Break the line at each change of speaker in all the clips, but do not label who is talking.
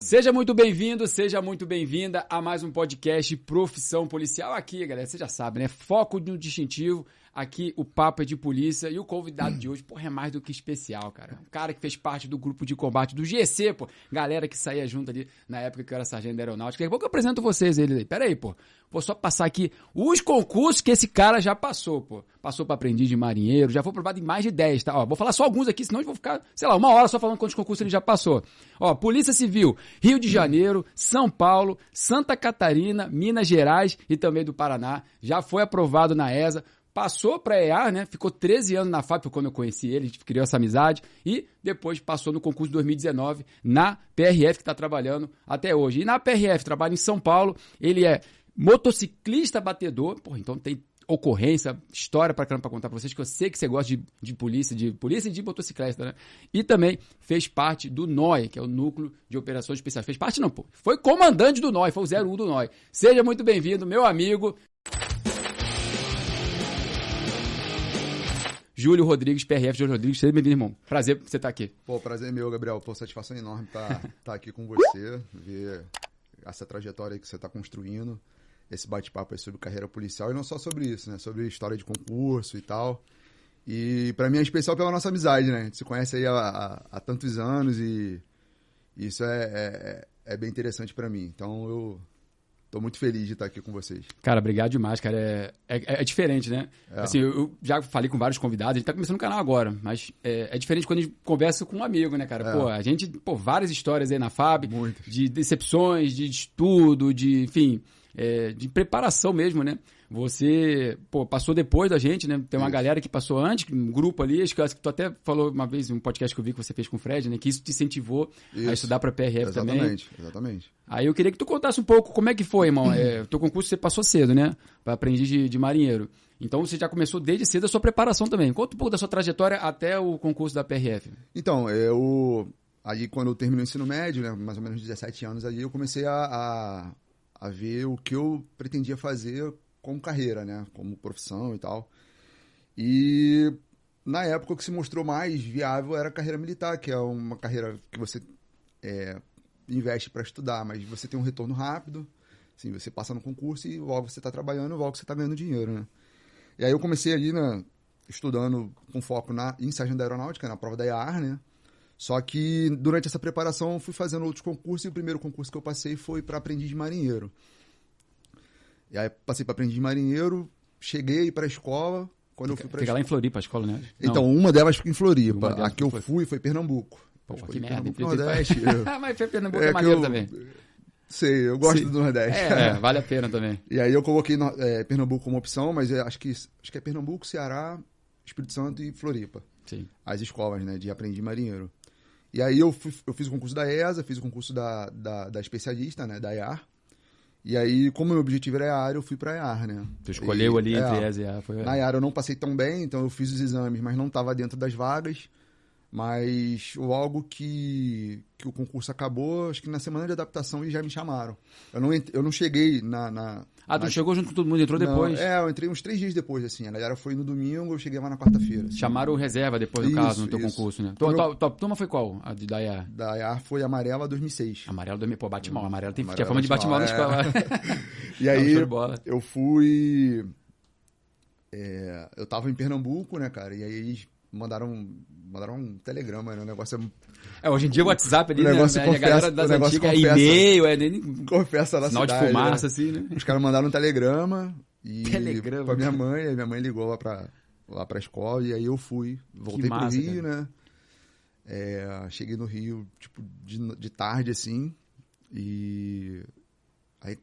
Seja muito bem-vindo, seja muito bem-vinda a mais um podcast Profissão Policial aqui, galera. Você já sabe, né? Foco no distintivo. Aqui o papo é de polícia e o convidado de hoje, porra, é mais do que especial, cara. Um cara que fez parte do grupo de combate do GC, pô. Galera que saía junto ali na época que eu era sargento da aeronáutica. Daqui a pouco eu apresento vocês ele aí. Pera aí, pô. Vou só passar aqui os concursos que esse cara já passou, pô. Passou pra aprendiz de marinheiro, já foi aprovado em mais de 10, tá? Ó, vou falar só alguns aqui, senão eu vou ficar, sei lá, uma hora só falando quantos concursos ele já passou. Ó, Polícia Civil, Rio de Janeiro, São Paulo, Santa Catarina, Minas Gerais e também do Paraná. Já foi aprovado na ESA, passou para EA, né? Ficou 13 anos na FAP quando eu conheci ele, a gente criou essa amizade e depois passou no concurso de 2019 na PRF que está trabalhando até hoje. E na PRF trabalha em São Paulo, ele é motociclista batedor, porra, então tem ocorrência, história pra caramba pra contar pra vocês, que eu sei que você gosta de, de polícia, de polícia e de motocicleta, né? E também fez parte do NOI, que é o Núcleo de Operações Especiais. Fez parte não, pô. Foi comandante do NOI, foi o 01 do NOI. Seja muito bem-vindo, meu amigo, Júlio Rodrigues, PRF Júlio Rodrigues. Seja bem-vindo, irmão. Prazer você estar aqui.
Pô, prazer meu, Gabriel. Pô, satisfação enorme estar estar aqui com você, ver essa trajetória que você está construindo, esse bate-papo aí sobre carreira policial e não só sobre isso, né? Sobre história de concurso e tal. E pra mim é especial pela nossa amizade, né? A gente se conhece aí há, há- há tantos anos e isso é, é- é bem interessante pra mim. Então eu tô muito feliz de estar aqui com vocês.
Cara, obrigado demais, cara. É, é- é diferente, né? Assim, eu, eu já falei com vários convidados, a gente tá começando o canal agora, mas é, é diferente quando a gente conversa com um amigo, né,
É.
cara? Pô, a gente, pô, várias histórias aí na FAB,
Muitas.
de decepções, de estudo, de, enfim, é, de preparação mesmo, né? Você, pô, passou depois da gente, né? Tem uma
Isso.
galera que passou antes, um grupo ali, acho que, acho que tu até falou uma vez em um podcast que eu vi que você fez com o Fred, né? Que isso te incentivou a
Isso.
estudar pra PRF também.
exatamente, exatamente.
Aí eu queria que tu contasse um pouco como é que foi, irmão. É, teu concurso você passou cedo, né? Pra aprendiz de, de marinheiro. Então você já começou desde cedo a sua preparação também. Conta um pouco da sua trajetória até o concurso da PRF.
Então, eu. Aí, quando eu terminei o ensino médio, né, mais ou menos 17 anos ali, eu comecei a, a, a ver o que eu pretendia fazer como carreira, né? Como profissão e tal. E na época o que se mostrou mais viável era a carreira militar, que é uma carreira que você é, investe para estudar, mas você tem um retorno rápido. Assim, você passa no concurso e logo você está trabalhando, logo você está ganhando dinheiro, né? E aí eu comecei ali, né, estudando com foco na, em sargento da aeronáutica, na prova da IAR, né? Só que durante essa preparação eu fui fazendo outros concursos e o primeiro concurso que eu passei foi para aprendiz de marinheiro. E aí passei para aprendiz de marinheiro, cheguei para a escola. Quando eu fui para
Fica lá em Floripa a escola, né? Não.
então, uma delas fica em Floripa.
Uma delas
a que eu
foi-
fui foi Pernambuco.
Pô,
Eu
que
escolhi
merda.
Pernambuco Nordeste. eu
Ah, Mas Pernambuco é,
É que
maneiro
eu-
também.
sei, eu gosto
Sim.
do Nordeste.
É, é, vale a pena também.
E aí eu coloquei no- é, Pernambuco como opção, mas é- acho que, acho que é Pernambuco, Ceará, Espírito Santo e Floripa.
Sim.
As escolas, né? De aprendiz marinheiro. E aí eu, fui- eu fiz o concurso da ESA, fiz o concurso da, da, da especialista, né? Da IAR. E aí, como meu objetivo era a IAR, eu fui pra IAR, né?
Tu escolheu
E-
ali
é,
entre as e a. Foi...
Na Yara eu não passei tão bem, então eu fiz os exames, mas não estava dentro das vagas. Mas logo que, que o concurso acabou, acho que na semana de adaptação eles já me chamaram. Eu não, ent- eu não cheguei na. na
Ah, tu chegou junto com todo mundo, entrou depois.
é, eu entrei uns três dias depois, assim. A galera foi no domingo, eu cheguei lá na quarta-feira. assim.
Chamaram o reserva depois, no
Isso,
caso, no teu
isso.
concurso, né? Tua,
Meu-
tua- tua turma foi qual? A de Daia?
Da Yar foi amarela 2006.
Amarelo do... Pô, bate mal. Amarelo tem, tinha
Amarelo
fama de bate
bate
mal na
mal, é.
escola.
E
Não,
aí
show de bola.
eu fui. é, eu tava em Pernambuco, né, cara? E aí eles mandaram, mandaram um telegrama, né? O negócio é
É, hoje em dia o WhatsApp ali,
O
né,
negócio
né? a
confessa-
galera das
o negócio
antigas
confessa.
é e-mail, é nem
confessa na
sinal de
cidade, né?
fumaça, assim, né?
Os caras mandaram um telegrama e
Telegrama.
pra minha mãe, aí minha mãe ligou lá pra, lá pra escola e aí eu fui. Voltei
massa,
pro Rio, né? É, cheguei no Rio, tipo, de, no- de tarde, assim, e aí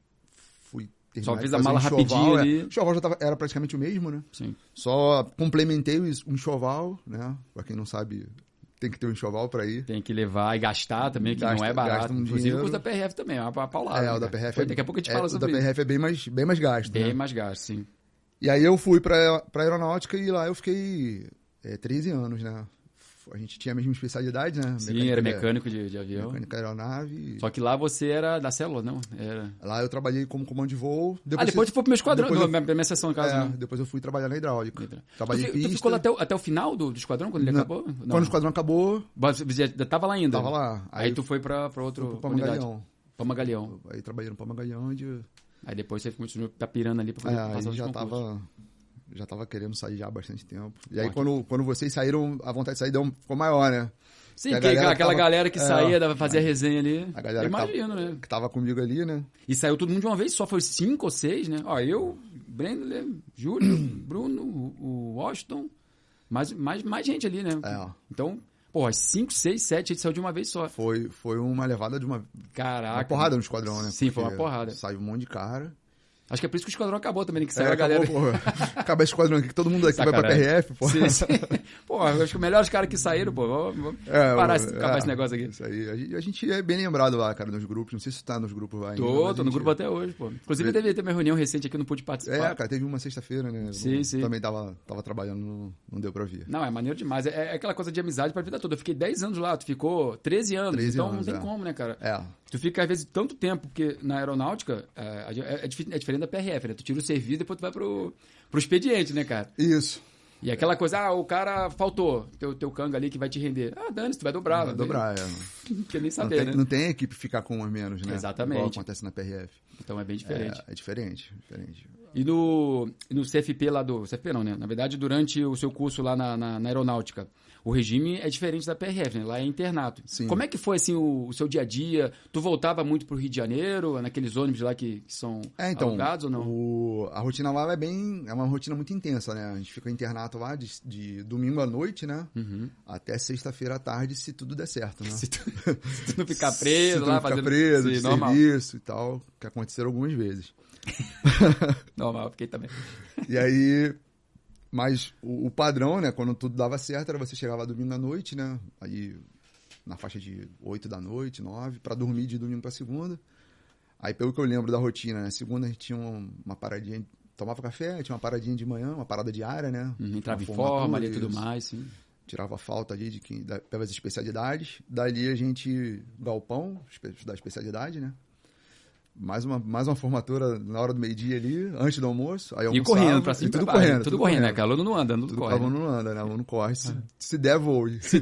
fui terminar
Só
de
fiz a
fazer
mala
um enxoval,
rapidinho
é.
ali.
O enxoval já tava, era praticamente o mesmo, né?
Sim.
Só complementei o es- o enxoval, né? Pra quem não sabe, tem que ter um enxoval pra ir.
Tem que levar e gastar também, que
Gasta-
não é barato.
gasta um
Inclusive
dinheiro.
o custo da PRF também, é uma pa- paulada.
é, o da
cara.
PRF
Daqui a pouco a gente
é,
fala
o da
sobre isso.
PRF é bem mais, bem mais gasto, né?
Bem mais gasto, sim.
E aí eu fui pra, pra aeronáutica e lá eu fiquei é, 13 é, anos, né? a gente tinha a mesma especialidade, né?
Sim, era mecânico de, de avião.
Mecânica aeronave.
Só que lá você era da célula, não? Era...
Lá eu trabalhei como comando de voo.
ah, depois você foi pro meu esquadrão,
depois
não,
eu-
minha, minha seção, no caso,
É,
né?
depois eu fui trabalhar na hidráulica. Trabalhei
Tu,
em
fi- tu
pista.
ficou lá até, o- até o final do, do esquadrão, quando ele
Não.
acabou? Não.
Quando o esquadrão acabou,
Mas Você ainda tava lá ainda?
tava lá.
Aí, tu foi pra, pra outra
fui pro
unidade.
Pamagaleão.
Pra Magalhão.
Aí trabalhei no Pamagaleão, onde
Aí depois você continuou tapirando ali pra
É,
fazer
aí
passar os
já
concursos.
tava, já tava querendo sair já há bastante tempo. E aí,
Ótimo.
quando, quando vocês saíram, a vontade de sair deu, ficou maior, né?
Sim,
que a
que-
galera
aquela
tava-
galera que
é,
saía, dava, fazia resenha ali.
A galera
Eu imagino,
que, tava,
né?
que tava comigo ali, né?
E saiu todo mundo de uma vez, só foi cinco ou seis, né? Ó, eu, Brenner, Júlio, Bruno, o- o Washington, mais, mais, mais gente ali, né?
É.
Então, porra, cinco, seis, sete, a gente saiu de uma vez só.
Foi, foi uma levada de uma,
Caraca.
uma porrada no esquadrão, né?
Sim, foi uma
Porque
porrada.
Saiu um monte de cara.
Acho que é por isso que o esquadrão acabou também, né? Que saiu
É,
a galera.
acabou, porra. Acaba esse esquadrão aqui, que todo mundo aqui
Sacanagem.
vai pra PRF,
Sim,
porra.
sim. Pô, eu acho que os melhores caras que saíram, pô, vamos, vamos
É,
parar,
o-
esse- acabar
é,
esse negócio aqui.
Isso aí. A gente, a gente é bem lembrado lá, cara, nos grupos. Não sei se tu tá nos grupos lá ainda.
Tô,
mas
tô
a
no
gente-
grupo até hoje, pô. Inclusive, teve, teve uma reunião recente aqui, eu não pude
É,
participar.
cara, teve uma sexta-feira, né?
Sim,
Não-
sim.
Também tava, tava trabalhando, não, não deu pra vir.
Não, é maneiro demais. É, é aquela coisa de amizade pra vida toda. Eu fiquei 10 anos lá, tu ficou 13 anos.
13
então
anos,
não tem
é.
como, né, cara?
É,
Tu fica, às vezes, tanto tempo, porque na aeronáutica é, é- é difi- é diferente da PRF, né? Tu tira o serviço e depois tu vai pro, pro expediente, né, cara?
Isso.
E aquela coisa, ah, o cara faltou, teu, teu canga ali que vai te render. Ah, dane-se, tu vai dobrar.
Vai
não tem-
dobrar, é.
Não quer nem
Não
saber,
tem,
né?
não tem equipe ficar com um a menos, né?
Exatamente.
Igual acontece na PRF.
Então é bem
É,
diferente.
é diferente, diferente.
E no, no CFP lá do. CFP não, né? Na verdade, durante o seu curso lá na, na- na aeronáutica, o regime é diferente da PRF, né? Lá é internato.
Sim.
Como é que foi assim o, o seu dia a dia? Tu voltava muito pro Rio de Janeiro, naqueles ônibus lá que, que são
É, então,
alugados ou não?
o- a rotina lá ela é bem, é uma rotina muito intensa, né? A gente fica internato lá de, de domingo à noite, né? Até sexta-feira à tarde, se tudo der certo, né?
Uhum. Se tu, se tu não ficar preso
se tu
lá
não ficar
fazendo.
preso,
Sim,
de
normal.
serviço e tal, que aconteceram algumas vezes.
Normal, fiquei também.
E aí, mas o, o padrão, né, quando tudo dava certo, era você chegava domingo à noite, né, aí na faixa de 8 da noite, 9, pra dormir de domingo pra segunda. Aí, pelo que eu lembro da rotina, né, segunda a gente tinha um- uma paradinha, tomava café, tinha uma paradinha de manhã, uma parada diária, né.
Uhum, entrava em
uma
forma ali e
formatura,
tudo
isso.
mais, sim.
Tirava falta ali de quem, da- pelas especialidades. Dali a gente, galpão, espe- estudar especialidade, né. Mais uma, mais uma formatura na hora do meio-dia ali, antes do almoço. Aí
E
almoçava,
correndo pra cima.
e tudo
pra baixo,
correndo.
Tudo correndo, né? Porque aluno não anda, aluno
Tudo
corre.
corre,
né? Ah.
não anda, né? Não corre. Se, se der, voe.
Isso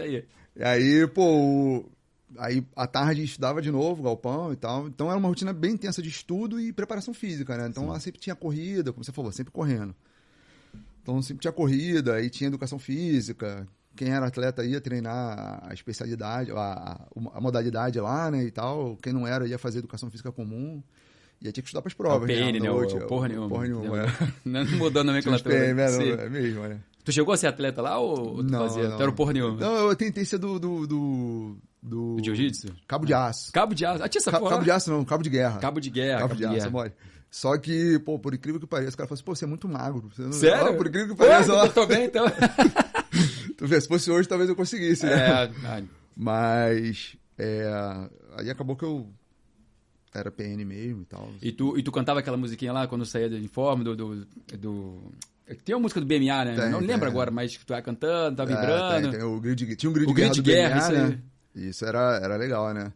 aí.
E aí, pô, o- aí à tarde estudava de novo, galpão e tal. Então era uma rotina bem intensa de estudo e preparação física, né? Então lá sempre tinha corrida, como você falou, sempre correndo. Então sempre tinha corrida, aí tinha educação física. Quem era atleta ia treinar a especialidade, a, a modalidade lá, né, e tal. Quem não era ia fazer educação física comum. E aí tinha que estudar para as provas,
É o PN,
né? à
né? O-
noite,
o porra nenhuma.
Porra nenhuma, é.
Não mudou a
Tinha os
nomenclatura.
PM, era-
Sim.
é mesmo, né?
Tu chegou a ser atleta lá ou tu fazia? Tu era o porra nenhuma?
Não, eu tentei ser do. do, do, do-
Do jiu-jitsu? É.
Cabo de aço.
Cabo de aço. Ah, tinha essa
Ca-
porra.
cabo de aço não, cabo de guerra.
Cabo de guerra.
Cabo de aço,
guerra.
mole. Só que, pô, por incrível que pareça, o cara falou assim, pô, você é muito magro. Você não-
Sério?
Ah, por incrível que
Pô,
pareça, ó,
eu tô bem, então.
tu vê, se fosse hoje talvez eu conseguisse, né?
é, ah,
Mas, é, aí acabou que eu era PN mesmo e tal.
e, tu, e tu cantava aquela musiquinha lá quando saía do uniforme, do... do, do- Tem uma música do BMA, né?
Tem,
Não
tem.
lembro agora, mas tu vai cantando, tá
É,
vibrando.
tem- tem o grid de- tinha um grid,
O
de guerra,
grid
do
de guerra,
BNA,
isso aí.
né? Isso era, era legal, né?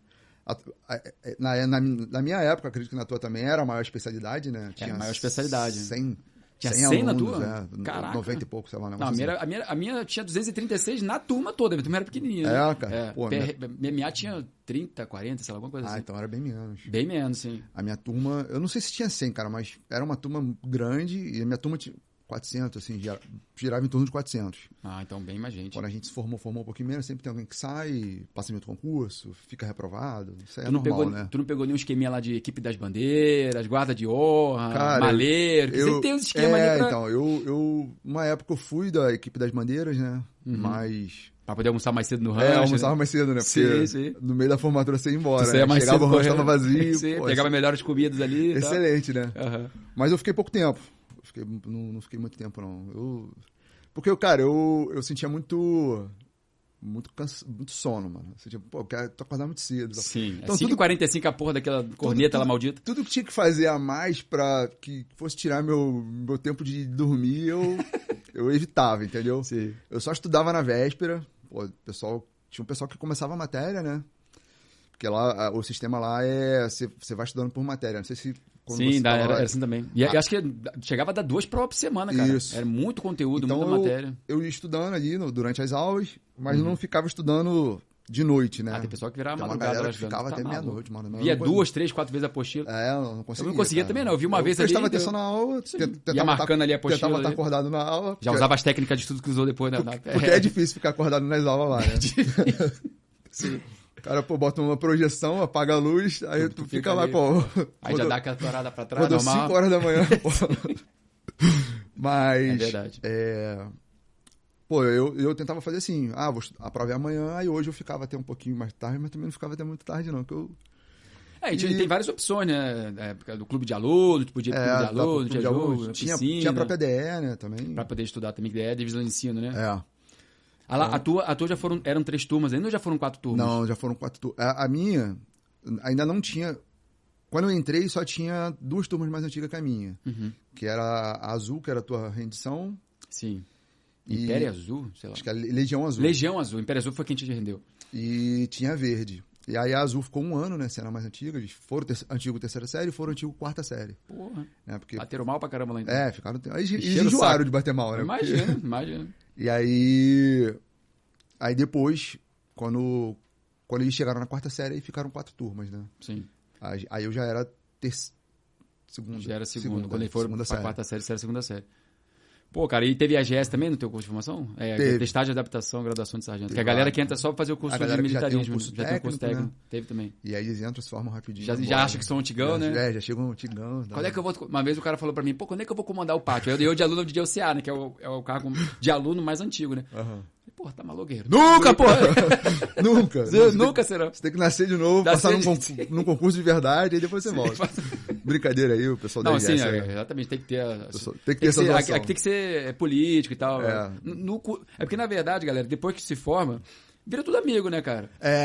A- a- é, Na, na, na minha época, acredito que na tua também era a maior especialidade, né?
a maior especialidade. né?
100,
Tinha
100
100 na
alunos,
tua?
é,
Caraca.
90 e pouco, sei lá. um
Não,
negócio
a minha,
assim.
era- a, minha, a minha tinha 236 na turma toda, minha turma era pequenininha. né?
É, cara. Pô,
PR BMA tinha 30, 40, sei lá, alguma coisa
Ah,
assim.
então era bem menos.
Bem menos, sim.
A minha turma, eu não sei se tinha 100, cara, mas era uma turma grande e a minha turma tinha 400, assim, gira- girava em torno de 400.
Ah, então bem mais gente.
Quando a gente se formou, formou um pouquinho menos, sempre tem alguém que sai, passa em outro concurso, fica reprovado. Isso aí é
tu, não
normal,
pegou,
né?
tu não pegou nenhum esqueminha lá de equipe das bandeiras, guarda de honra,
Cara,
maleiro. que sempre tem uns esquemas
é,
ali pra,
então, eu, eu... Uma época eu fui da equipe das bandeiras, né?
Uhum.
Mas...
pra poder almoçar mais cedo no rancho.
É, eu
né?
almoçava mais cedo, né?
Sim,
Porque
sim.
no meio da formatura você ia embora,
Você ia
né?
mais
Chegava
cedo
o rancho,
correndo.
tava vazio.
Sim,
pô,
pegava melhores comidas ali. e tal.
Excelente, né?
Aham.
Mas eu fiquei pouco tempo. Eu Fiquei, não, não fiquei muito tempo, não. Eu, porque, cara, eu, eu sentia muito. Muito, cansa, muito sono, mano. Eu sentia, pô, eu quero tô acordar muito cedo. Então,
Sim.
Então,
Então, 5h45 a porra daquela corneta lá maldita.
Tudo que tinha que fazer a mais pra que fosse tirar meu, meu tempo de dormir, eu, eu evitava, entendeu?
Sim.
Eu só estudava na véspera. Pô, o pessoal, tinha um pessoal que começava a matéria, né? Porque lá, a- o sistema lá é. Você você vai estudando por matéria. Não sei se. quando
Sim,
você
dá,
tava
era,
lá- Ah.
era assim também. E eu acho que chegava a dar duas provas por semana, cara.
Isso.
Era muito conteúdo,
Então,
muita
eu-
matéria.
Eu ia estudando ali no- durante as aulas, mas não ficava estudando de noite, né?
Uhum. Ah, tem pessoal que virava
Tem uma
madrugada lá
galera que
estudando.
ficava
Tá
até
maluco.
meia-noite, mano. Eu
Via
não-
duas, três, quatro vezes a apostila.
É, eu não conseguia.
conseguia
cara.
também, não. Eu vi uma vez ali,
prestava
deu-
atenção na aula, tent- tentava
ia
tá-
marcando ali a apostila
Tentava estar
ali.
acordado na aula.
Já
porque-
usava as técnicas de estudo que usou depois né? na, na...
Porque é difícil ficar acordado nas aulas lá,
É
né? O cara, pô, bota uma projeção, apaga a luz,
Tu-
aí tu,
tu fica
fica, lá
ali.
com...
Aí já dá aquela torada pra trás,
Rodou
normal.
5 horas da manhã, pô. Mas...
É verdade.
é, Pô, eu, eu tentava fazer assim, ah, vou estu- a prova é amanhã, aí hoje eu ficava até um pouquinho mais tarde, mas também não ficava até muito tarde, não, que eu
É, a gente
E-
tem várias opções, né? Na época do clube de alunos, tu podia ir pro clube
É,
de
dá pro
alunos,
clube
tinha
de
jogo,
alunos.
tinha,
tinha,
piscina,
tinha a própria DE, né, também.
pra poder estudar também, que é divisão de ensino, né?
É.
A, lá, a, tua, a tua já foram, eram três turmas ainda ou já foram quatro turmas?
Não, já foram quatro turmas. A, a minha ainda não tinha... Quando eu entrei, só tinha duas turmas mais antigas que a minha.
Uhum.
Que era a azul, que era a tua rendição,
Sim.
E-
Império Azul, sei lá.
acho que era Legião Azul.
Legião Azul, Império Azul foi quem te rendeu.
E tinha a verde. E aí a azul ficou um ano, né? Sendo a mais antiga. Eles foram ter... antigo terceira série e foram antigo quarta série.
Porra,
Né? Porque...
bateram mal pra caramba lá então.
É, ficaram... Aí eles
Encheram o
enjoaram
saco.
de bater mal, né? Porque-
Imagina, imagina.
E aí. Aí depois, quando, quando eles chegaram na quarta série, aí ficaram quatro turmas, né?
Sim,
Aí, aí eu já era ter... segunda. é,
já era segundo. Quando ele for
foram
pra quarta série, você era segunda série. Pô, cara, e teve a GS também no teu curso de formação? É,
Teve.
testagem de adaptação, graduação de sargento.
Teve
Que a galera
vários.
que entra só pra fazer o curso
A
de
galera que já tem um
militarismo.
curso
já tem o curso
técnico,
técnico.
né?
Teve também.
E aí eles entram, se formam rapidinho.
Já,
vão
já
embora,
acha que
né?
são antigão,
já,
né?
É, já chegam um tigão. dá-
Quando é que eu vou. Uma vez o cara falou pra mim, pô, quando é que eu vou comandar o pátio? Aí Eu, eu de aluno de OCA, né? Que é o, é o cargo de aluno mais antigo, né?
Aham.
Porra, tá malogueiro.
Nunca, porra! Nunca!
Você
Você
nunca será.
Tem, você tem que nascer de novo,
Nascer
passar num,
de-
con- num concurso de verdade, aí depois você volta. Brincadeira aí, o pessoal da
Não,
IGS.
assim,
né?
é, exatamente, tem que ter. a-
Pessoal, tem
tem
que ter essa
ser-
doação.
aqui- aqui tem que ser político e tal.
É.
No- no cu- é porque, na verdade, galera, depois que se forma, vira tudo amigo, né, cara?
É,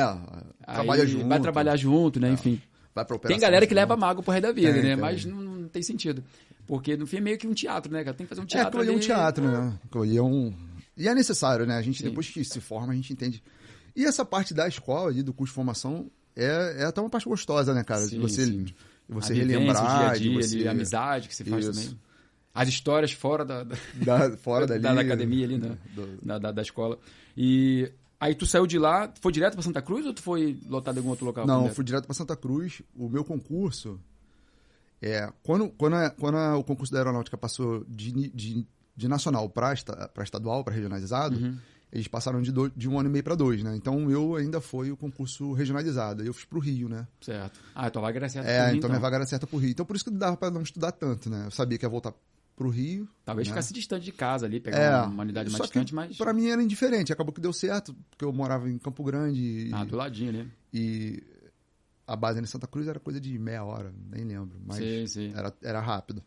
trabalha
Aí
junto.
Vai trabalhar junto, né? Enfim.
vai pra operação
Tem galera que
junto.
leva mago pro resto da vida,
Tem,
né?
tem.
Mas não, não tem sentido. Porque no fim é meio que um teatro, né, cara? Tem que fazer um
É,
teatro.
aquilo ali é um
ali.
teatro, né? Aquilo ali é um... E é necessário, né? A gente, depois que se forma, a gente entende. E essa parte da escola ali, do curso de formação, é, é até uma parte gostosa, né, cara?
Sim,
de você,
sim.
de você
A vivência,
relembrar,
o dia a dia,
de
ali,
você...
a amizade que se faz
Isso.
também. As histórias fora da, da-
Da, fora dali.
da, da academia ali, né?
Do-
da, da, da escola. E aí tu saiu de lá, foi direto pra Santa Cruz ou tu foi lotado em algum outro local? é?
Não,
primeiro?
fui direto pra Santa Cruz. O meu concurso... É, quando quando, a- quando a- o concurso da aeronáutica passou de, ni- de, de nacional pra, esta, pra estadual, pra regionalizado,
Uhum.
eles passaram de, dois- de um ano e meio pra dois, né? Então, eu ainda foi o concurso regionalizado. Aí eu fiz pro Rio, né?
Certo. Ah, tua vaga era certa.
É,
pra
então,
mim,
minha vaga era certa pro Rio. Então por isso que dava pra não estudar tanto, né? Eu sabia que ia voltar pro Rio.
Talvez
né? É,
ficasse distante de casa ali, pegar uma, uma unidade mais
só que
distante, mas.
Pra mim era indiferente, acabou que deu certo, porque eu morava em Campo Grande e,
Ah, do ladinho, né?
e a base em Santa Cruz era coisa de meia hora, nem lembro, mas
Sim, sim.
era, era rápido.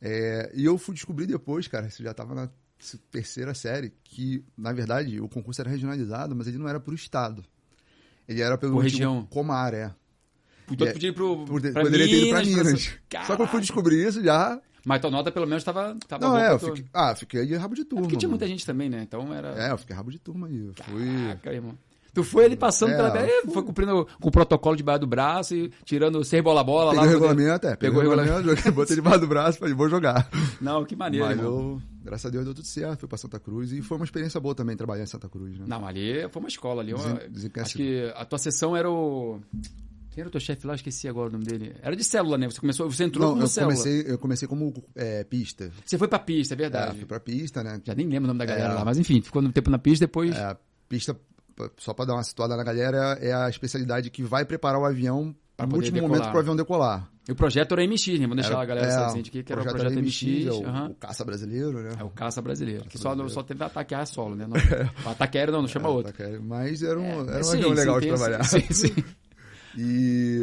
É, e eu fui descobrir depois, cara, isso já tava na terceira série, que na verdade o concurso era regionalizado, mas ele não era pro estado. Ele era pelo
Por
antigo
região.
Comar, é.
Então tu
é,
podia ir pro,
Poder-
pra
Poderia ter ido pra
Minas. pra
Minas.
Santa-
Só que eu fui
Caraca.
descobrir isso já
Mas tua nota pelo menos tava, tava
Não,
boa
é,
pra
eu
tu. É
fiquei, ah, fiquei de rabo de turma.
Porque tinha
mano.
muita gente também, né? Então era.
É, eu fiquei rabo de turma aí. Eu Fui.
Caraca, irmão. Tu foi ali passando
É,
pela. É, foi cumprindo com o protocolo debaixo do braço e tirando ser bola bola
Peguei
lá.
o
no-
regulamento, é. Peguei
Pegou
o
o
regulamento, joguei, botei debaixo do braço e falei, vou jogar.
Não, que maneiro,
Mas
irmão.
eu, graças a Deus, deu tudo certo. Fui pra Santa Cruz e foi uma experiência boa também trabalhar em Santa Cruz, né?
Não, ali foi uma escola ali. é Uma...
Desen- desencaixou.
Acho que a tua sessão era o. Quem era o teu chefe lá? Eu Esqueci agora o nome dele. Era de célula, né? Você começou, você entrou
Não,
como
eu,
célula.
comecei, eu comecei como é, pista.
Você foi pra pista, é
É,
verdade.
fui pra pista, né?
Já nem lembro o nome da galera
É.
lá, mas enfim, ficou um tempo na pista, depois.
É, pista, p- só pra dar uma situada na galera, é a especialidade que vai preparar o avião
Pra
no
poder
último
decolar.
momento pro avião decolar.
E o projeto era MX, né? Vamos deixar
Era-
a galera
é,
satisfeita aqui, que era o projeto MX.
é o,
aham.
o caça brasileiro, né?
É o caça brasileiro. que só,
brasileiro. É.
só teve ataque aéreo solo, né? Não, o ataque aéreo não, não chama outro.
Taquera, Mas era um, era um
É, Sim,
avião
sim,
legal de
tem esse-
trabalhar.
Sim, sim.
E,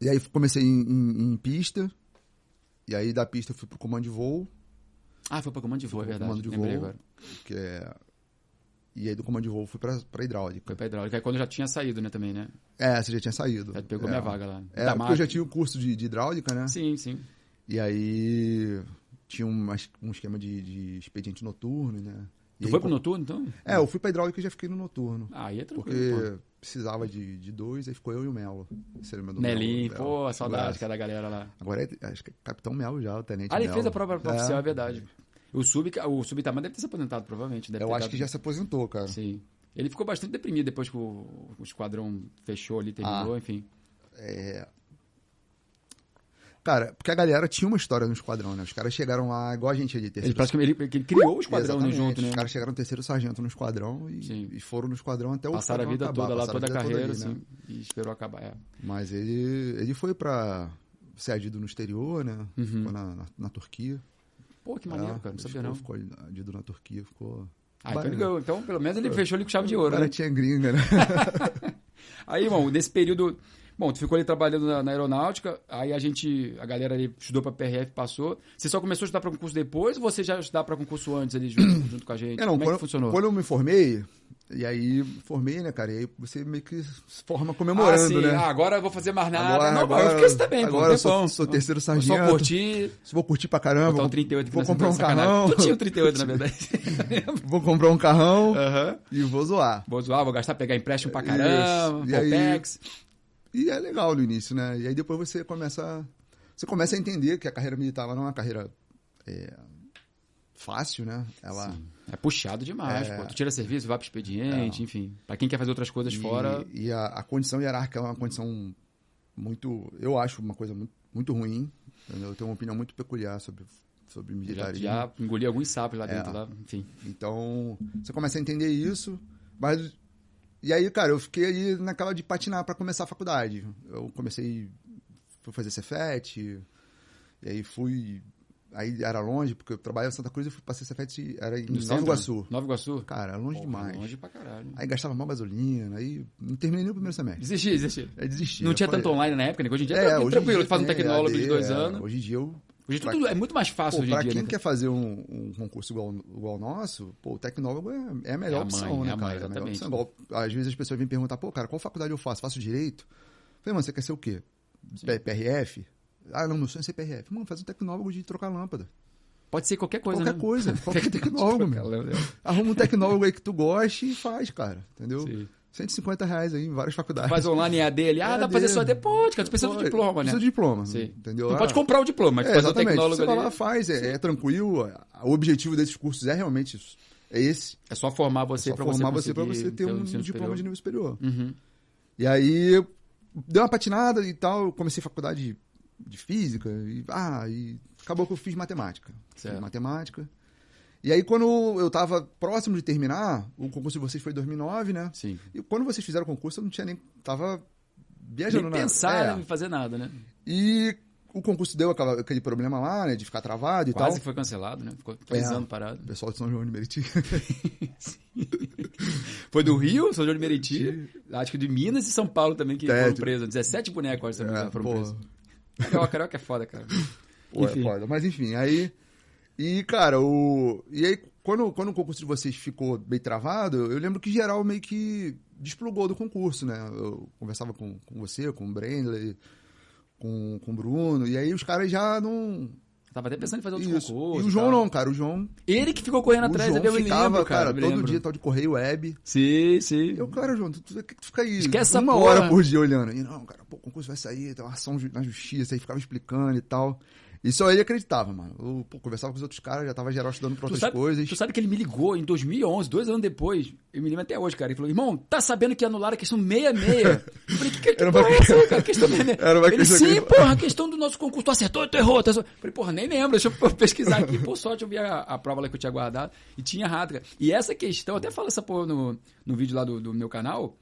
e aí comecei em, em- em pista. E aí da pista eu fui pro comando de voo,
Ah, foi pra comando de voo, é
Foi pra
verdade.
comando de
Lembrei
voo.
agora.
que é. E aí do comando de voo eu fui pra, pra hidráulica.
Foi pra hidráulica. É quando eu já tinha saído, né, também, né?
É, você já tinha saído.
Já pegou
é.
minha vaga lá.
É,
Da
porque eu já
Mac.
tinha o curso de, de hidráulica, né?
Sim, sim.
E aí tinha uma, um esquema de, de expediente noturno, né? E
Tu
aí,
foi pro
com-
noturno, então?
É, eu fui pra hidráulica e já fiquei no noturno.
Ah, aí é tranquilo,
Porque precisava de, de dois, aí ficou eu e o Melo. Você lembra
pô.
do Melo?
Melim,
Melo.
pô, saudade,
Figuraça.
cara, da galera lá.
Agora é, acho que é Capitão Melo já, o Tenente
Ah, ele
Melo.
fez a prova pra
É,
oficial, é verdade. O sub, o Subtamar deve ter se aposentado, provavelmente. Deve
Eu
ter
acho
dado-
que já se aposentou, cara.
Sim. Ele ficou bastante deprimido depois que o, o esquadrão fechou ali,
Ah.
terminou, enfim.
É. Cara, porque a galera tinha uma história no esquadrão, né? Os caras chegaram lá, igual a gente ali, terceiro.
Ele praticamente ele, ele criou o esquadrão né,
Exatamente.
junto, né?
Os caras chegaram terceiro sargento no esquadrão
Sim.
e, e foram no esquadrão até o
Passaram a
esquadrão
vida
acabar,
toda lá,
passaram
toda a
vida
carreira,
ali, né?
assim, e esperou acabar. É.
Mas ele, ele foi pra ser adido no exterior, né? Ficou na, na, na Turquia.
Pô, que
É,
Uhum. maneiro, cara, não sabia
ficou,
não.
Ficou adido na Turquia, ficou...
Ah, então, ele
Bacana.
ganhou. Então, pelo menos ele fechou ali com chave de
O
ouro,
cara
né?
tinha gringa, né?
Aí, irmão, nesse período. Bom, tu ficou ali trabalhando na, na aeronáutica, aí a gente, a galera ali estudou pra PRF, passou. Você só começou a estudar pra concurso depois ou você já estudava pra concurso antes ali junto, junto com a gente?
É, não,
Como é
quando,
que funcionou?
Quando eu me formei, e aí formei, né, cara? E aí você meio que se forma comemorando,
ah, sim.
né?
Ah, agora eu vou fazer mais nada.
Agora-
não, eu
agora-
fiquei isso também, pô,
agora
um
eu sou-
tempão.
sou terceiro
Eu Só
sargento.
curti,
Se vou curtir pra caramba,
botar um
vou,
38 aqui
vou
nessa
comprar um
sacanagem.
carrão,
Tu tinha um 38, na verdade.
vou comprar um carrão
Aham.
e vou zoar.
Vou zoar, vou gastar, pegar empréstimo pra
Isso.
caramba,
E aí-
Popex.
E é legal no início, né? E aí depois você começa, a- você começa a entender que a carreira militar ela não é uma carreira é, fácil, né? Ela
É puxado demais,
É.
pô. Tu tira serviço, vai pro expediente, enfim. Pra quem quer fazer outras coisas
e,
fora,
e a, a condição hierárquica é uma condição muito, eu acho uma coisa muito, muito ruim. entendeu? Eu tenho uma opinião muito peculiar sobre sobre
já,
militarismo.
já engoli alguns sapos lá
É.
dentro, lá, enfim.
Então, você começa a entender isso, mas. E aí, cara, eu fiquei aí naquela de patinar pra começar a faculdade. Eu comecei. Fui fazer Cefet, e aí fui. Aí era longe, porque eu trabalhava em Santa Cruz e fui passei Cefet, era em
No
Nova
centro, né?
Iguaçu.
Nova Iguaçu?
Cara, era longe
Pô,
demais.
Longe pra caralho.
Aí gastava mal gasolina, aí não terminei nem o primeiro semestre.
Desisti, desisti.
Aí desisti.
Não
Eu
tinha
falei,
tanto online na época, né? Hoje em dia
É,
é,
hoje em
tranquilo,
dia
tu faz um
tem
tecnólogo de
AD,
dois
é,
anos.
Hoje em dia eu
Hoje tudo é muito mais
Pô,
fácil hoje em
pra
dia,
quem
né?
quer fazer um, um concurso igual, igual ao nosso, pô, o tecnólogo é, é a
É a
melhor
mãe,
opção,
é
né,
a mãe,
cara? É a melhor
exatamente.
opção. Igual, às vezes as pessoas vêm perguntar, pô, cara, qual faculdade eu faço? Faço direito? Falei, mano, você quer ser o quê? P- PRF? Ah, não, meu sonho é ser PRF. Mano, faz um tecnólogo de trocar lâmpada.
Pode ser qualquer né? coisa,
qualquer
né?
coisa, qualquer tecnólogo, meu. Arruma um tecnólogo aí que tu goste e faz, cara, entendeu?
Sim.
150 reais aí em várias faculdades.
Faz online em AD ali. Ah, dá pra fazer só AD. Pode, cara. Tu precisa
Pô,
do diploma, né?
É, Precisa de diploma,
Sim.
entendeu?
Não
Ah,
pode comprar o diploma, mas
É,
tu faz o
exatamente.
tecnólogo
Você vai lá,
ali.
faz, é, é tranquilo. O objetivo desses cursos é realmente isso. É esse.
É só formar você
só
pra
formar você para
conseguir
você ter um,
ensino superior.
diploma de nível superior.
Uhum.
E aí eu dei uma patinada e tal, eu comecei faculdade de física e ah, e acabou que eu fiz matemática.
Certo.
Fiz matemática. E aí quando eu tava próximo de terminar, o concurso de vocês foi em 2009, né?
Sim.
E quando vocês fizeram o concurso, eu não tinha nem tava viajando
Nem
na-
pensar
É.
em fazer nada, né?
E o concurso deu aquela- aquele problema lá, né, de ficar travado e
Quase
tal.
que foi cancelado, né? Ficou três
É.
anos
O
parado.
pessoal de um São João de Meriti.
Foi
Uhum.
do Rio, São João de Meriti. Acho que de Minas e São Paulo também que
É,
foram
tipo-
presos. 17 bonecos, acho,
É,
é, foram
pô.
presos. Carioca, carioca é foda, cara.
Pô,
Enfim.
é foda. Mas enfim, aí. E, cara, o. E aí, quando, quando o concurso de vocês ficou bem travado, eu lembro que geral meio que desplugou do concurso, né? Eu conversava com, com você, com o Brendley, com, com o Bruno, e aí os caras já não.
Tava até pensando em fazer outros
Isso.
concursos.
e o João
tal.
não, cara. O João.
Ele que ficou correndo
o
atrás,
João
eu me
ficava,
lembro, cara.
cara,
me
todo
lembro.
dia tal de correio web.
Sim, sim.
Eu, cara, João, tu, tu, que que tu fica aí
Esquece essa
uma
porra.
hora por dia olhando. E não, cara, pô, o concurso vai sair, tem uma ação ju- na justiça, aí ficava explicando e tal. E só ele acreditava, mano. Eu pô, conversava com os outros caras, já tava geral estudando pra
Tu
outras
sabe,
coisas.
tu sabe que ele me ligou em 2011, dois anos depois. Eu me lembro até hoje, cara. Ele falou, irmão, tá sabendo que anularam a questão 66? Eu falei, que, que, que
Era uma
porra é essa, cara? Questão 66.
Era uma
ele,
questão
sim,
que ele-
porra, a questão do nosso concurso. Tu acertou, tu errou. Tu acertou. Eu falei, porra, nem lembro. Deixa eu pesquisar aqui. Por sorte, eu vi a, a prova lá que eu tinha guardado. E tinha errado, cara. E essa questão, eu até falo essa porra no, no vídeo lá do, do meu canal,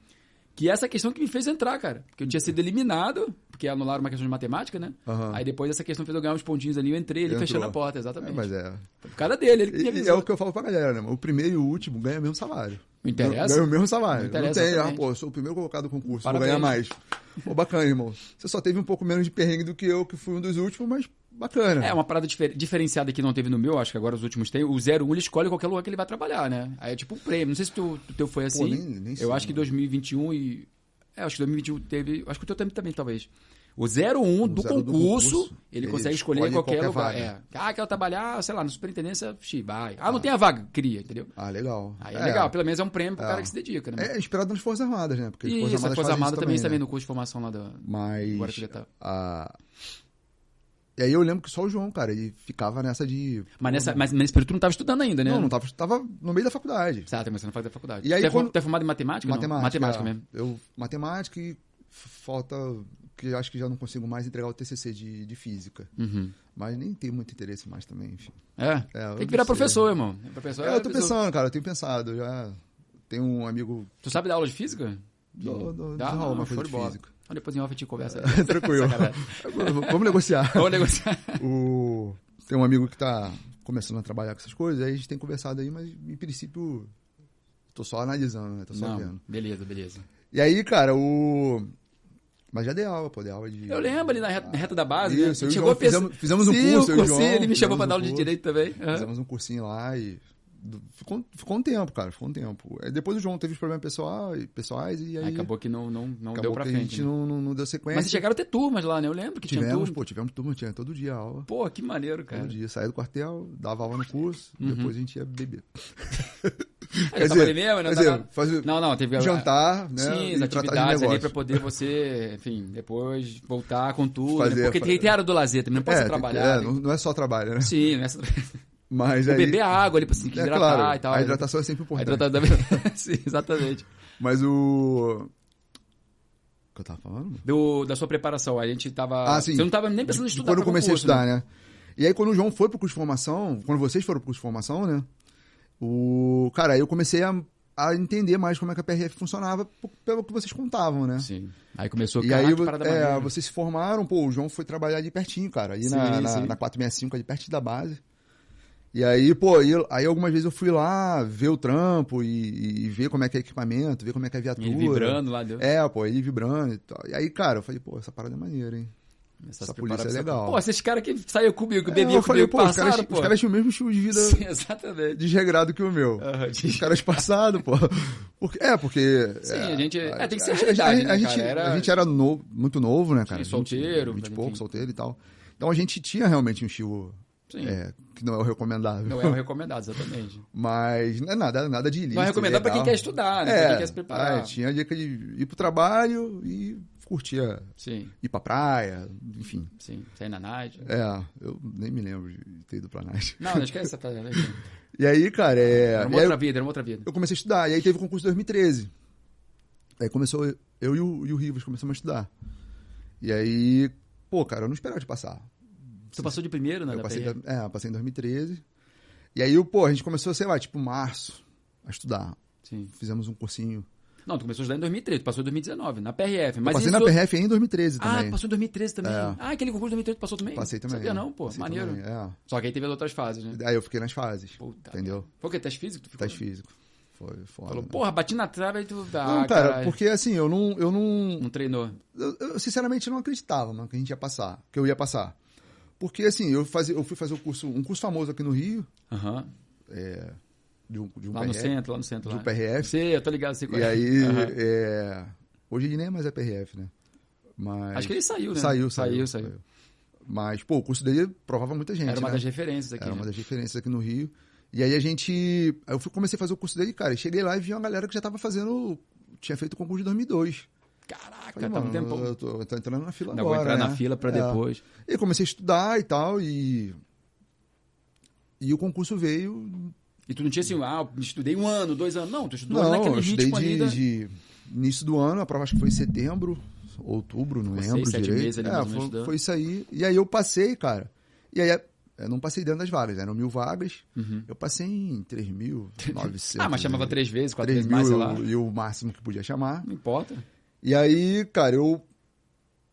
que é essa questão que me fez entrar, cara. Porque eu tinha sido eliminado, porque anularam uma questão de matemática, né?
Aham.
Aí depois essa questão fez eu ganhar uns pontinhos ali. Eu entrei, ele
Entrou.
fechando a porta,
É,
exatamente.
mas é.
Por causa dele, ele que me
E, e é
avisou.
o que eu falo pra galera, né? mano? O primeiro e o último ganha o mesmo salário.
Não interessa.
Ganha o mesmo salário.
Não
Não,
interessa,
tem, ah,
exatamente.
pô, eu sou o primeiro colocado do concurso,
Parabéns.
vou ganhar mais. Pô, bacana, irmão. Você só teve um pouco menos de perrengue do que eu, que fui um dos últimos, mas bacana.
É, uma parada difer- diferenciada que não teve no meu, acho que agora os últimos tem. O 01 ele escolhe qualquer lugar que um ele vai trabalhar, né? Aí é tipo um prêmio. Não sei se tu- o teu foi assim.
nem- nem
eu
sei,
acho que
mano.
2021 e. É, acho que 2021 teve. Acho que o teu também, também talvez. O 01 do,
01 do
concurso,
concurso,
ele
ele
consegue escolher
escolhe
em qualquer,
qualquer
lugar.
vaga.
É. Ah, quero trabalhar, sei lá, na superintendência, xi, vai. Ah, não tem a vaga, cria, entendeu?
Ah, legal.
Aí é, legal, pelo menos é um prêmio pro cara que se dedica, né?
É inspirado nas Forças Armadas, né? Porque as
e
Forças
essa
Armadas
coisa
fazem isso
amada também, também
né?
no curso de formação lá da.
Mas.
Agora que já tá.
a- E aí eu lembro que só o João, cara, ele ficava nessa de.
Mas, nessa, mas nesse período tu não tava estudando ainda, né?
Não, não tava, tava no meio da faculdade.
Tá, tá começando a fazer faculdade.
E aí,
tu, é,
quando-
form- tu é formado em matemática? ou não?
Matemática.
Matemática
é.
mesmo.
Eu, matemática e f- falta. Que eu acho que já não consigo mais entregar o TCC de, de física.
Uhum.
Mas nem tenho muito interesse mais também, enfim.
É?
É, eu
Tem que virar
não sei.
professor, irmão. Professor, é
É, eu tô
professor.
pensando, cara, eu tenho pensado. eu Já tenho um amigo.
Tu sabe dar aula de física?
Do, do,
Dá,
desenrola uma
show
coisa
de
de É.
bola.
física.
Então, depois em off a gente conversa.
Tranquilo.
Sacanagem.
Vamos negociar.
Vamos negociar.
O... Tem um amigo que tá começando a trabalhar com essas coisas, aí a gente tem conversado aí, mas em princípio tô só analisando, né? Tô só
Não,
vendo.
beleza, beleza.
E aí, cara, o. Mas já dei aula, pô, dei aula de. Ah.
Eu lembro ali na reta, na reta da base,
Isso,
né?
eu e o
Chegou
João fizemos- fizemos um
Sim, o
curso, eu e o
cursinho,
João
ele me chamou
fizemos
pra dar
um
aula de
curso.
direito né? também. Aham.
Fizemos um cursinho lá e. do- Ficou, ficou um tempo, cara, ficou um tempo. Aí Depois o João teve os problemas pessoal- pessoais e aí.
Aí acabou que não, não, não
acabou
deu pra
que a
frente.
gente
né?
não, não, não deu sequência.
Mas vocês chegaram a ter turmas lá, né? Eu lembro que tinha
tivemos,
turmas.
pô, tivemos turma, tinha todo dia aula.
Pô, que maneiro,
Todo
cara.
dia, saía do quartel, dava aula no curso, depois a gente ia beber.
Aí eu Ah, tava ali mesmo, né?
quer
Tava-
dizer, fazer-
Não, não, teve
jantar, né?
Sim,
e
as
tratar de
atividades ali
negócio.
pra poder você, enfim, depois voltar com tudo. né?
Fazer-
Porque tem, tem a área do lazer também, não pode
É,
só
tem-
trabalhar.
é,
né?
não, não é só trabalho, né?
Sim, nessa...
Mas aí,
beber água ali pra se
é
hidratar
claro,
e tal.
a
né?
hidratação é sempre
A
importante.
hidratação também. Sim, exatamente.
Mas o... O que eu tava falando? mano?
Do, da sua preparação, a gente tava...
Ah, sim.
Você não tava nem pensando em
De
estudar
quando eu
pra
comecei a
concurso, né?
estudar, né? E aí quando o João foi pro curso de formação, quando vocês foram pro curso de formação, né? O... Cara, aí eu comecei a, a entender mais como é que a PRF funcionava p- pelo que vocês contavam, né?
Sim. Aí começou
E
caraca,
aí
que
vo-
parada
é,
maneira. né?
vocês se formaram, pô, o João foi trabalhar ali pertinho, cara, ali
Sim,
na, na,
sim.
na 465, ali pertinho da base. E aí, pô, aí, eu- aí algumas vezes eu fui lá ver o trampo e, e ver como é que é o equipamento, ver como é que é a viatura.
Ele vibrando lá, deu.
É, pô, ele vibrando e tal. E aí, cara, eu falei, pô, essa parada é maneira, hein?
Essa
essa
se
polícia é
preparação.
legal.
Pô, esses caras que saíram comigo, que
É,
bebiam
eu falei,
comigo,
pô, os
passaram,
caras,
pô.
os caras tinham o mesmo estilo de vida
Sim, É. exatamente.
desregrado que o meu.
Aham, tipo,
Os caras passados, pô. Porque- é, porque.
Sim,
é,
a gente- é, tem que ser
a- a-
realidade,
a,
né,
a gente,
cara? Era-
a gente era novo, muito novo, né, cara?
Sim, solteiro,
Vinte e
enfim.
pouco, solteiro e tal. Então a gente tinha realmente um estilo
Sim.
é, que não é o recomendável.
Não é o recomendado, exatamente.
Mas não é nada, nada de ilícito.
Não é recomendado pra quem
legal.
quer estudar, né?
É,
Pra quem quer se preparar.
é, tinha a dica de ir pro trabalho e curtir, a-
Sim,
ir pra praia, enfim.
sim. Sair na night.
É, eu nem me lembro de ter ido pra Night.
Não, não esquece essa parada. né?
E aí, cara, é.
Era uma
e aí
outra vida, era uma outra vida.
eu comecei a estudar. E aí teve o concurso de 2013. Aí começou, eu- eu e o, e o Rivas começamos a estudar. E aí, pô, cara, eu não esperava de passar.
Tu passou de primeiro, né?
Eu
da
passei,
PRF?
em dois- é, eu passei em 2013. E aí, eu, pô, a gente começou, sei lá, tipo, março a estudar.
Sim.
Fizemos um cursinho.
Não, tu começou a estudar em 2013, tu passou em 2019, na PRF.
Eu
Mas
passei
isso...
na PRF em 2013
Ah,
também.
tu passou em 2013 também.
É.
Ah, aquele concurso de 2013 tu passou também?
Passei também.
Sabia não, pô.
Passei
Maneiro.
também, é.
Só que aí teve as outras fases, né?
Aí eu fiquei nas fases.
Puta
entendeu?
Foi o quê? Teste físico? que Tu ficou?
Teste físico. Foi foda.
Falou,
né?
porra, bati na trave aí tu... Ah,
não, cara,
caralho.
porque assim, eu não. Eu não
Não treinou.
eu, eu, sinceramente não acreditava mano, que a gente ia passar, que eu ia passar. Porque assim, eu, fazia, eu fui fazer um curso, um curso famoso aqui no Rio,
Aham.
de um, de um
Lá no
PRF.
centro, lá no centro.
Do
lá.
PRF.
Sei, eu tô ligado. Sei qual
E
é.
aí,
Aham.
é, hoje ele nem mais é PRF, né? Mas
Acho que ele saiu, né?
saiu,
Saiu,
saiu, Mas, pô, o curso dele provava muita gente,
Era uma
né?
das referências aqui.
Era uma
né?
das diferenças aqui no Rio. E aí a gente. aí eu fui, comecei a fazer o curso dele, cara. e Cheguei lá e vi uma galera que já tava fazendo. Tinha feito o concurso de 2002.
Caraca,
Falei,
tá um
mano,
tempão.
eu tô, eu tô entrando na fila
Ainda vou
agora.
entrar
né?
na fila pra
É.
depois.
E comecei a estudar e tal, e. E o concurso veio.
E tu não tinha assim, ah, estudei um ano, dois anos. Não, tu estudou né, é
Não,
naquele
eu estudei
ritmo ali. da-
de, de início do ano, a prova acho que foi em setembro, outubro, não
Ficou seis,
lembro
sete
direito.
meses ali,
É,
mais ou menos,
foi,
estudando.
foi isso aí. E aí eu passei, cara. E aí eu não passei dentro das vagas, eram mil vagas. Eu passei em 3.900.
Uhum. Ah, mas chamava
né?
três vezes, quatro
3
vezes mais, sei lá.
mil e o máximo que podia chamar.
Não importa.
E aí, cara, eu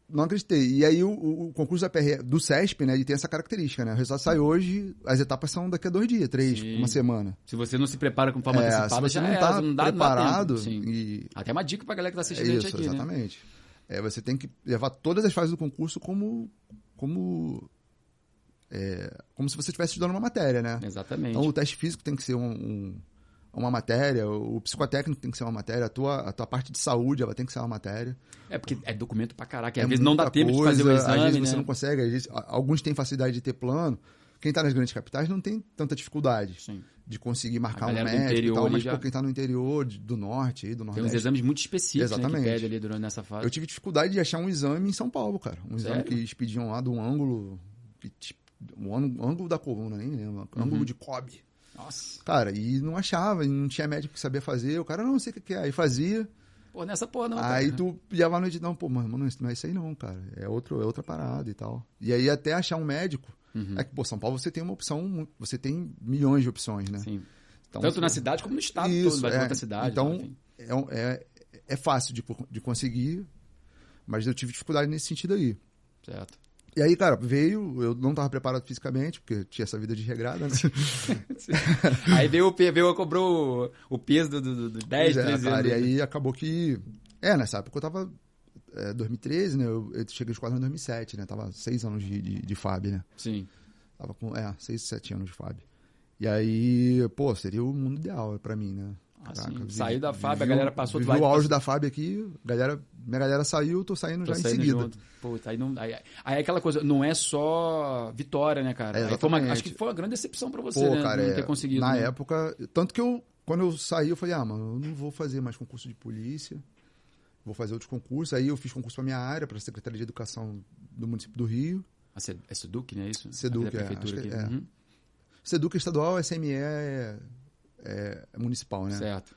não acreditei. E aí o, o- o concurso da PR, do CESP, né, ele tem essa característica, né? O resultado sai hoje, as etapas são daqui a dois dias, três,
Sim.
uma semana.
Se você não se prepara com forma
É, se
antecipada,
você
já
não
era,
tá
não dá, não dá
preparado,
tempo. Sim.
e
Até uma dica pra galera que tá
é
assistindo a
isso,
gente aqui, né?
exatamente. É, você tem que levar todas as fases do concurso como como é, como se você estivesse estudando uma matéria, né?
Exatamente.
Então o teste físico tem que ser um, um, uma matéria, o psicotécnico tem que ser uma matéria, a tua, a tua parte de saúde ela tem que ser uma matéria.
É porque é documento pra caraca. Às vezes não dá tempo de fazer o exame,
Às vezes
né?
você não consegue, às vezes- a- alguns têm facilidade de ter plano. Quem tá nas grandes capitais não tem tanta dificuldade
Sim.
de conseguir marcar um
galera do
médico e
interior
tal,
ali
mas
já-
pô, quem tá no interior, de- do norte aí, do
Tem uns
nordeste.
exames muito específicos né, que
Exatamente.
pede ali durante essa fase.
Eu tive dificuldade de achar um exame em São Paulo, cara. Um exame
Sério?
que eles pediam lá de um ângulo. que te- Um ângulo- ângulo da coluna, nem lembro.
Uhum.
Ângulo de cobre.
Nossa.
Cara, e não achava, e não tinha médico que sabia fazer. O cara, não sei o que que é. Aí fazia.
Pô, nessa porra não. tá, né? cara.
Aí tu ia lá no editão, pô, mano, não, isso não é isso aí não, cara. É, outro, é outra parada e tal. E aí até achar um médico.
Uhum.
É que, pô, São Paulo você tem uma opção, mu- você tem milhões de opções, né?
Sim.
Então,
Tanto na cidade como no estado todo,
isso,
vai
é.
pra outra cidade.
Então,
enfim.
é, um- é, é fácil de, co- de conseguir, mas eu tive dificuldade nesse sentido aí.
Certo.
E aí, cara, veio, eu não tava preparado fisicamente, porque eu tinha essa vida de regrada, né?
Aí veio o pe- veio, cobrou o- o peso do, do, do 10,
Pois é,
13
cara,
anos. né?
E aí acabou que. É, nessa época eu tava. É, 2013, né? Eu, eu cheguei de quadro em 2007, né? Tava seis anos de, de, de FAB, né?
Sim.
Tava com, é, 6, 7 anos de FAB. E aí, pô, seria o mundo ideal pra mim, né?
Ah,
Caraca,
sim.
vivi-
Saiu da FAB, a
vivi o-
galera passou do
vivi
lado
o
e
auge da FAB aqui, galera, minha galera saiu, tô saindo
Tô
já em
saindo
seguida.
junto. Pô, aí, não, aí, aí é aquela coisa, não é só vitória, né, cara?
É,
Aí foi uma-
exatamente.
acho que foi uma grande decepção pra você,
Pô,
né?
cara,
não
é,
ter conseguido.
na
né?
época, tanto que eu, quando eu saí, eu falei, ah, mano, eu não vou fazer mais concurso de polícia, vou fazer outros concursos. Aí eu fiz concurso pra minha área, pra Secretaria de Educação do município do Rio.
A Sed- É Seduc, né? Isso?
Seduc,
A
é,
prefeitura
acho que
aqui.
é.
Uhum.
Seduca estadual, SME é, é- é municipal, né?
Certo.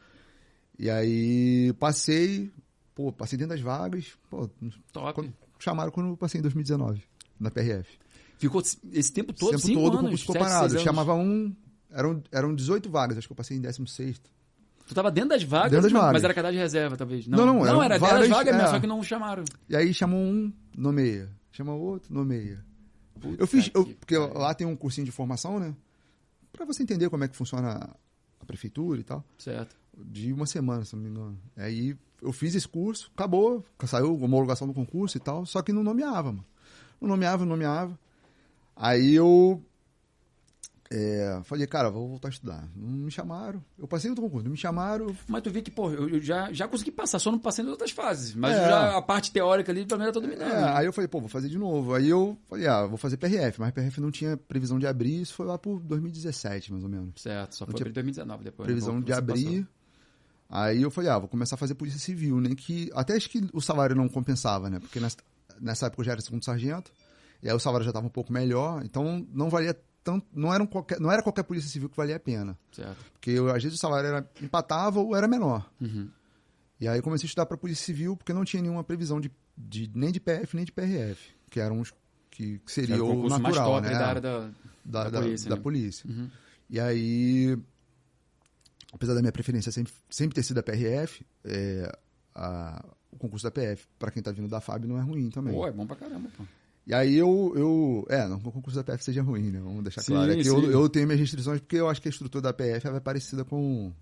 E aí passei, pô, passei dentro das vagas, pô,
Top.
quando- chamaram quando eu passei em 2019, na PRF.
Ficou esse tempo todo,
o tempo
cinco
todo o
anos,
concurso ficou
sete, seis
parado.
anos.
Chamava um, eram, eram 18 vagas, acho que eu passei em 16º.
Tu tava dentro das vagas,
Dentro das
mas- mas
vagas.
era cadastro de reserva, talvez.
Não, não,
não
eram
era
várias-
dentro das vagas, mesmo,
é.
só que não chamaram.
E aí chamou um, nomeia. Chama outro, nomeia. eu fiz, eu-
que
porque
pariu.
lá tem um cursinho de formação, né? Pra você entender como é que funciona a prefeitura e tal.
Certo.
De uma semana, se não me engano. Aí eu fiz esse curso, acabou, saiu a homologação do concurso e tal, só que não nomeava, mano. Não nomeava, não nomeava. Aí eu é, falei, cara, vou voltar a estudar. Não me chamaram. Eu passei em outro concurso, não me chamaram.
Mas tu vê que, pô, eu eu já, já consegui passar, só não passei em outras fases. Mas
É.
já a parte teórica ali, pelo menos, eu tô dominando.
É, aí eu falei, pô, vou fazer de novo. Aí eu falei, ah, vou fazer PRF, mas PRF não tinha previsão de abrir, isso foi lá por 2017, mais ou menos.
Certo, só foi
tinha
abrir em 2019 depois. né,
Previsão
quando
de
você passou.
abrir. Aí eu falei, ah, vou começar a fazer polícia civil, nem que. Até acho que o salário não compensava, né? Porque nessa, nessa época eu já era segundo sargento, e aí o salário já estava um pouco melhor, então não valia tanto. Não era, um qualquer, não era qualquer polícia civil que valia a pena.
Certo.
Porque eu, às vezes o salário era, empatava ou era menor.
Uhum.
E aí eu comecei a estudar para Polícia Civil porque não tinha nenhuma previsão de, de- nem de PF nem de PRF, que eram os que, que seria
Era o
o
concurso
natural,
mais top
né?
da área da...
da,
da
da-
polícia,
da
né?
polícia.
Uhum.
E aí, apesar da minha preferência sempre, sempre ter sido a PRF, é, a- o concurso da PF, para quem tá vindo da FAB, não é ruim também.
Pô, é bom pra caramba, pô.
E aí eu, eu. É, não que o concurso da PF seja ruim, né? Vamos deixar
Sim,
claro. É que
sim.
eu, eu tenho minhas restrições porque eu acho que a estrutura da PF ela é parecida com.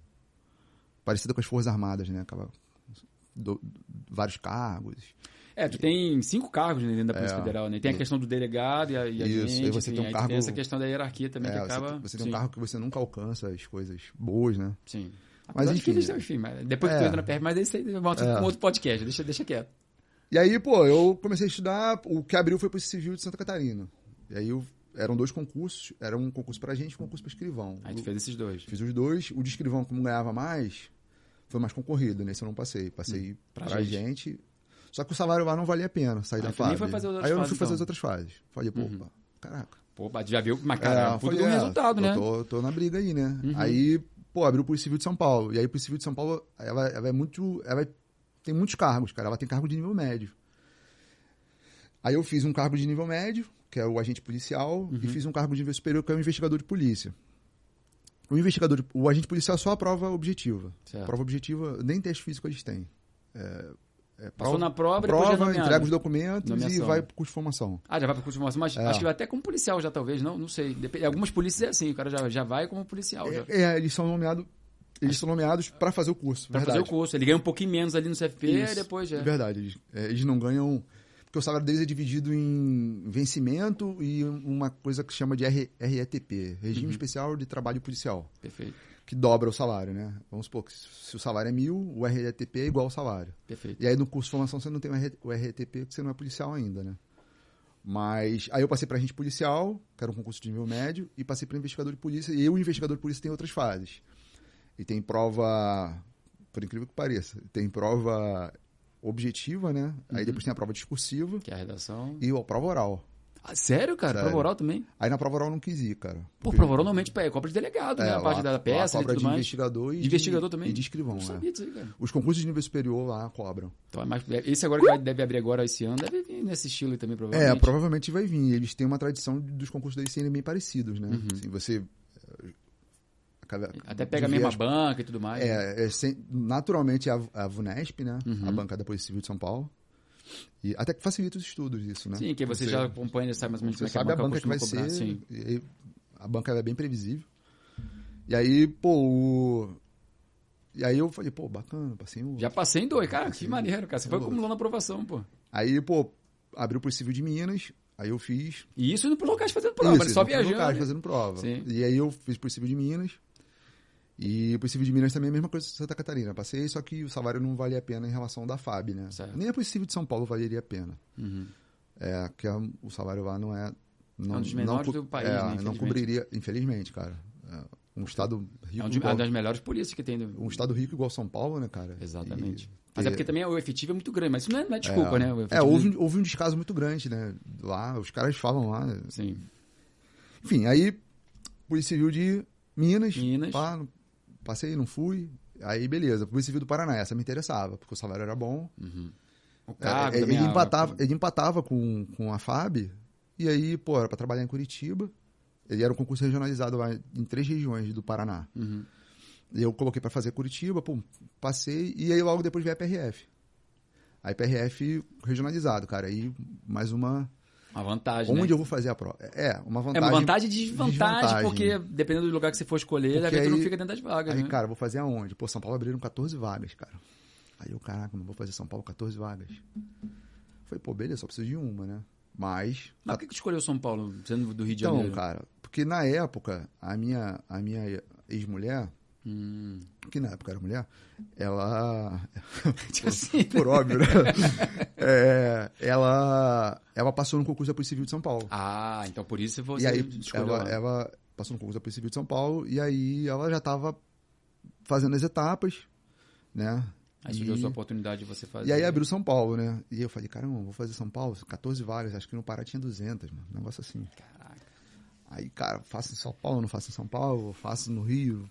parecida com as Forças Armadas, né? Acaba. do- vários cargos.
É, tu tem cinco cargos né, dentro da Polícia Federal, né? Tem a questão do delegado e a, e a
É. Isso,
gente,
aí você
enfim,
tem um
aí
cargo-
tem essa questão da hierarquia também
É,
que
você
acaba...
tem- você, tem
sim,
um cargo que você nunca alcança as coisas boas, né?
Sim.
Mas,
Apesar de que
enfim.
eles têm, enfim, mas depois que tu
É.
entra na PF, mas esse aí volta
É.
com outro podcast, deixa, deixa quieto.
E aí, pô, eu comecei a estudar. O que abriu foi para Civil de Santa Catarina. E aí eu- eram dois concursos. Era um concurso pra gente e um concurso pra escrivão.
Aí tu fez esses dois.
Fiz os dois. O de escrivão, como ganhava mais, foi mais concorrido. Nesse eu não passei. Passei
Hum, pra
pra, gente. Só que o salário lá não valia a pena sair
Ah,
da
tu nem
fase.
foi fazer as outras
Aí eu não fui
fases, então.
fazer
Uhum.
as outras fases. Falei, pô, opa, caraca.
Pô, mas já viu, mas
É,
cara,
eu
puta
falei,
do
é,
resultado,
eu
né? Uhum.
Tô, tô na briga aí, né? Aí, pô, abriu o Polícia Civil de São Paulo. E aí, o Polícia Civil de São Paulo, ela, ela é muito. Ela é- tem muitos cargos, cara. Ela tem cargo de nível médio. Aí, eu fiz um cargo de nível médio, que é o agente policial,
Uhum.
e fiz um cargo de nível superior, que é o investigador de polícia. O investigador, de- o agente policial é só a prova objetiva.
Certo.
Prova objetiva, nem teste físico eles têm. É, é
Passou
prova,
na prova, depois já é
prova
nomeado.
entrega os documentos
Nomeação.
e vai pro curso de formação.
Ah, já vai pra curso de formação, mas
É.
acho que até como policial já, talvez, não, não sei. Depende- algumas polícias é assim, o cara já, já vai como policial, já.
É, é, eles são nomeados. Eles são nomeados para fazer o curso.
Pra
verdade.
fazer o curso. Ele ganha um pouquinho menos ali no CFP e
Isso,
depois já.
É verdade. Eles, é, eles não ganham. Porque o salário deles é dividido em vencimento e uma coisa que chama de R, RETP Regime Especial de Trabalho Policial.
Perfeito.
que dobra o salário, né? Vamos supor que se o salário é mil, o RTP é igual ao salário.
Perfeito.
E aí no curso de formação você não tem o RT o RTP porque você não é policial ainda, né? Mas aí eu passei para agente policial, que era um concurso de nível médio, e passei para investigador de polícia. E eu, investigador de polícia, tem outras fases. E tem prova, por incrível que pareça, tem prova objetiva, né?
Uhum.
Aí depois tem a prova discursiva
Que é a redação.
e a prova oral.
Ah, sério, cara?
Sério.
Prova oral também?
Aí na prova oral eu não quis ir, cara.
Pô,
Porque-
prova oral normalmente é cobra de delegado, né?
é,
A parte
lá-
da
lá
peça e
cobra
tudo
de
mais.
investigador e
De investigador também?
E de escrivão,
Não
né?
sabia disso aí, cara.
Os concursos de nível superior lá cobram.
Então é mais... Esse agora que vai- deve abrir agora esse ano, deve vir nesse estilo aí também, provavelmente.
É, provavelmente vai vir. Eles têm uma tradição dos concursos deles serem bem parecidos, né? Assim, você. eh, acaba-
Uhum. Até pega a
de ver
mesma
as-
banca e tudo mais. né?
É, é sem- naturalmente é a, a VUNESP, né?
Uhum.
A banca da Polícia Civil de São Paulo. E até que facilita os estudos isso, né?
Sim, que você, já acompanha, sabe mais ou menos
você
como é que
sabe a banca que
costuma
vai
cobrar,
ser.
Sim.
e- e a banca é bem previsível. E aí, pô, o... E aí eu falei, pô, bacana, passei um...
Já passei em dois, cara. Que
Passei.
maneiro, cara. Você
Tá
foi acumulando aprovação, pô.
Aí, pô, abriu o Polícia Civil de Minas, aí eu fiz...
E isso indo pro locais fazendo prova, né?
Isso,
só
eu fui no
viajando.
Cais
né?
fazendo prova.
Sim.
E aí eu fiz Polícia Civil de Minas. E o Polícia Civil de Minas também é a mesma coisa que Santa Catarina. Passei, só que o salário não valia a pena em relação da FAB, né?
Certo.
Nem a Polícia Civil de São Paulo valeria a pena.
Uhum.
É, que a- o salário lá não é... Não,
É um dos
não
menores
co-
do país,
é,
né,
Não
infelizmente.
cobriria, infelizmente, cara. É, um estado rico...
É um de-
igual-
uma das melhores polícias que tem. do-
um estado rico igual São Paulo, né, cara?
Exatamente.
E
Mas é
ter-
porque também o efetivo é muito grande, mas isso não é, não é desculpa, né? O
É,
efetivo-
houve, houve um descaso muito grande, né? Lá, os caras falam lá. né?
Sim.
Enfim, aí, Polícia Civil de Minas.
Minas.
pá, não- passei, não fui. Aí, beleza. Polícia Civil do Paraná, essa me interessava, porque o salário era bom.
O
É,
cargo
é,
Ah, também.
ele,
a-
empatava, ele empatava com, com a FAB. E aí, pô, era pra trabalhar em Curitiba. Ele era um concurso regionalizado lá em três regiões do Paraná.
Uhum.
E eu coloquei pra fazer Curitiba, pum, passei, e aí logo depois veio a PRF. Aí PRF regionalizado, cara, aí mais uma...
Uma vantagem,
Onde
né?
eu vou fazer a prova? É, uma
É
um vantagem.
uma vantagem e desvantagem,
desvantagem.
porque dependendo do lugar que você for escolher,
Porque
a gente não
aí-
fica dentro das vagas,
Aí,
né?
cara, vou fazer aonde? Pô, São Paulo abriram 14 vagas, cara. Aí eu, caraca, não vou fazer São Paulo 14 vagas. Falei, pô, beleza, só preciso de uma, né? Mas...
Mas por que que tu escolheu São Paulo, sendo do Rio de
Então,
Janeiro?
cara, porque na época, a minha, a minha ex-mulher,
Hum.
que na época era mulher, ela... é Tipo
Assim, né?
por óbvio, né? É, ela, ela passou no concurso da Polícia Civil de São Paulo.
Ah, então por isso você
e aí,
escolheu
ela, é
lá.
ela passou no concurso da Polícia Civil de São Paulo e aí ela já estava fazendo as etapas, né?
Aí surgiu a
e-
sua oportunidade de você fazer.
E aí abriu São Paulo, né? E eu falei, caramba, vou fazer São Paulo, 14 vagas, acho que no Pará tinha 200, mano, um negócio assim.
Caraca.
Aí, cara, faço em São Paulo, não faço em São Paulo, faço no Rio.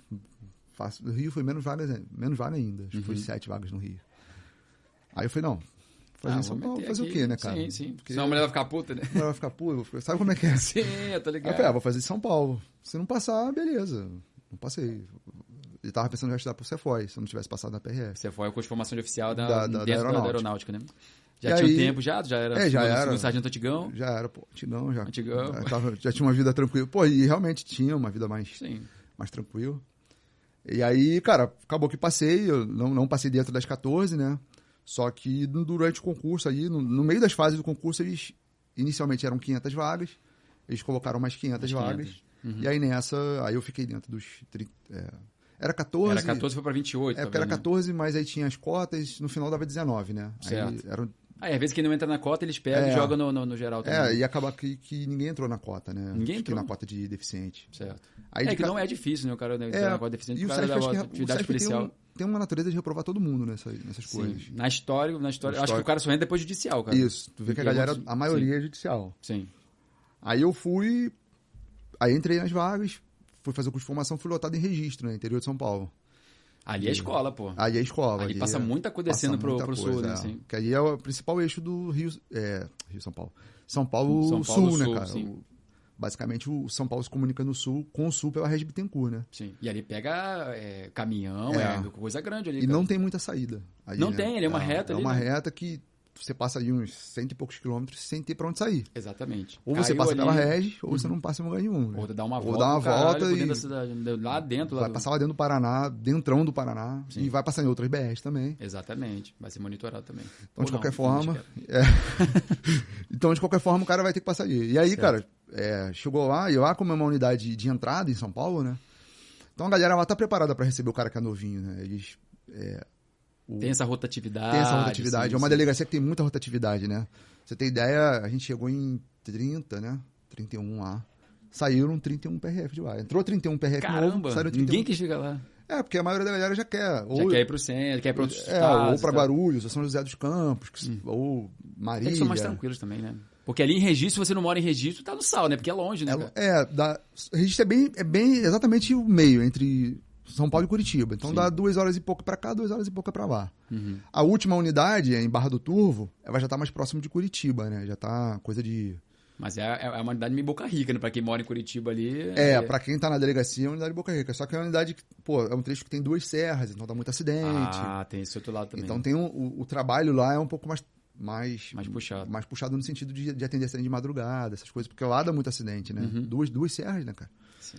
Faço... No Rio foi menos vagas, ainda- menos vaga ainda. Acho que
Uhum.
foi sete vagas no Rio. Aí eu falei, não, fazer
Ah,
em São
vou
Paulo,
meter
fazer o
aqui.
quê, né, cara?
Sim, sim.
Porque
Senão a mulher vai ficar puta, né?
vai ficar puro, sabe como é que é? Aí
Sim, eu tô
eu
ligado.
falei, ah, vou fazer em São Paulo. Se não passar, beleza. Não passei. Eu tava pensando em estudar pro Cefói, se eu não tivesse passado na PRF.
Você foi a curso de formação de oficial da,
Da- da-
dentro da-
da
da aeronáutica,
aeronáutica.
né? Já
E
tinha um
aí-
tempo, já? Já era,
É, já
segundo-
era.
segundo sargento antigão?
Já era, pô, antigão, já.
Antigão.
Já, tava- já tinha uma vida tranquila. Pô, e realmente tinha uma vida mais
Sim.
mais tranquilo. E aí, cara, acabou que passei, eu não, não passei dentro das 14, né? Só que durante o concurso aí, no, no meio das fases do concurso, eles inicialmente eram 500 vagas, eles colocaram mais 500
Mais Uhum.
vagas. E aí nessa, aí eu fiquei dentro dos 30, é, era 14.
Era 14, foi pra 28.
É, porque era
talvez, né?
14, mas aí tinha as cotas, no final dava 19, né?
Certo.
Aí eram,
Ah, e às vezes quem não entra na cota, eles pegam e
É.
jogam no, no, no geral
é,
também.
e acaba que, que ninguém entrou na cota, né?
Uhum. Ninguém
Acho que
entrou.
na cota de deficiente.
Certo.
Aí
é
de
que
ca-
não é difícil, né? O cara entrar
É,
na cota deficiente,
E
o
o
cara
SESC,
da
acho que, o
atividade
SESC
policial.
Tem, um- tem uma natureza de reprovar todo mundo nessa, nessas coisas.
Sim. Na história, na história.
Na
Acho que
história-
o cara só entra depois judicial, cara.
Isso, tu vê que a
Porque
galera,
você-
a maioria é judicial.
Sim.
Aí eu fui, aí entrei nas vagas, fui fazer o curso de formação, fui lotado em registro, né, interior de São Paulo.
Ali é escola, pô.
Aí é escola.
Ali passa muita coisa descendo pro, pro sul, né? Sim.
Que aí é o principal eixo do Rio, é, Rio São Paulo. São Paulo,
São Paulo
Sul, né,
Sul,
cara?
sim.
O- basicamente o São Paulo se comunica no Sul com o Sul pela Rede Bittencourt, né?
Sim. E ali pega é, caminhão, é.
É.
coisa grande ali.
E
cara.
não tem muita saída. ali,
Não
né?
tem, ele é uma reta
É
ali,
uma
né?
reta que você passa ali uns cento e poucos quilômetros sem ter pra onde sair.
Exatamente.
Ou você
Caiu
passa pela
ali, Uhum.
regi, ou você não passa em lugar nenhum. né?
Ou dá uma
Ou
volta.
dá uma
no caralho,
volta
por
e-
dentro da cidade, né? lá dentro. Lá
Vai
do-
passar lá dentro do Paraná, dentrão do Paraná, e vai passar em outras BRs também.
Exatamente. Vai ser monitorado também.
Então,
Ou
de
não,
qualquer
não
forma.
espero.
é. então, de qualquer forma, o cara vai ter que passar ali. E aí,
Certo.
cara, é, chegou lá, e lá, como é uma unidade de entrada em São Paulo, né? Então a galera lá tá preparada para receber o cara que é novinho, né? Eles. é, o-
Tem essa rotatividade.
tem essa rotatividade.
Ah, sim,
é uma
sim.
delegacia que tem muita rotatividade, né? Você tem ideia, a gente chegou em 30, né? 31 lá. Saíram 31 PRF de lá. Entrou 31 PRF
Caramba,
é novo, saíram 31.
ninguém que chega lá.
É, porque a maioria da galera já quer. Ou,
Já quer ir pro centro, quer ir pra outros
é, ou
estados tá? e
pra
tal.
Guarulhos, ou São José dos Campos, que- ou Marília.
Eles É são mais tranquilos também, né? Porque ali em registro, se você não mora em registro, tá no sal, né? Porque é longe, né? cara?
É, é, dá, registro é bem, é bem exatamente o meio entre São Paulo e Curitiba. Então
Sim.
dá duas horas e pouco pra cá, duas horas e pouca pra lá.
Uhum.
A última unidade, é em Barra do Turvo, ela já tá mais próximo de Curitiba, né? Já tá coisa de.
Mas é, é uma unidade meio boca rica, né? Pra quem mora em Curitiba ali.
É, pra quem tá na delegacia, é uma unidade de Boca Rica. Só que é uma unidade que, pô, é um trecho que tem duas serras, então dá muito acidente.
Ah, tem esse outro lado também.
então tem um- o, o trabalho lá é um pouco mais. Mais,
Mais puxado.
mais puxado no sentido de, de atender acidente de madrugada, essas coisas, porque lá dá muito acidente, né?
Uhum.
Duas, duas serras, né, cara?
Sim.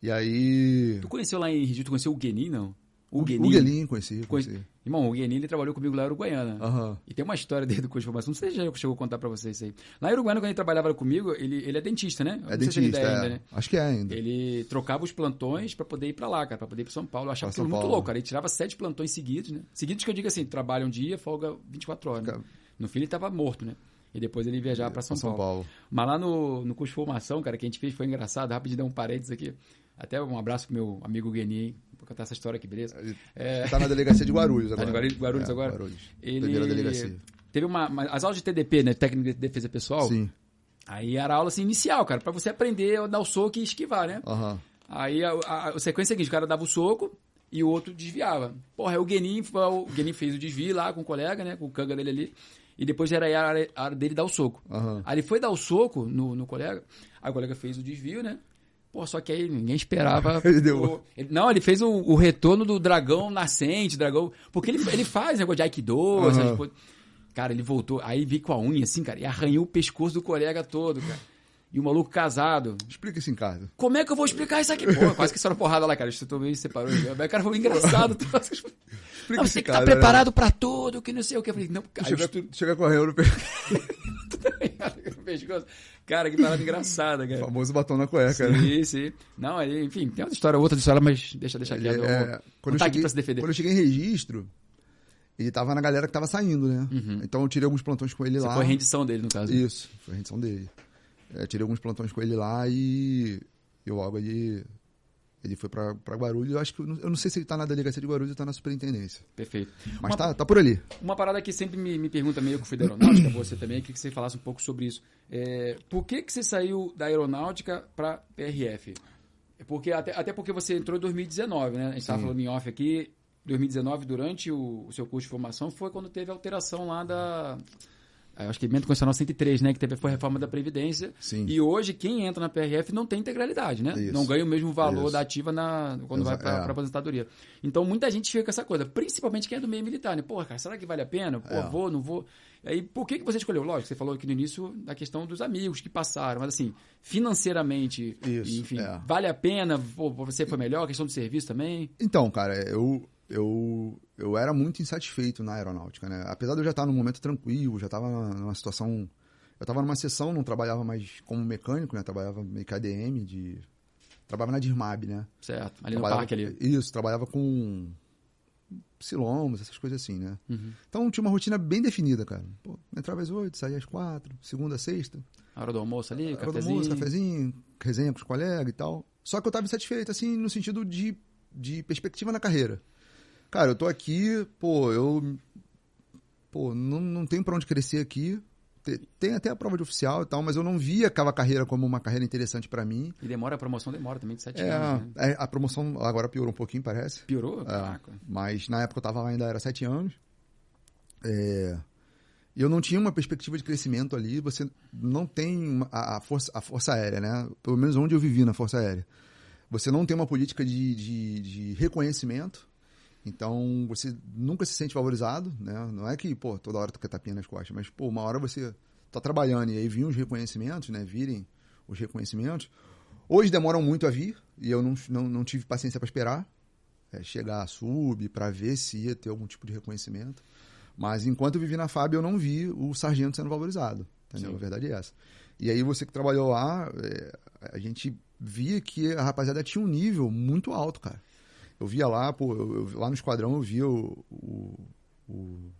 E aí.
Tu conheceu lá em registro, tu conheceu o Guenin, não?
O Guelin, conheci,
Conhe- Ah.
conheci.
Irmão, o Guenin, ele trabalhou comigo lá em Uruguaiana.
Aham.
E tem uma história dele do curso de formação, não sei se já chegou a contar pra vocês isso aí. Lá em Uruguaiana, quando ele trabalhava comigo, ele, ele é dentista, né? Eu
É
não sei se ele
dentista,
ainda
é.
é ainda, né?
Acho que é ainda.
Ele trocava os plantões pra poder ir pra lá, cara, pra poder ir pra São Paulo. Eu achava
Pra São
aquilo muito
Paulo.
louco, cara. Ele tirava sete plantões seguidos, né? Seguidos que eu digo assim, trabalha um dia, folga 24 horas. né?
Cara.
No fim ele tava morto, né? E depois ele viajava pra São, Paulo.
Paulo.
Mas lá no, no curso de formação, cara, que a gente fez foi engraçado. Rapidinho, dar um parênteses aqui. Até um abraço pro meu amigo Guenin, vou contar essa história aqui, beleza? É,
Tá na delegacia de Guarulhos
Tá
agora. É,
de Guarulhos- Guarulhos agora?
Guarulhos.
ele...
Primeira delegacia.
Teve uma, uma- As aulas de TDP, né? Técnica de Defesa Pessoal.
Sim.
Aí era aula assim, inicial, cara, pra você aprender a dar o soco e esquivar, né?
Aham.
Aí a, a, a sequência é a seguinte: o cara dava o soco e o outro desviava. Porra, aí o Guenin, foi- o Guenin fez o desvio lá com o colega, né? Com o canga dele ali. E depois era a área, a área dele dar o soco.
Aham.
Aí ele foi dar o soco no, no colega, aí o colega fez o desvio, né? Pô, só que aí ninguém esperava.
Ele deu-
o- ele- não, ele fez o, o retorno do dragão nascente, dragão. Porque ele, ele faz né, negócio de Aikido, essas
Aham.
coisas. Cara, ele voltou, aí vi com a unha assim, cara, e arranhou o pescoço do colega todo, cara. E o maluco casado.
Explica isso em casa.
Como é que eu vou explicar isso aqui? Pô, quase que só na porrada lá, cara. O instrutor meio separou. Aí o cara falou, engraçado. tu-
Explica
Não,
esse
você tem que estar
cara, né?
preparado pra tudo, que não sei o que. Eu falei, não, cara,
Chega, chega correndo no pe-
o pescoço. Cara, que parada engraçada, cara.
famoso batom na cueca, né?
Sim, sim. Não, aí, enfim, tem outra história, outra história, mas deixa, deixa
Ele,
quieto. eu
é,
vou-
quando,
não
eu
tá aqui
cheguei,
pra se defender.
quando eu cheguei em registro, ele tava na galera que tava saindo, né?
Uhum.
Então eu tirei alguns plantões com ele
Essa
lá.
foi a rendição dele, no caso.
Isso, foi a rendição dele. É, tirei alguns plantões com ele lá e eu logo ele, ele foi pra, pra Guarulhos. Eu acho que eu não, eu não sei se ele tá na delegacia de Guarulhos ou tá na superintendência.
Perfeito.
Mas
uma,
tá, tá por ali.
uma parada que sempre me, me pergunta meio que fui da aeronáutica, você também, queria que você falasse um pouco sobre isso. É, por que, que você saiu da aeronáutica pra PRF? É Porque, até, até porque você entrou em 2019, né? A gente estava falando em off aqui. 2019, durante o, o seu curso de formação, foi quando teve a alteração lá da. ah, Eu acho que emenda constitucional 103, né? Que teve, foi a reforma da Previdência.
Sim.
E hoje, quem entra na PRF não tem integralidade, né?
Isso.
Não ganha o mesmo valor
Isso.
da ativa na, quando vai
Exa-
para
é.
aposentadoria. Então, muita gente fica com essa coisa, principalmente quem é do meio militar, né? Porra, cara, será que vale a pena? Pô,
É.
vou, não vou. Aí, por que, que você escolheu? Lógico, você falou aqui no início da questão dos amigos que passaram, mas assim, financeiramente,
Isso,
enfim,
é.
vale a pena? Pô, pra você foi melhor? A questão do serviço também?
Então, cara, eu, eu, eu era muito insatisfeito na aeronáutica, né? Apesar de eu já estar num momento tranquilo, já estava numa situação. Eu estava numa sessão, não trabalhava mais como mecânico, né? Trabalhava meio que ADM, de. Trabalhava na Dirmab, né?
Certo, ali no
Trabalhava-
parque ali.
Isso, trabalhava com silomos, essas coisas assim, né?
Uhum.
Então tinha uma rotina bem definida, cara. Pô, entrava às oito, saía às quatro, segunda, a sexta.
A hora do almoço ali,
Era do
cafezinho.
almoço, cafezinho, resenha com os colegas e tal. Só que eu tava insatisfeito, assim, no sentido de, de perspectiva na carreira. Cara, eu tô aqui, pô, eu. Pô, não, não tenho pra onde crescer aqui. Te- Tem até a prova de oficial e tal, mas eu não via aquela carreira como uma carreira interessante pra mim.
E demora, a promoção demora também, de sete
É,
anos. Né?
é, a promoção agora piorou um pouquinho, parece.
Piorou?
É,
Caraca.
mas na época eu tava lá, ainda era sete anos. É, e eu não tinha uma perspectiva de crescimento ali. Você não tem uma- a, a força, a Força Aérea, né? Pelo menos onde eu vivi na Força Aérea. Você não tem uma política de, de- de reconhecimento. Então, você nunca se sente valorizado, né? Não é que, pô, toda hora tu quer tapinha nas costas. Mas, pô, uma hora você tá trabalhando e aí vinham os reconhecimentos, né? Virem os reconhecimentos. Hoje demoram muito a vir e eu não, não, não tive paciência para esperar é, chegar a sub para ver se ia ter algum tipo de reconhecimento. Mas enquanto eu vivi na FAB, eu não vi o sargento sendo valorizado. Entendeu?
Sim.
A verdade é essa. E aí você que trabalhou lá, é, a gente via que a rapaziada tinha um nível muito alto, cara. Eu via lá, pô, eu- eu- lá no esquadrão eu via o, o- o-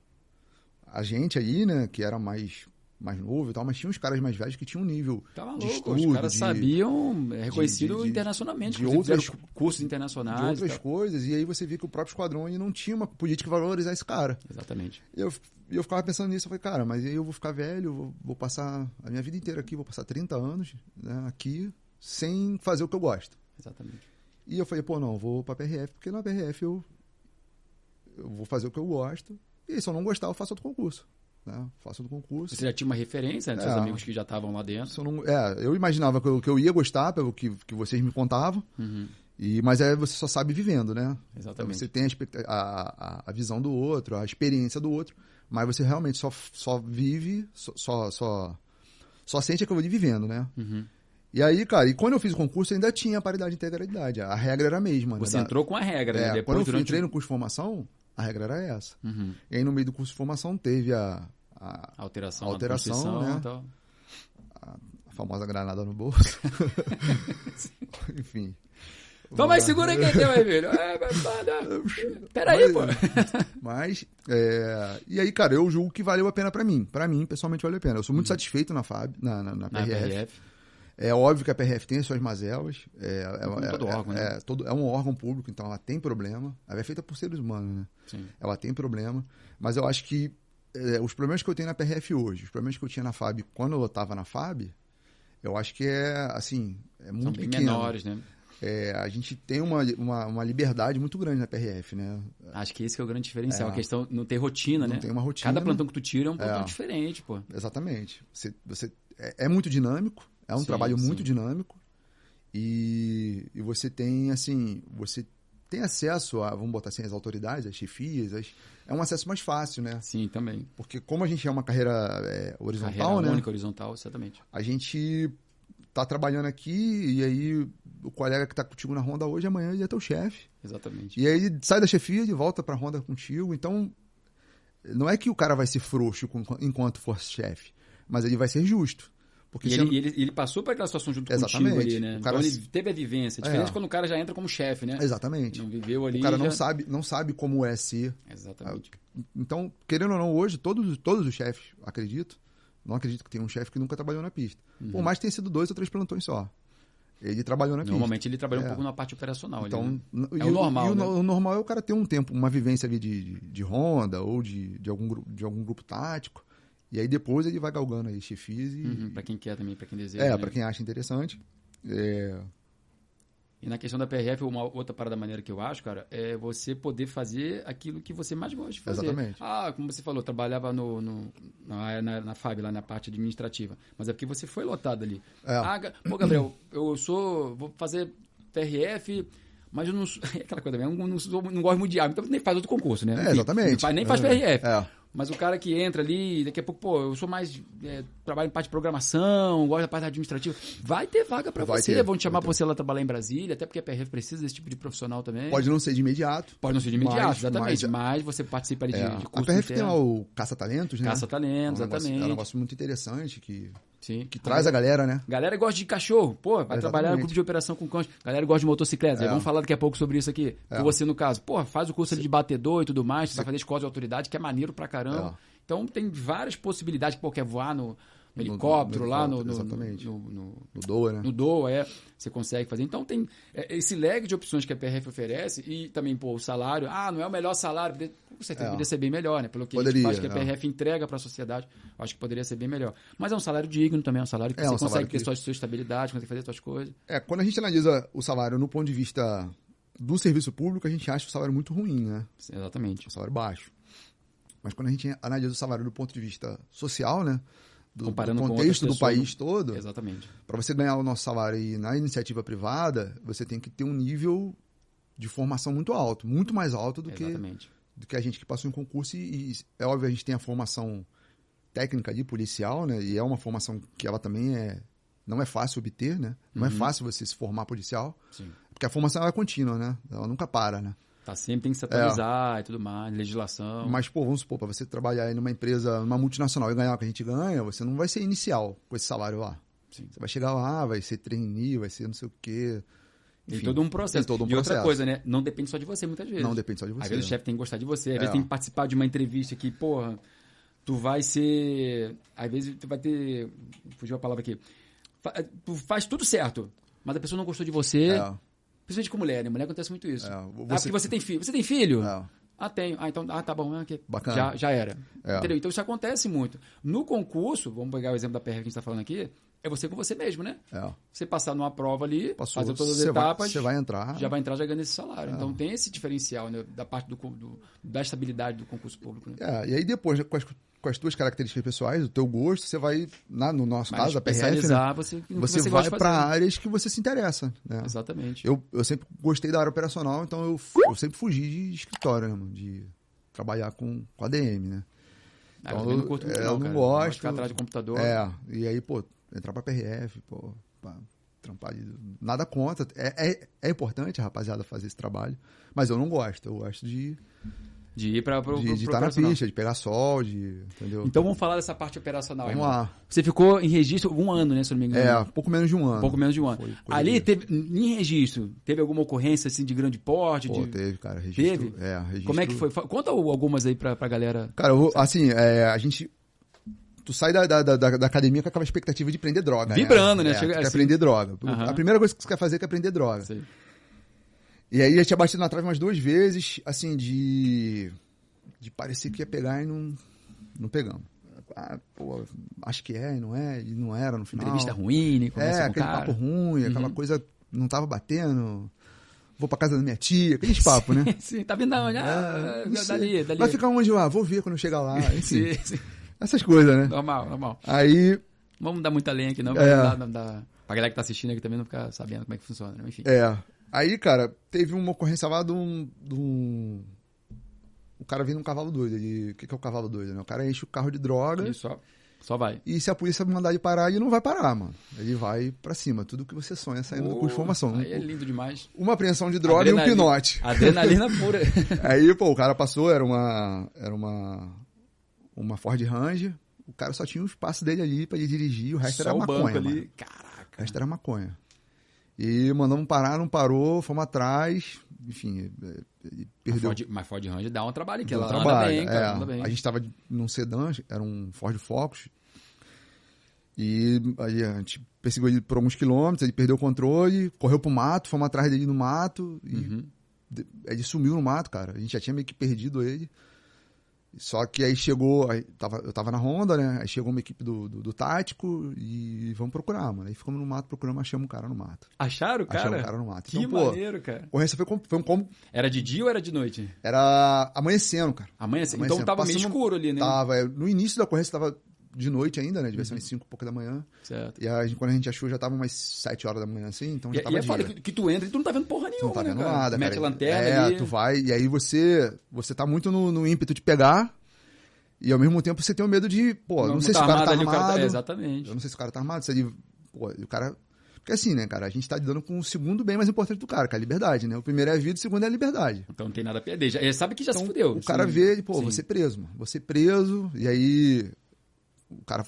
a gente aí, né, que era mais, mais novo e tal, mas tinha uns caras mais velhos que tinham um nível
Tava
de
louco,
estudo,
tá os caras
de-
sabiam, é reconhecido
de- de-
internacionalmente,
de
inclusive,
outras-
fizeram cu- cursos internacionais.
de
e
outras
tal.
coisas, e aí você via que o próprio esquadrão ele não tinha uma política de valorizar esse cara.
Exatamente.
E eu, e eu ficava pensando nisso, eu falei, cara, mas aí eu vou ficar velho, eu vou, vou passar a minha vida inteira aqui, vou passar 30 anos né, aqui sem fazer o que eu gosto.
Exatamente.
E eu falei, pô, não, vou pra PRF, porque na PRF eu, eu vou fazer o que eu gosto, e se eu não gostar, eu faço outro concurso. Né? Faço outro concurso.
Você já tinha uma referência né, dos seus
É.
amigos que já estavam lá dentro.
Se eu, não, é, eu imaginava que eu, que eu ia gostar, pelo que, que vocês me contavam,
Uhum,
e, mas aí você só sabe vivendo, né? Então
Exatamente.
você tem a, expect- a- a- a visão do outro, a experiência do outro, mas você realmente só, só vive, só, só, só, só sente aquilo ali vivendo, né?
Uhum.
E aí, cara, e quando eu fiz o concurso ainda tinha paridade e integralidade. A regra era a mesma,
Você
né? Da-
entrou com a regra, né?
é,
Depois,
quando eu fui-
durante...
entrei no curso de formação, a regra era essa.
Uhum.
E aí no meio do curso de formação teve a, a-
Alteração,
Alteração,
na Constituição
né?
e tal.
a famosa granada no bolso. Enfim.
Toma aí,
Vamos lá. é,
segura aí que é teu aí, filho. É, vai, vai, vai. Peraí, pô.
Mas, é, e aí, cara, eu julgo que valeu a pena pra mim. Pra mim, pessoalmente, valeu a pena. Eu sou muito satisfeito na FAB, na, na, na
Uhum. Na
PRF.
PRF.
É óbvio que a PRF tem as suas mazelas. É, é,
Como
é-
todo
é-
órgão, né?
é, todo- é um órgão público, então ela tem problema. Ela é feita por seres humanos, né?
Sim.
Ela tem problema. Mas eu acho que é, os problemas que eu tenho na PRF hoje, os problemas que eu tinha na FAB quando eu estava na FAB, eu acho que é, assim, é
São
muito
bem
pequeno.
menores, né?
É, a gente tem uma, uma, uma liberdade muito grande na PRF, né?
Acho que esse que é o grande diferencial.
É.
A questão não ter rotina,
Não
né?
tem uma rotina.
Cada plantão que tu tira é um plantão
É.
diferente, pô.
Exatamente. Você, você é, é muito dinâmico, é um
Sim,
trabalho
sim.
muito dinâmico. E, e você tem, assim, você tem acesso a, vamos botar assim, as autoridades, as chefias, as- é um acesso mais fácil, né?
Sim, também.
Porque como a gente é uma carreira é, horizontal,
Carreira
né?
única, horizontal, exatamente.
A gente tá trabalhando aqui e aí o colega que tá contigo na ronda hoje, amanhã ele é teu chefe.
Exatamente.
E aí ele sai da chefia e volta pra ronda contigo. Então, não é que o cara vai ser frouxo com- enquanto for chefe, mas ele vai ser justo. Porque
E
se
ele,
eu-
e ele- ele passou por aquela situação junto contigo
Exatamente.
ali, né?
O cara
Então
s-
ele teve a vivência. Diferente
É.
quando o cara já entra como chefe, né?
Exatamente.
Não viveu ali.
o cara
já-
não sabe, não sabe como é ser.
Exatamente.
Então, querendo ou não, hoje, todos, todos os chefes, acredito, não acredito que tenha um chefe que nunca trabalhou na pista.
Uhum.
Por mais que tenha sido dois ou três plantões só. Ele trabalhou na pista.
Normalmente ele trabalha um
É.
pouco na parte operacional ali.
Então,
né?
n-
É o normal,
E o,
né?
no- o normal é o cara ter um tempo, uma vivência ali de, de, de ronda ou de, de, algum, gru- de algum grupo tático. E aí depois ele vai galgando aí chefias e.
Uhum, pra quem quer também, pra quem deseja.
É,
né?
pra quem acha interessante. É,
E na questão da PRF, uma outra parada maneira que eu acho, cara, é você poder fazer aquilo que você mais gosta de fazer.
Exatamente.
Ah, como você falou, trabalhava no, no- na, área- na, na FAB, lá na parte administrativa. Mas é porque você foi lotado ali.
É.
Ah, Ga- pô, Gabriel, eu sou. Vou fazer PRF. Mas eu não sou. É aquela coisa mesmo, eu não, sou, não gosto muito de água, então nem faz outro concurso, né?
É,
Enfim,
exatamente.
não faz- nem faz
É.
PRF.
É.
Mas o cara que entra ali, daqui a pouco, pô, eu sou mais. é, trabalho em parte de programação, gosto da parte administrativa. Vai ter vaga pra
Vai
você.
ter,
Vão te chamar
vai
pra você lá trabalhar em Brasília, até porque a PRF precisa desse tipo de profissional também.
Pode não ser de imediato.
Pode não ser de imediato,
Mas-
exatamente. Mas,
mas-
você participa ali de,
É,
de
a
curso.
PRF tem lá
interno,
o Caça-Talentos, né?
Caça-talentos,
É um
exatamente.
negócio-
Então, é.
É um negócio muito interessante que,
Sim.
que traz a galera, né?
Galera gosta de cachorro, pô, vai trabalhar no
Exatamente. É.
grupo de operação com cães. Galera gosta de motocicletas, aí vamos falar daqui a pouco sobre isso aqui. Com você, no caso, pô, faz o curso ali de batedor e tudo mais, você vai fazer escola de autoridade, que é maneiro pra caramba. Então tem várias possibilidades, pô, quer voar no, no helicóptero,
no
lá no, no-
helicóptero, exatamente.
no- no-
No Doa, né?
no DOA, é, você consegue fazer. Então tem é, esse leg de opções que a PRF oferece e também, pô, o salário. Ah, não é o melhor salário. poderia- Com certeza
É.
poderia ser bem melhor, né? Pelo que
Poderia,
a gente faz que a
é.
PRF entrega para a sociedade, acho que poderia ser bem melhor. Mas é um salário digno também, é um salário que
É,
você
um salário
consegue ter
que-
sua, sua estabilidade, consegue fazer suas coisas.
É, quando a gente analisa o salário no ponto de vista do serviço público, a gente acha o salário muito ruim, né?
Exatamente.
um salário baixo. Mas quando a gente analisa o salário do ponto de vista social, né? Do,
Comparando
do
com
contexto
outras
do
pessoas, né?
país todo,
Exatamente.
para você ganhar o nosso salário aí na iniciativa privada, você tem que ter um nível de formação muito alto, muito mais alto do, que,
Exatamente.
do que a gente que passou em concurso. E, e é óbvio, a gente tem a formação técnica de policial, né? E é uma formação que ela também é. Não é fácil obter, né? Não é fácil você se formar policial,
Uhum. Sim.
porque a formação ela é contínua, né? Ela nunca para, né?
Tá sempre tem que se atualizar e tudo mais, legislação.
É. Mas, pô, vamos supor, pra você trabalhar aí numa empresa, numa multinacional e ganhar o que a gente ganha, você não vai ser inicial com esse salário lá.
Sim.
Você vai chegar lá, vai ser trainee, vai ser não sei o quê.
Tem todo um processo.
Tem todo um
e outra
processo.
coisa, né? Não depende só de você, muitas vezes.
Não depende só de você.
Às vezes o chefe tem que gostar de você, às
É.
vezes tem que participar de uma entrevista que, porra, tu vai ser. Às vezes tu vai ter. Fugiu a palavra aqui. Fa- eh, Tu faz tudo certo, mas a pessoa não gostou de você.
É,
Principalmente com mulher, né? Mulher acontece muito isso.
É,
Ah,
você-
porque você tem filho. Você tem filho?
é.
Ah, tenho. Ah, então, ah, tá bom. Ah, que-
Bacana.
Já, já era.
É.
Entendeu? Então isso acontece muito. No concurso, vamos pegar o exemplo da PR que a gente está falando aqui, é você com você mesmo, né?
É.
Você passar numa prova ali,
Passou.
fazer todas as
Você vai-
etapas,
Você vai entrar.
já vai entrar já ganhando esse salário.
Ah.
Então tem esse diferencial né, da parte do, con- do- da estabilidade do concurso público. Né?
É, e aí depois, né, com as, com as tuas características pessoais, o teu gosto, você vai, na- no nosso
Mas
caso, a PRF, né,
especializar você, no que
você,
gosta
vai
de
para
fazer.
áreas que você se interessa. Né?
Exatamente.
Eu, eu sempre gostei da área operacional, então eu, eu sempre fugi de escritório, né, mano? De trabalhar com, com ADM, né?
Ah, eu
então,
também não curto muito,
é,
não,
eu não
cara.
gosto.
de Ficar atrás de computador.
É, e aí, pô, entrar pra PRF, pô, pra trampar de... Nada contra. É, é, é importante, rapaziada, fazer esse trabalho, mas eu não gosto. Eu gosto de
De ir para o
de estar na pista, de pegar sol, de... Entendeu?
Então vamos falar dessa parte operacional.
Vamos
irmão.
lá.
Você ficou em registro um ano, né, se eu não me engano?
É, pouco menos de um ano.
Pouco menos de um ano.
Foi, foi
Ali
ali.
teve, em registro, teve alguma ocorrência assim de grande porte?
Pô,
de-
teve, cara. Registro,
Teve?
É, registro...
Como é que foi? Fa- Conta o- algumas aí pra, pra galera.
Cara, eu vou- assim, é, a gente... Tu sai da, da, da, da academia com aquela expectativa de prender droga,
Vibrando, né?
É,
Chega
tu
assim.
quer aprender droga.
Aham.
A primeira coisa que você quer fazer é quer aprender droga.
Sei.
E aí já tinha batido na trave umas duas vezes, assim, de. De parecer que ia pegar e não. Não pegamos. Ah, pô, acho que é, e não é, e não era no final.
Entrevista ruim, né?
É,
Conversa com o
aquele
cara. Uhum.
papo ruim, aquela coisa não tava batendo. Vou pra casa da minha tia, aqueles papos, né? É,
Sim, tá vindo da onde? Ah,
não sei.
dali, dali. Ah,
Vai ficar onde lá? Vou ver quando eu chegar lá. Enfim,
Sim, sim.
essas coisas, né?
Normal, normal.
Aí,
Não Vamos dar muita lenha aqui, não.
É.
Pra, dar, não dar- pra galera que tá assistindo aqui também não ficar sabendo como é que funciona, né? Enfim.
é. Aí, cara, teve uma ocorrência lá de um. De um... O cara vindo um cavalo doido. Ele... O que, que é o cavalo doido, né? O cara enche o carro de droga.
E só, só vai.
E se a polícia mandar ele parar, ele não vai parar, mano. Ele vai pra cima. Tudo que você sonha saindo do curso de formação.
Aí é lindo demais.
Uma apreensão de droga e um
Adrenalina.
pinote.
Adrenalina pura.
Aí, pô, o cara passou, era uma. Era uma. Uma Ford Ranger. O cara só tinha o espaço dele ali pra ele dirigir, o resto
só
era
o
maconha.
banco ali.
mano. O
Caraca.
resto era maconha. E mandamos parar, não parou, fomos atrás. Enfim, é,
Mas
ele perdeu
Ford, mas Ford Ranger dá um trabalho que
Deu
ela anda
trabalho,
bem, cara,
é.
anda bem.
A gente tava de- num sedã, era um Ford Focus. E aí a gente perseguiu ele por alguns quilômetros, ele perdeu o controle, correu pro mato, fomos atrás dele no mato. E
Uhum.
de- é, ele sumiu no mato, cara. A gente já tinha meio que perdido ele. Só que aí chegou, aí tava- eu tava na Honda, né? Aí chegou uma equipe do, do, do tático e vamos procurar, mano. Aí ficamos no mato procurando, achamos um cara no mato.
Acharam o cara?
Achamos o cara no mato.
Que
Então, pô,
maneiro, cara.
a corrência foi, com- foi um combo.
Era de dia ou era de noite?
Era amanhecendo, cara.
Amanhece.
Amanhecendo.
Então tava meio
Passamos-
escuro ali, né?
Tava, é, no início da corrente tava de noite ainda, né? Devia ser
Uhum.
umas 5 e pouca da manhã.
Certo.
E aí, quando a gente achou, já tava umas 7 horas da manhã, assim, então
E,
já
e
tava
é
de
foda que, que tu entra e tu não tá vendo porra
Não
nenhuma,
tá vendo
né, cara?
nada,
Mete
cara.
a lanterna
é,
ali.
tu vai, e aí você, você tá muito no, no ímpeto de pegar, e ao mesmo tempo você tem o medo de, pô, não, sei
tá
se o cara tá
ali, o
armado,
é, exatamente.
eu não sei se o cara tá armado, se ele, pô, e o cara... Porque assim, né, cara, a gente tá lidando com o segundo bem mais importante do cara, que é a liberdade, né? O primeiro é a vida, o segundo é a liberdade.
Então não tem nada a perder. Já, ele sabe que já se fudeu.
Então, O cara
Sim.
vê ele, pô,
Sim.
você preso, mano. Você preso, e aí o cara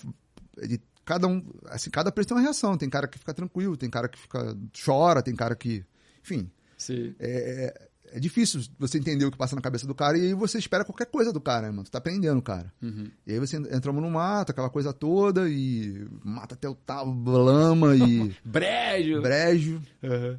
ele cada um, assim, cada preso tem uma reação. Tem cara que fica tranquilo, tem cara que fica chora, tem cara que, enfim,
Sim.
é, é difícil você entender o que passa na cabeça do cara e aí você espera qualquer coisa do cara, né, mano. Tu tá prendendo o cara.
Uhum.
E aí você entramos no mato, aquela coisa toda e mata até o tabo, lama e
Brejo.
brejo.
Uhum.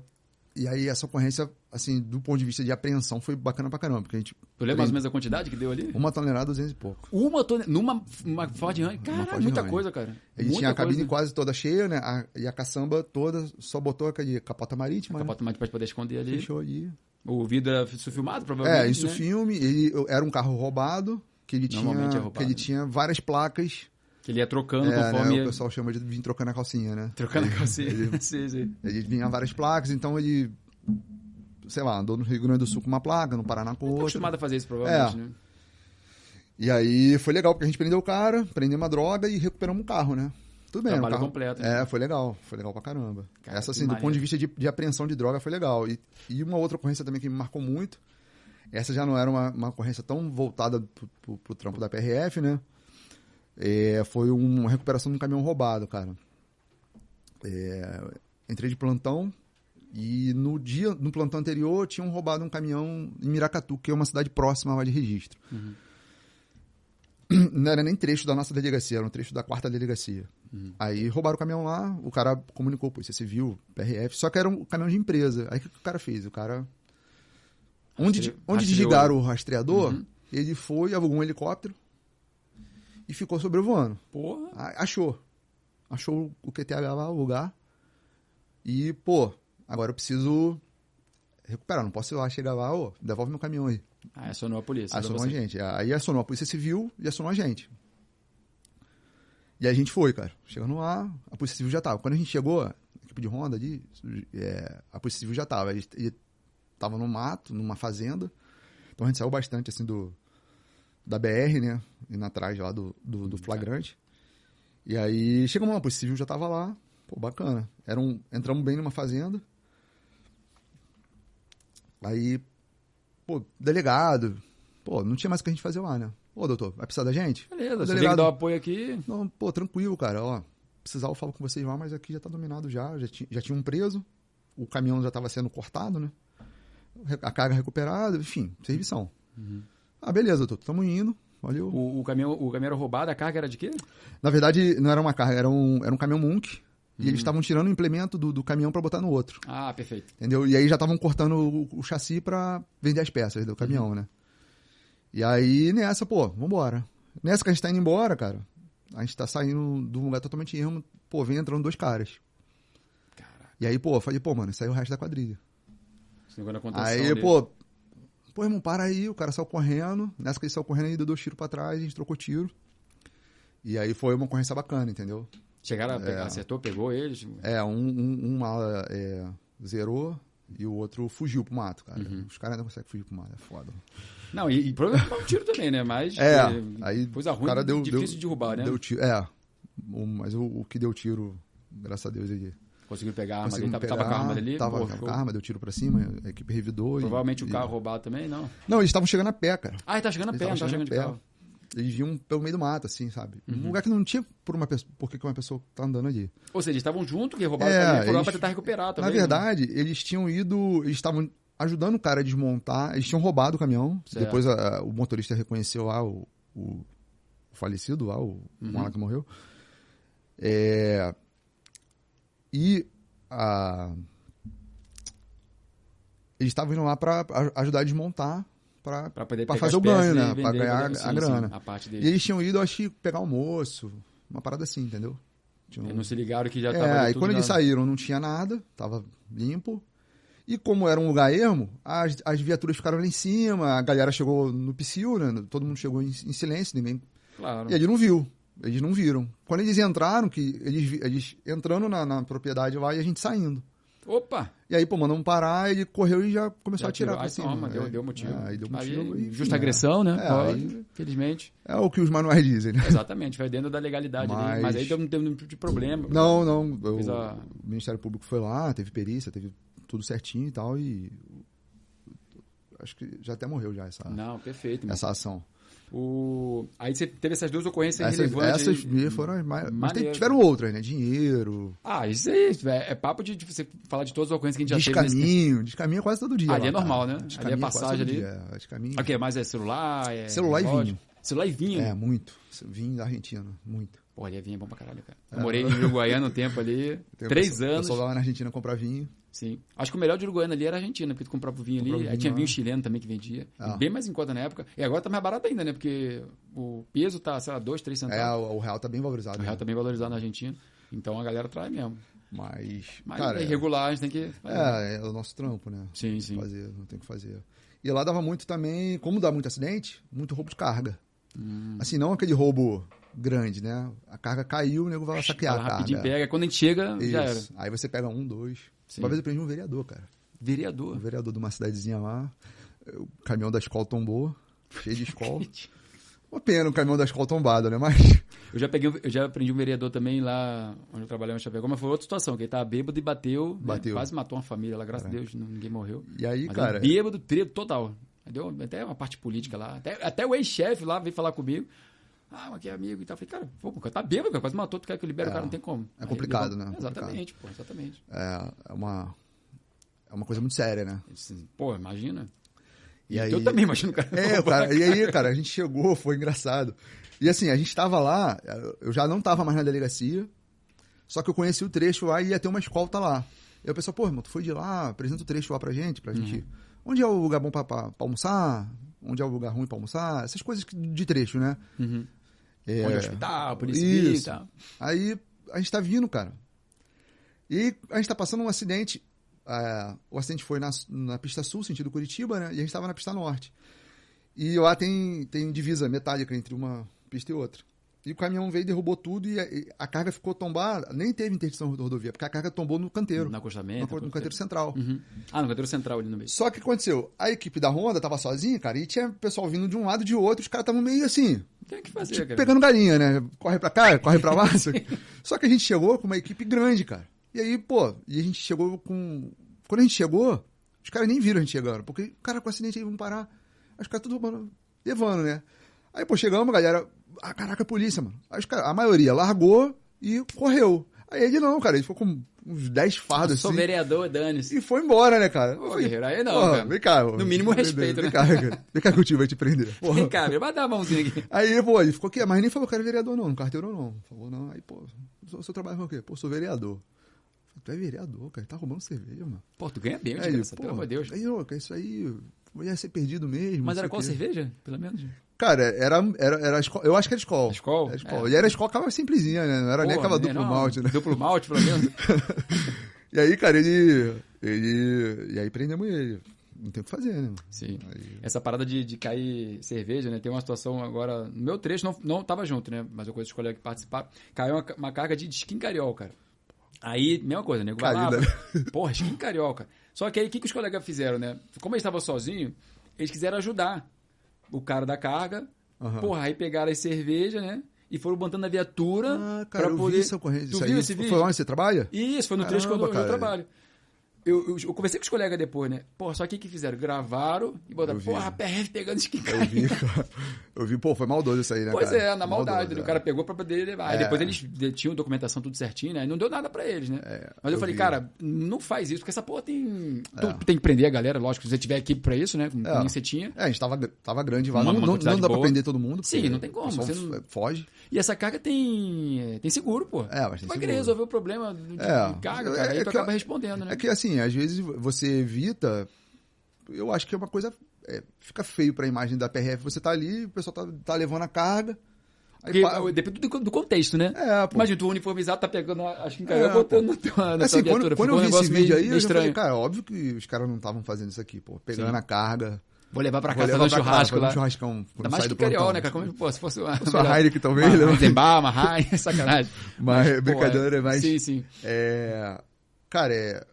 E aí essa ocorrência, assim, do ponto de vista de apreensão foi bacana pra caramba, porque a gente
Tu lembra mais ou menos a quantidade que deu ali?
uma tonelada, duzentos e pouco.
Uma tonelada. Numa uma Ford Ranger. Caralho,
Ford
muita
Ranger.
coisa, cara.
A gente
muita
tinha a cabine
coisa.
quase toda cheia, né? A- e a caçamba toda só botou aquele capota marítima, né?
Capota mais pra poder esconder ali.
Fechou ali.
O vidro era isso filmado, provavelmente.
É, isso
né?
filme. Ele, era um carro roubado, que ele tinha,
Normalmente é roubado,
que ele
né?
tinha várias placas.
Que ele ia trocando
É, né?
conforme.
O
ia-
pessoal chama de vir trocando a calcinha, né?
Trocando a calcinha. sim, sim.
Ele vinha várias placas, então ele, sei lá, andou no Rio Grande do Sul com uma placa, no Paraná com
Tá
outra.
acostumado a fazer isso, provavelmente,
É.
né?
E aí foi legal, porque a gente prendeu o cara, prendeu uma droga e recuperamos um carro, né? Tudo bem, era um
Trabalho
carro-
completo.
É, foi legal. Foi legal pra caramba.
Cara,
Essa,
que
assim, do
maneiro.
ponto de vista de, de apreensão de droga, foi legal. E, e uma outra ocorrência também que me marcou muito. Essa já não era uma, uma ocorrência tão voltada pro, pro, pro trampo da PRF, né? É, foi uma recuperação de um caminhão roubado, cara. É, entrei de plantão e no dia, no plantão anterior, tinham roubado um caminhão em Miracatu, que é uma cidade próxima lá de registro.
Uhum.
Não era nem trecho da nossa delegacia, era um trecho da quarta delegacia.
Uhum.
Aí roubaram o caminhão lá, o cara comunicou, polícia civil, PRF, só que era um caminhão de empresa. Aí o que que o cara fez? O cara.
Rastreou- Uhum.
Onde, onde
rastreou.
desligaram o rastreador, ele foi, alugou um helicóptero e ficou sobrevoando.
Porra.
A- Ah, Achou. Achou o QTH lá, o lugar. E, pô, agora eu preciso recuperar. Não posso ir lá chegar lá, ô, devolve meu caminhão aí.
Ah, acionou a polícia.
Acionou a
você.
gente. Aí acionou a Polícia Civil e acionou a gente. E a gente foi, cara. Chegando lá, a Polícia Civil já tava. Quando a gente chegou, a equipe de ronda ali, é, a Polícia Civil já tava. Eles ele tava no mato, numa fazenda. Então a gente saiu bastante, assim, do da BR, né? Indo atrás lá do, do, do flagrante. E aí chegamos lá, a Polícia Civil já tava lá. Pô, bacana. Era um, entramos bem numa fazenda. Aí, pô, delegado. Pô, não tinha mais o que a gente fazer lá, né? Ô, doutor, vai precisar da gente?
Beleza,
Ô,
você tem que dar um apoio aqui.
Não, pô, tranquilo, cara, ó. Precisar eu falo com vocês lá, mas aqui já tá dominado já. Já, ti- já tinha um preso, o caminhão já tava sendo cortado, né? Re- A carga recuperada, enfim, servição. Ah, beleza, doutor, tamo indo, valeu.
O, o caminhão, o caminhão era roubado, a carga era de quê?
Na verdade, não era uma carga, era um, era um caminhão Munk. E eles estavam tirando o implemento do, do caminhão pra botar no outro,
Ah, perfeito.
entendeu? E aí já estavam cortando o, o chassi pra vender as peças do caminhão, né? E aí nessa, pô, vambora. Nessa que a gente tá indo embora, cara, a gente tá saindo de um lugar totalmente ermo, pô, vem entrando dois caras.
Caraca,
E aí, pô, eu falei, pô, mano, isso aí é o resto da quadrilha.
esse negócio da contenção
Aí,
dele.
pô, pô, irmão, para aí, o cara saiu correndo. Nessa que ele saiu correndo, ele deu dois tiros pra trás, a gente trocou tiro. E aí foi uma ocorrência bacana, entendeu?
Chegaram a pegar, acertou, pegou eles.
É, um, um, um mala é, zerou e o outro fugiu pro mato, cara.
Uhum.
Os caras não conseguem fugir pro mato, é foda.
Não, e, e problema foi um tiro também, né? Mas
É,
eh,
aí
coisa ruim,
o cara deu,
difícil
deu,
de derrubar, né?
Deu tiro, é, O- mas o, o que deu tiro, graças a Deus, ele
Conseguiu pegar a arma
conseguiu
ali,
me
Ah, tava,
pegar.
tava com a arma ali.
tava,
pô,
tava com
ficou-
a arma, deu tiro pra cima, a equipe revidou. e-
Provavelmente o
e-
carro roubado também, não.
Não, eles estavam chegando a pé, cara.
Ah, ele tá chegando a
Eles
pé, não tá
tavam
chegando de
chegando a
carro.
Eles vinham pelo meio do mato, assim, sabe? Um
Uhum.
lugar que não tinha por, uma pessoa, por que que uma pessoa tá andando ali.
Ou seja, eles estavam junto que roubaram
É,
o caminhão, foram lá
eles-
pra tentar recuperar Ah, também. né?
Na verdade, eles tinham ido. Eles estavam ajudando o cara a desmontar. Eles tinham roubado o caminhão.
Certo.
Depois a- a- o motorista reconheceu lá o, o- o falecido, lá, o,
Uhum.
o maluco que morreu. É, e a- eles estavam indo lá pra a- ajudar a desmontar. Pra,
Pra poder
pra
pegar
fazer
as
o ganho,
peças
né?
e vender,
Pra ganhar
vender-
a
sim,
grana.
sim, a parte
E
dele.
eles tinham ido, acho que pegar almoço. Uma parada assim, entendeu? Tinha um-
Eles não se ligaram que já tava
é,
ali
e
tudo
quando eles
na-
saíram não tinha nada, tava limpo. E como era um lugar ermo, as, as viaturas ficaram lá em cima, a galera chegou no psiu, né? Todo mundo chegou em, em silêncio, ninguém.
Claro.
E ele não viu. Eles não viram. Quando eles entraram, que eles, vi- eles entrando na, na propriedade lá e a gente saindo.
Opa!
E aí, pô, mandamos parar, ele correu e já começou
Já
a atirar
tirou.
pra
Aí,
cima.
toma, deu,
Aí-
deu motivo.
é, Aí deu motivo.
Aí,
enfim,
justa
é.
agressão, né?
É,
Pode,
aí-
Infelizmente.
É, o que os manuais dizem, né?
Exatamente, vai dentro da legalidade
Mas-
dele. Mas aí deu- não teve nenhum tipo de problema.
Não, não. eu-
Fez a-
O Ministério Público foi lá, teve perícia, teve tudo certinho e tal, e. Acho que já até morreu já essa,
Não, perfeito. mano.
essa ação.
O... Aí você teve essas duas ocorrências
Essas,
relevantes.
essas
aí.
minhas foram as mais. Mas tem-
Maneiro.
tiveram outras, né? Dinheiro,
Ah, isso aí é, é papo de, de você falar de todas as ocorrências que a gente já teve. nesse-
descaminho. Descaminho é quase todo dia.
Ali
lá,
é normal,
cara.
né?
Descaminho
Ali é
quase
passagem
todo
ali.
dia, é, Descaminho.
Ah, O que mais? É celular? é
Celular e
relógio?
vinho.
Celular e vinho?
É, muito. Vinho da Argentina, muito.
Pô, ali é vinho é bom pra caralho, cara. Eu morei em Uruguaiana um tempo ali,
Tem
três
pessoal-
anos.
pessoal lá na Argentina comprar vinho.
Sim. Acho que o melhor de Uruguaiana ali era a Argentina, porque tu comprava o vinho ali.
Comprava
aí
vinho
tinha
lá.
vinho chileno também que vendia.
Ah.
Bem mais em conta na época. E agora tá mais barato ainda, né? Porque o peso tá, sei lá, dois, três
É,
centavos.
o, o real tá bem valorizado.
O real
né?
tá bem valorizado na Argentina. Então a galera traz mesmo.
Mas.
Mas
cara,
é irregular, a gente tem que.
é, é o nosso trampo, né?
Sim,
Tem
sim.
que fazer, não tem o que fazer. E lá dava muito também, como dá muito acidente, muito roubo de carga.
Hum.
Assim, não aquele roubo grande, né? A carga caiu, o nego vai lá saquear
Fala
a
rapidinho,
carga.
pega. Quando a gente chega, já era.
é. Isso. Aí você pega um, dois.
Sim.
Uma vez eu prendi um vereador, cara. Um
Vereador.
vereador de uma cidadezinha lá. O caminhão da escola tombou, cheio de escola. uma pena o caminhão da escola tombado, né? Mas.
Eu já peguei, eu já aprendi um vereador também lá onde eu trabalhava em Chapecó, mas foi outra situação, que ele tava bêbado e bateu, né?
Bateu.
quase matou uma família lá, graças a Deus, ninguém morreu.
E aí,
Mas é um
cara.
ele bêbado, preto total. Aí Deu até uma parte política lá. Até, até o ex-chefe lá veio falar comigo. Ah, mas que é amigo e tal. Eu falei, cara, pô, o cara tá bêbado, cara, quase matou, tu quer que eu libere o
É.
cara, não tem como.
É complicado,
levanta-
né?
Exatamente, pô, exatamente.
É, é uma. É uma coisa muito séria, né?
Assim, pô, imagina.
E
E
aí-
eu também imagino o cara.
É, cara, e aí, cara, a gente chegou, foi engraçado. E assim, a gente tava lá, eu já não tava mais na delegacia, só que eu conheci o trecho lá e ia ter uma escolta lá. E o pessoal, pô, irmão, tu foi de lá, apresenta o trecho lá pra gente, pra
Uhum.
gente. Onde é o lugar bom pra, pra- pra almoçar? Onde é o lugar ruim pra almoçar? Essas coisas que- de trecho, né?
Uhum.
É,
Onde é o hospital, a polícia
Isso.
civil e tal.
Aí a gente tá vindo, cara. E a gente tá passando um acidente. Ah, o acidente foi na, na pista sul, sentido Curitiba, né? E a gente tava na pista norte. E lá tem, tem divisa metálica entre uma pista e outra. E o caminhão veio, derrubou tudo e a, e a carga ficou tombada. Nem teve interdição da rodovia, porque a carga tombou no canteiro.
No acostamento.
no, no canteiro central.
Uhum. Ah, no canteiro central ali no meio.
Só que o que aconteceu? A equipe da Honda tava sozinha, cara, e tinha pessoal vindo de um lado e de outro. Os caras estavam meio assim,
Tem o que fazer,
tipo,
cara.
pegando galinha, né? Corre pra cá, corre pra lá. só, que... só que a gente chegou com uma equipe grande, cara. E aí, pô, e a gente chegou com. Quando a gente chegou, os caras nem viram a gente chegando, porque, cara, com acidente aí, vamos parar. Aí os caras tudo mano, levando, né? Aí, pô, chegamos, galera. Ah, caraca, a polícia, mano. Aí os cara, a maioria largou e correu. Aí ele não, cara, ele ficou com uns 10 fardos
Sou
assim.
vereador, dane-se.
E foi embora, né, cara? Eu
Ô,
falei,
guerreiro, aí não,
pô,
cara.
Vem cá, ô.
No mínimo respeito,
Vem
né?
cá, cara. Vem cá que o tio vai te prender. Porra.
Vem cá, meu, vai dar a mãozinha aqui.
Aí, pô, ele ficou aqui, mas nem falou que era vereador, não, não carteiro não. Falou, não. Aí, pô, o seu trabalho é o quê? Pô, sou vereador. Falei, tu é vereador, cara, tá roubando cerveja, mano.
Pô, tu ganha bem,
Aí,
desgraça,
pô,
pelo amor de Deus.
Aí, ô, cara, isso aí ia ser perdido mesmo.
Mas era
não sei
qual
o quê.
cerveja, pelo menos?
Cara, era, era, era escola, eu acho que era escola.
Skol?
Era escola. E era escola, cava simplesinha, né? Não era nem
Pô,
cava duplo
não,
malte, né?
Duplo malte, pelo menos.
E aí, cara, ele. ele e aí prendemos ele. Não tem o que fazer, né? mano?
Sim.
Aí-
Essa parada de, de cair cerveja, né? Tem uma situação agora. No meu trecho, não, não tava junto, né? Mas eu conheço os colegas que participaram. Caiu uma, ca- uma carga de skin cariol, cara. Aí, mesma coisa, né? Vai lá,
Caiu, né?
Porra, skin cariol, cara. Só que aí, o que, que os colegas fizeram, né? Como eles estavam sozinhos, eles quiseram ajudar o cara da carga.
Aham.
Porra, aí pegaram as cervejas, né? E foram botando na viatura.
Ah, cara,
pra
eu
poder...
vi isso ocorrendo.
Tu
Isso
viu
aí.
esse vídeo?
Foi onde você trabalha?
Isso, foi no trecho que eu,
Caramba,
eu
cara.
trabalho. Eu, eu- eu conversei com os colegas depois, né? Pô, só que o que fizeram? Gravaram e botaram,
Eu vi. né?"
porra, PRF pegando skin
Eu vi, cara. Eu vi, pô, foi maldoso isso aí, né,
Pois
cara?
é, na maldade.
Maldoso,
né?
é.
O cara pegou pra poder levar. Aí
É.
depois eles de- tinham documentação tudo certinho, né? E não deu nada pra eles, né? Mas eu,
É, eu
falei,
vi.
cara, não faz isso, porque essa porra tem. Tu tem que prender a galera, lógico. Se você tiver equipe pra isso, né? Como
É.
você tinha.
É, a gente tava, tava grande, lá.
Uma-
não,
uma
não-
quantidade
não dá pra
boa.
prender todo mundo.
Sim,
porque
não tem como,
o pessoal
você não-
f- Foge.
E essa carga tem. tem seguro, pô.
É, mas
tu
tem
vai
seguro.
querer resolver o problema de de
É.
carga, cara. Aí
É
tu
que-
acaba respondendo, né?
É que assim, às vezes você evita. Eu acho que é uma coisa. é, fica feio pra imagem da PRF. Você tá ali, o pessoal tá, tá levando a carga. Aí
Porque,
pa-
ó, depende do, do contexto, né?
É, pô.
Imagina, tu uniformizado, tá pegando a a
É,
esquincalhão e
pô.
botando na tua, na
assim,
tua viatura.
quando, quando
Ficou
eu
um
vi esse
negócio meio,
vídeo aí,
meio
eu já
estranho.
falei, cara, óbvio que os caras não estavam fazendo isso aqui, pô. Pegando
Sim.
a carga.
Vou levar pra
vou
casa, fazer
levar
um
pra casa,
churrasco
fazer
lá.
Um churrascão.
Ainda
quando
mais que
sai do
carioca,
plantão.
né, cara? Ah, Como, pô, se fosse uma...
Só a Heineken também, né?
Uma Zembar, uma Heineken, sacanagem.
Mas,
pô,
brincadeira,
é-
mas.
Sim, sim.
É, cara, é,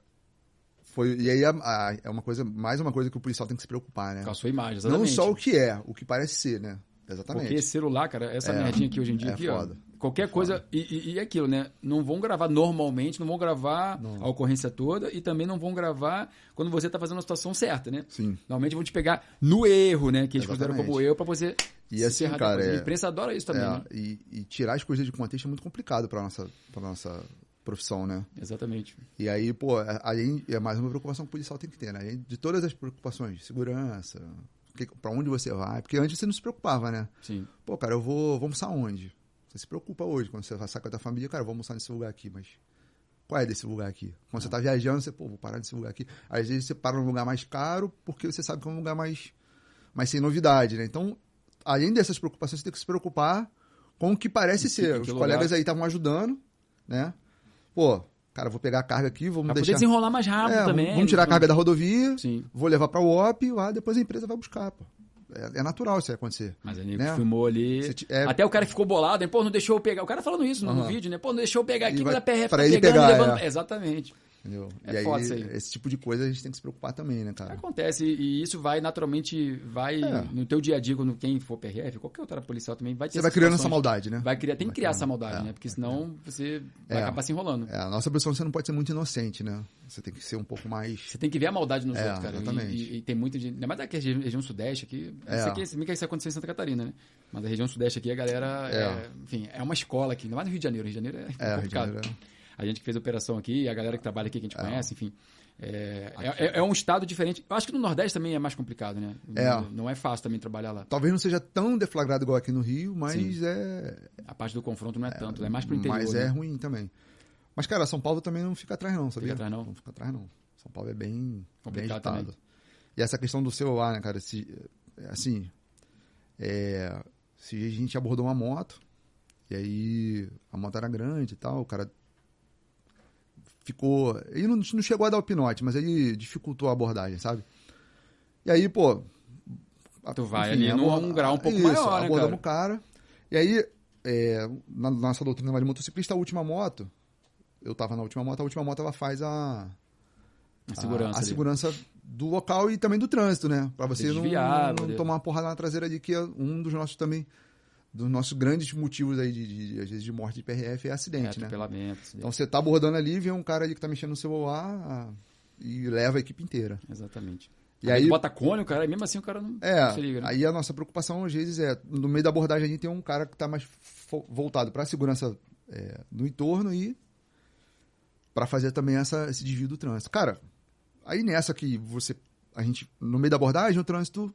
foi, e aí a- a- é uma coisa, mais uma coisa que o policial tem que se preocupar, né?
Com a sua imagem, exatamente.
Não só o que é, o que parece ser, né? Exatamente.
Porque celular, cara, essa
É.
merdinha aqui hoje em dia,
É
aqui,
foda.
ó. Qualquer coisa, e, e, e aquilo, né? Não vão gravar normalmente, não vão gravar a ocorrência toda e também não vão gravar quando você tá fazendo a situação certa, né?
Sim.
Normalmente vão te pegar no erro, né? Que eles consideram
Exatamente.
como erro pra você.
E
se
assim,
ferrar
cara,
depois.
é-
A imprensa adora isso também,
É,
né?
e, e tirar as coisas de contexto é muito complicado pra nossa, pra nossa profissão, né?
Exatamente.
E aí, pô, é- além, é mais uma preocupação que o policial tem que ter, né? Além de todas as preocupações, segurança, que- pra onde você vai, porque antes você não se preocupava, né?
Sim.
Pô, cara, eu vou, vou almoçar onde? Você se preocupa hoje, quando você sai com a tua família, cara, eu vou almoçar nesse lugar aqui, mas qual é desse lugar aqui? Quando você tá viajando, você, pô, vou parar nesse lugar aqui. Às vezes você para num lugar mais caro, porque você sabe que é um lugar mais, mais sem novidade, né? Então, além dessas preocupações, você tem que se preocupar com o que parece
E que-
ser.
que
Os
lugar-
colegas aí estavam ajudando, né? Pô, cara, eu vou pegar a carga aqui, vamos
Pra poder
deixar...
desenrolar mais rápido
É,
também.
vamos tirar a
então-
carga da rodovia,
Sim.
vou levar pra UOP, lá depois a empresa vai buscar, pô. É, é natural isso acontecer.
Mas aí
Né?
filmou ali.
Você ti- é-
Até o cara ficou bolado, hein? Pô, não deixou eu pegar. O cara falando isso no- no
Aham.
vídeo, né? Pô, não deixou eu pegar
E
aqui,
vai-
mas a PRF
pra
tá
ele
pegando e
pegar, é.
levando. Exatamente.
Entendeu?
É
e aí,
foda isso aí. É
esse tipo de coisa a gente tem que se preocupar também, né, cara?
Acontece, e isso vai naturalmente, vai
É.
no teu dia a dia, quando quem for PRF, qualquer outra policial também vai ter
Você vai
essas
criando essa
situações.
maldade, né?
Vai criar, tem que
Vai
criar
criando.
essa maldade,
É,
né? Porque
vai
senão você vai
É.
acabar se enrolando.
É, a nossa profissão você não pode ser muito inocente, né? Você tem que ser um pouco mais.
Você tem que ver a maldade nos
É,
outros, cara. E-
exatamente.
E, e tem muita gente. Ainda mais daqui, região, região Sudeste aqui.
É.
Isso aqui, se bem que isso aconteceu em Santa Catarina, né? Mas a região Sudeste aqui, a galera.
É.
é, enfim, é uma escola aqui. Ainda mais no Rio de Janeiro. Rio de Janeiro é,
É, Rio de
complicado.
Janeiro
A gente que fez a operação aqui, a galera que trabalha aqui, que a gente conhece, enfim. É, é- é- é um estado diferente. Eu acho que no Nordeste também é mais complicado, né?
É.
Não, não é fácil também trabalhar lá.
Talvez não seja tão deflagrado igual aqui no Rio, mas é.
A parte do confronto não é tanto, é mais pro interior.
Mas é
né?
ruim também. Mas, cara, São Paulo também não fica atrás, não, sabia?
atrás, não?
fica atrás, não. São Paulo é bem. bem
Complicado
agitado. E essa questão do celular, né, cara? Se, assim. É, se a gente abordou uma moto, e aí a moto era grande e tal, o cara ficou. Ele não, não chegou a dar o pinote, mas aí dificultou a abordagem, sabe? E aí, pô. a-
Tu vai ali
abor-
num grau um pouco
Isso,
maior, né,
abordamos o cara. E aí, é, na nossa doutrina lá de motociclista, a última moto. Eu tava na última moto, a última moto ela faz a.
A segurança.
A,
ali.
segurança do local e também do trânsito, né? Pra você não,
Desviar,
não
poder-
tomar uma porrada na traseira ali, que é um dos nossos também. Dos nossos grandes motivos aí, de, de- de- às vezes, de morte de PRF é
É,
acidente, né?
atropelamento. isso daí.
Então você tá abordando ali, vê um cara ali que tá mexendo no celular ah, e leva a equipe inteira.
Exatamente.
E aí.
bota cone, o cara, e mesmo assim o cara não,
É,
não se liga, né?
aí a nossa preocupação às vezes é, no meio da abordagem ali tem um cara que tá mais fo- voltado pra segurança é, no entorno e pra fazer também essa, esse desvio do trânsito. Cara, aí nessa que você, a gente, no meio da abordagem, o trânsito,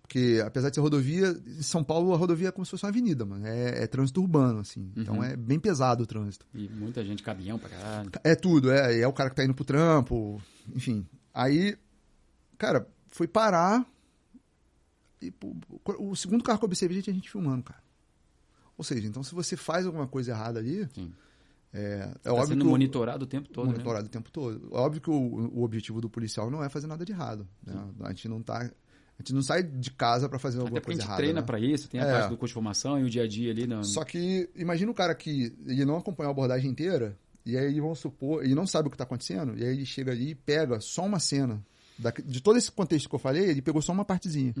porque apesar de ser rodovia, em São Paulo a rodovia é como se fosse uma avenida, mano, é, é trânsito urbano, assim,
Uhum.
então é bem pesado o trânsito.
E muita gente, caminhão pra caralho.
É tudo, é. É o cara que tá indo pro trampo, enfim. Aí, cara, foi parar. E, pô, o segundo carro que eu observei tinha gente filmando, cara. Ou seja, então se você faz alguma coisa errada ali,
Sim.
é, é
tá
óbvio
sendo
que. o-
monitorado né? o tempo todo,
monitorado o tempo todo. É Óbvio que o, o objetivo do policial não é fazer nada de errado. né? A gente não tá. A gente não sai de casa pra fazer
né?
alguma
Até porque a gente
coisa errada.
treina
né?
pra isso, tem a
É.
parte do curso de formação e o dia a dia ali. Na...
Só que imagina o cara que ele não acompanhou a abordagem inteira, e aí vamos supor, ele não sabe o que está acontecendo, e aí ele chega ali e pega só uma cena. Da- de todo esse contexto que eu falei, ele pegou só uma partezinha.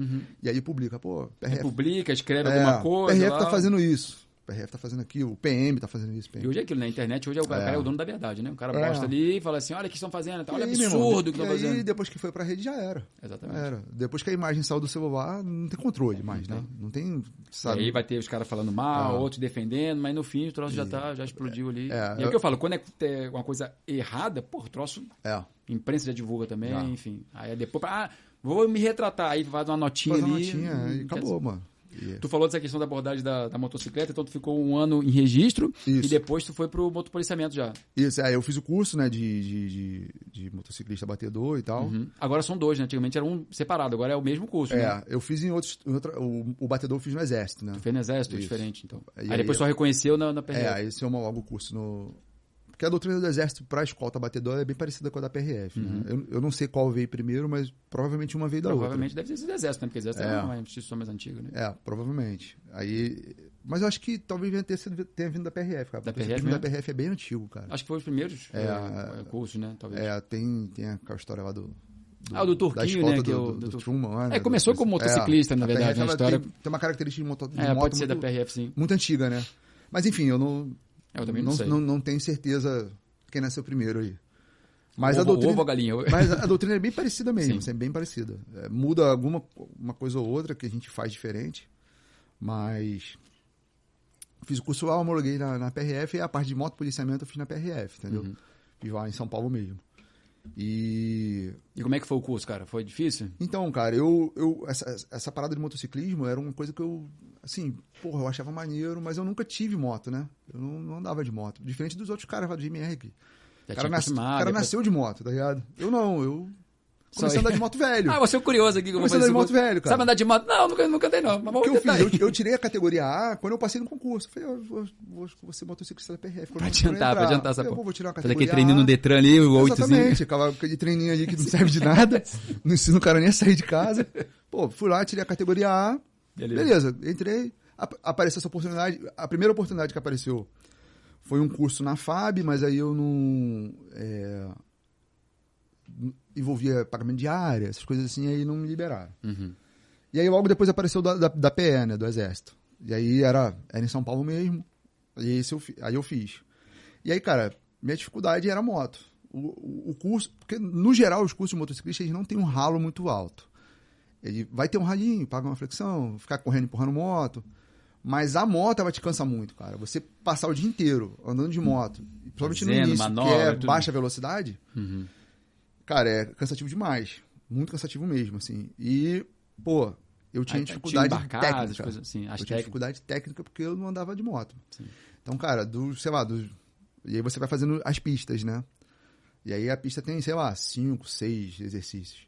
E aí publica, pô, PRF,
Uhum. Publica, escreve
é,
alguma coisa.
PRF
lá.
tá fazendo isso, PRF tá fazendo aquilo, o PM tá fazendo isso.
E
PM.
hoje é aquilo, na internet, hoje é o cara
É.
cara é o dono da verdade, né? O cara
É.
posta ali e fala assim, olha o que estão fazendo, tá? olha o
E aí, meu
absurdo que estão
irmão, E aí, É,
fazendo.
depois que foi pra rede, já era.
Exatamente.
era. Depois que a imagem saiu do celular, não tem controle mais, né? Não tem, sabe?
Uhum. E aí vai ter os caras falando mal,
É.
outros defendendo, mas no fim o troço já, tá, já explodiu ali. e
É,
é o
eu-
que eu falo, quando é é uma coisa errada, pô, o troço
É.
imprensa já divulga também,
Já.
enfim. Aí depois, ah, vou me retratar, aí faz uma notinha
Faz uma
ali.
notinha
Hum,
e
quer
acabou, mano. E-
dizer, Tu falou dessa questão da abordagem da, da motocicleta, então tu ficou um ano em registro
Isso.
e depois tu foi pro motopoliciamento já.
Isso, é, eu fiz o curso, né, de, de, de- de motociclista batedor e tal.
Uhum. Agora são dois, né? Antigamente era um separado, agora é o mesmo curso, né?
É, eu fiz em outros, em outra- o, o batedor eu fiz no exército, né?
Tu fez no exército,
Isso.
diferente, então.
E
aí,
aí-
depois só reconheceu na, na
É,
PRF.
aí você homologa o curso no... Porque a doutrina do exército pra escolta batedor é bem parecida com a da PRF,
Uhum.
né? Eu, eu não sei qual veio primeiro, mas provavelmente uma veio da outra.
Provavelmente deve ter sido exército, né? Porque exército é,
É.
uma instituição mais antiga, né?
É, provavelmente. Aí, mas eu acho que talvez venha ter sido- tenha vindo da PRF, cara.
Da
porque esse
PRF
time da
mesmo?
PRF é bem antigo, cara.
Acho que foi os primeiros
É,
eh, cursos, né? Talvez.
É, tem, tem aquela história lá do...
Ah, o do Turquinho,
da escolta
né, que é o-
do, do,
do
do
Tur-
Truman, lá, né,
É, começou
do- É,
como motociclista, na
a
verdade,
PRF,
a
ela
história-
Tem, tem uma característica de moto, de
É,
moto
pode ser da
muito-
PRF, sim.
muito antiga, né? Mas enfim, eu não,
É, Eu também não, sei.
não, não tenho certeza quem nasceu primeiro aí. Mas
ovo,
a doutrina,
ovo ou galinha? Eu-
mas a doutrina é bem parecida mesmo,
Sim.
é bem parecida. É, muda alguma uma coisa ou outra que a gente faz diferente, mas fiz o curso lá, homologuei na, na PRF e a parte de moto policiamento eu fiz na PRF, entendeu?
Uhum.
Fiz lá em São Paulo mesmo. E
E como é que foi o curso, cara? Foi difícil?
então, cara, eu, eu essa, essa parada de motociclismo era uma coisa que eu, assim, porra, eu achava maneiro, mas eu nunca tive moto, né? Eu não, não andava de moto. Diferente dos outros caras lá do GMR aqui.
Já
O cara,
tinha
nas- o
acostumado,
cara
depois-
nasceu de moto, tá ligado? Eu não, eu
é Só
comecei
aí.
a andar de moto velho.
Ah, você é curioso aqui que eu vou
Comecei a
fazer
andar de
esse
moto
curso.
velho, cara.
Sabe andar de moto? Não, nunca, nunca dei não. Mas
O
vamos
que eu
tentar
fiz? Eu,
aí.
eu tirei a categoria A quando eu passei no concurso. Eu falei, eu vou, vou, vou ser motociclista da PRF. quando
Pra
eu entrar.
adiantar, pra adiantar essa
Eu
porra.
vou tirar uma
Fazer
categoria
aquele treininho no
A.
Detran ali, o oitozinho.
Exatamente, aquela- aquele treininho ali que não serve de nada, não ensina o cara nem a sair de casa. Pô, fui lá, tirei a categoria A,
Beleza.
beleza, entrei, ap- apareceu essa oportunidade, a primeira oportunidade que apareceu foi um curso na FAB, mas aí eu não... é, envolvia pagamento de área, essas coisas assim, aí não me liberaram. E aí logo depois apareceu da, da, da PE, né, do Exército. E aí era, era em São Paulo mesmo. E esse eu, fi- aí eu fiz. E aí, cara, minha dificuldade era a moto. O, o- o curso, porque no geral os cursos de motociclista eles não têm um ralo muito alto. Ele vai ter um ralinho, paga uma flexão, ficar correndo empurrando moto. Mas a moto ela te cansa muito, cara. Você passar o dia inteiro andando de moto, principalmente no
Fazendo
início,
manobra,
que é
tudo. Uhum.
baixa velocidade, cara, é cansativo demais. Muito cansativo mesmo, assim. E, pô, eu tinha dificuldade técnica.
coisas assim. As
eu tinha
técnicas.
dificuldade técnica porque eu não andava de moto. Então, cara, do, sei lá, do, e aí você vai fazendo as pistas, né? E aí a pista tem, sei lá, cinco, seis exercícios.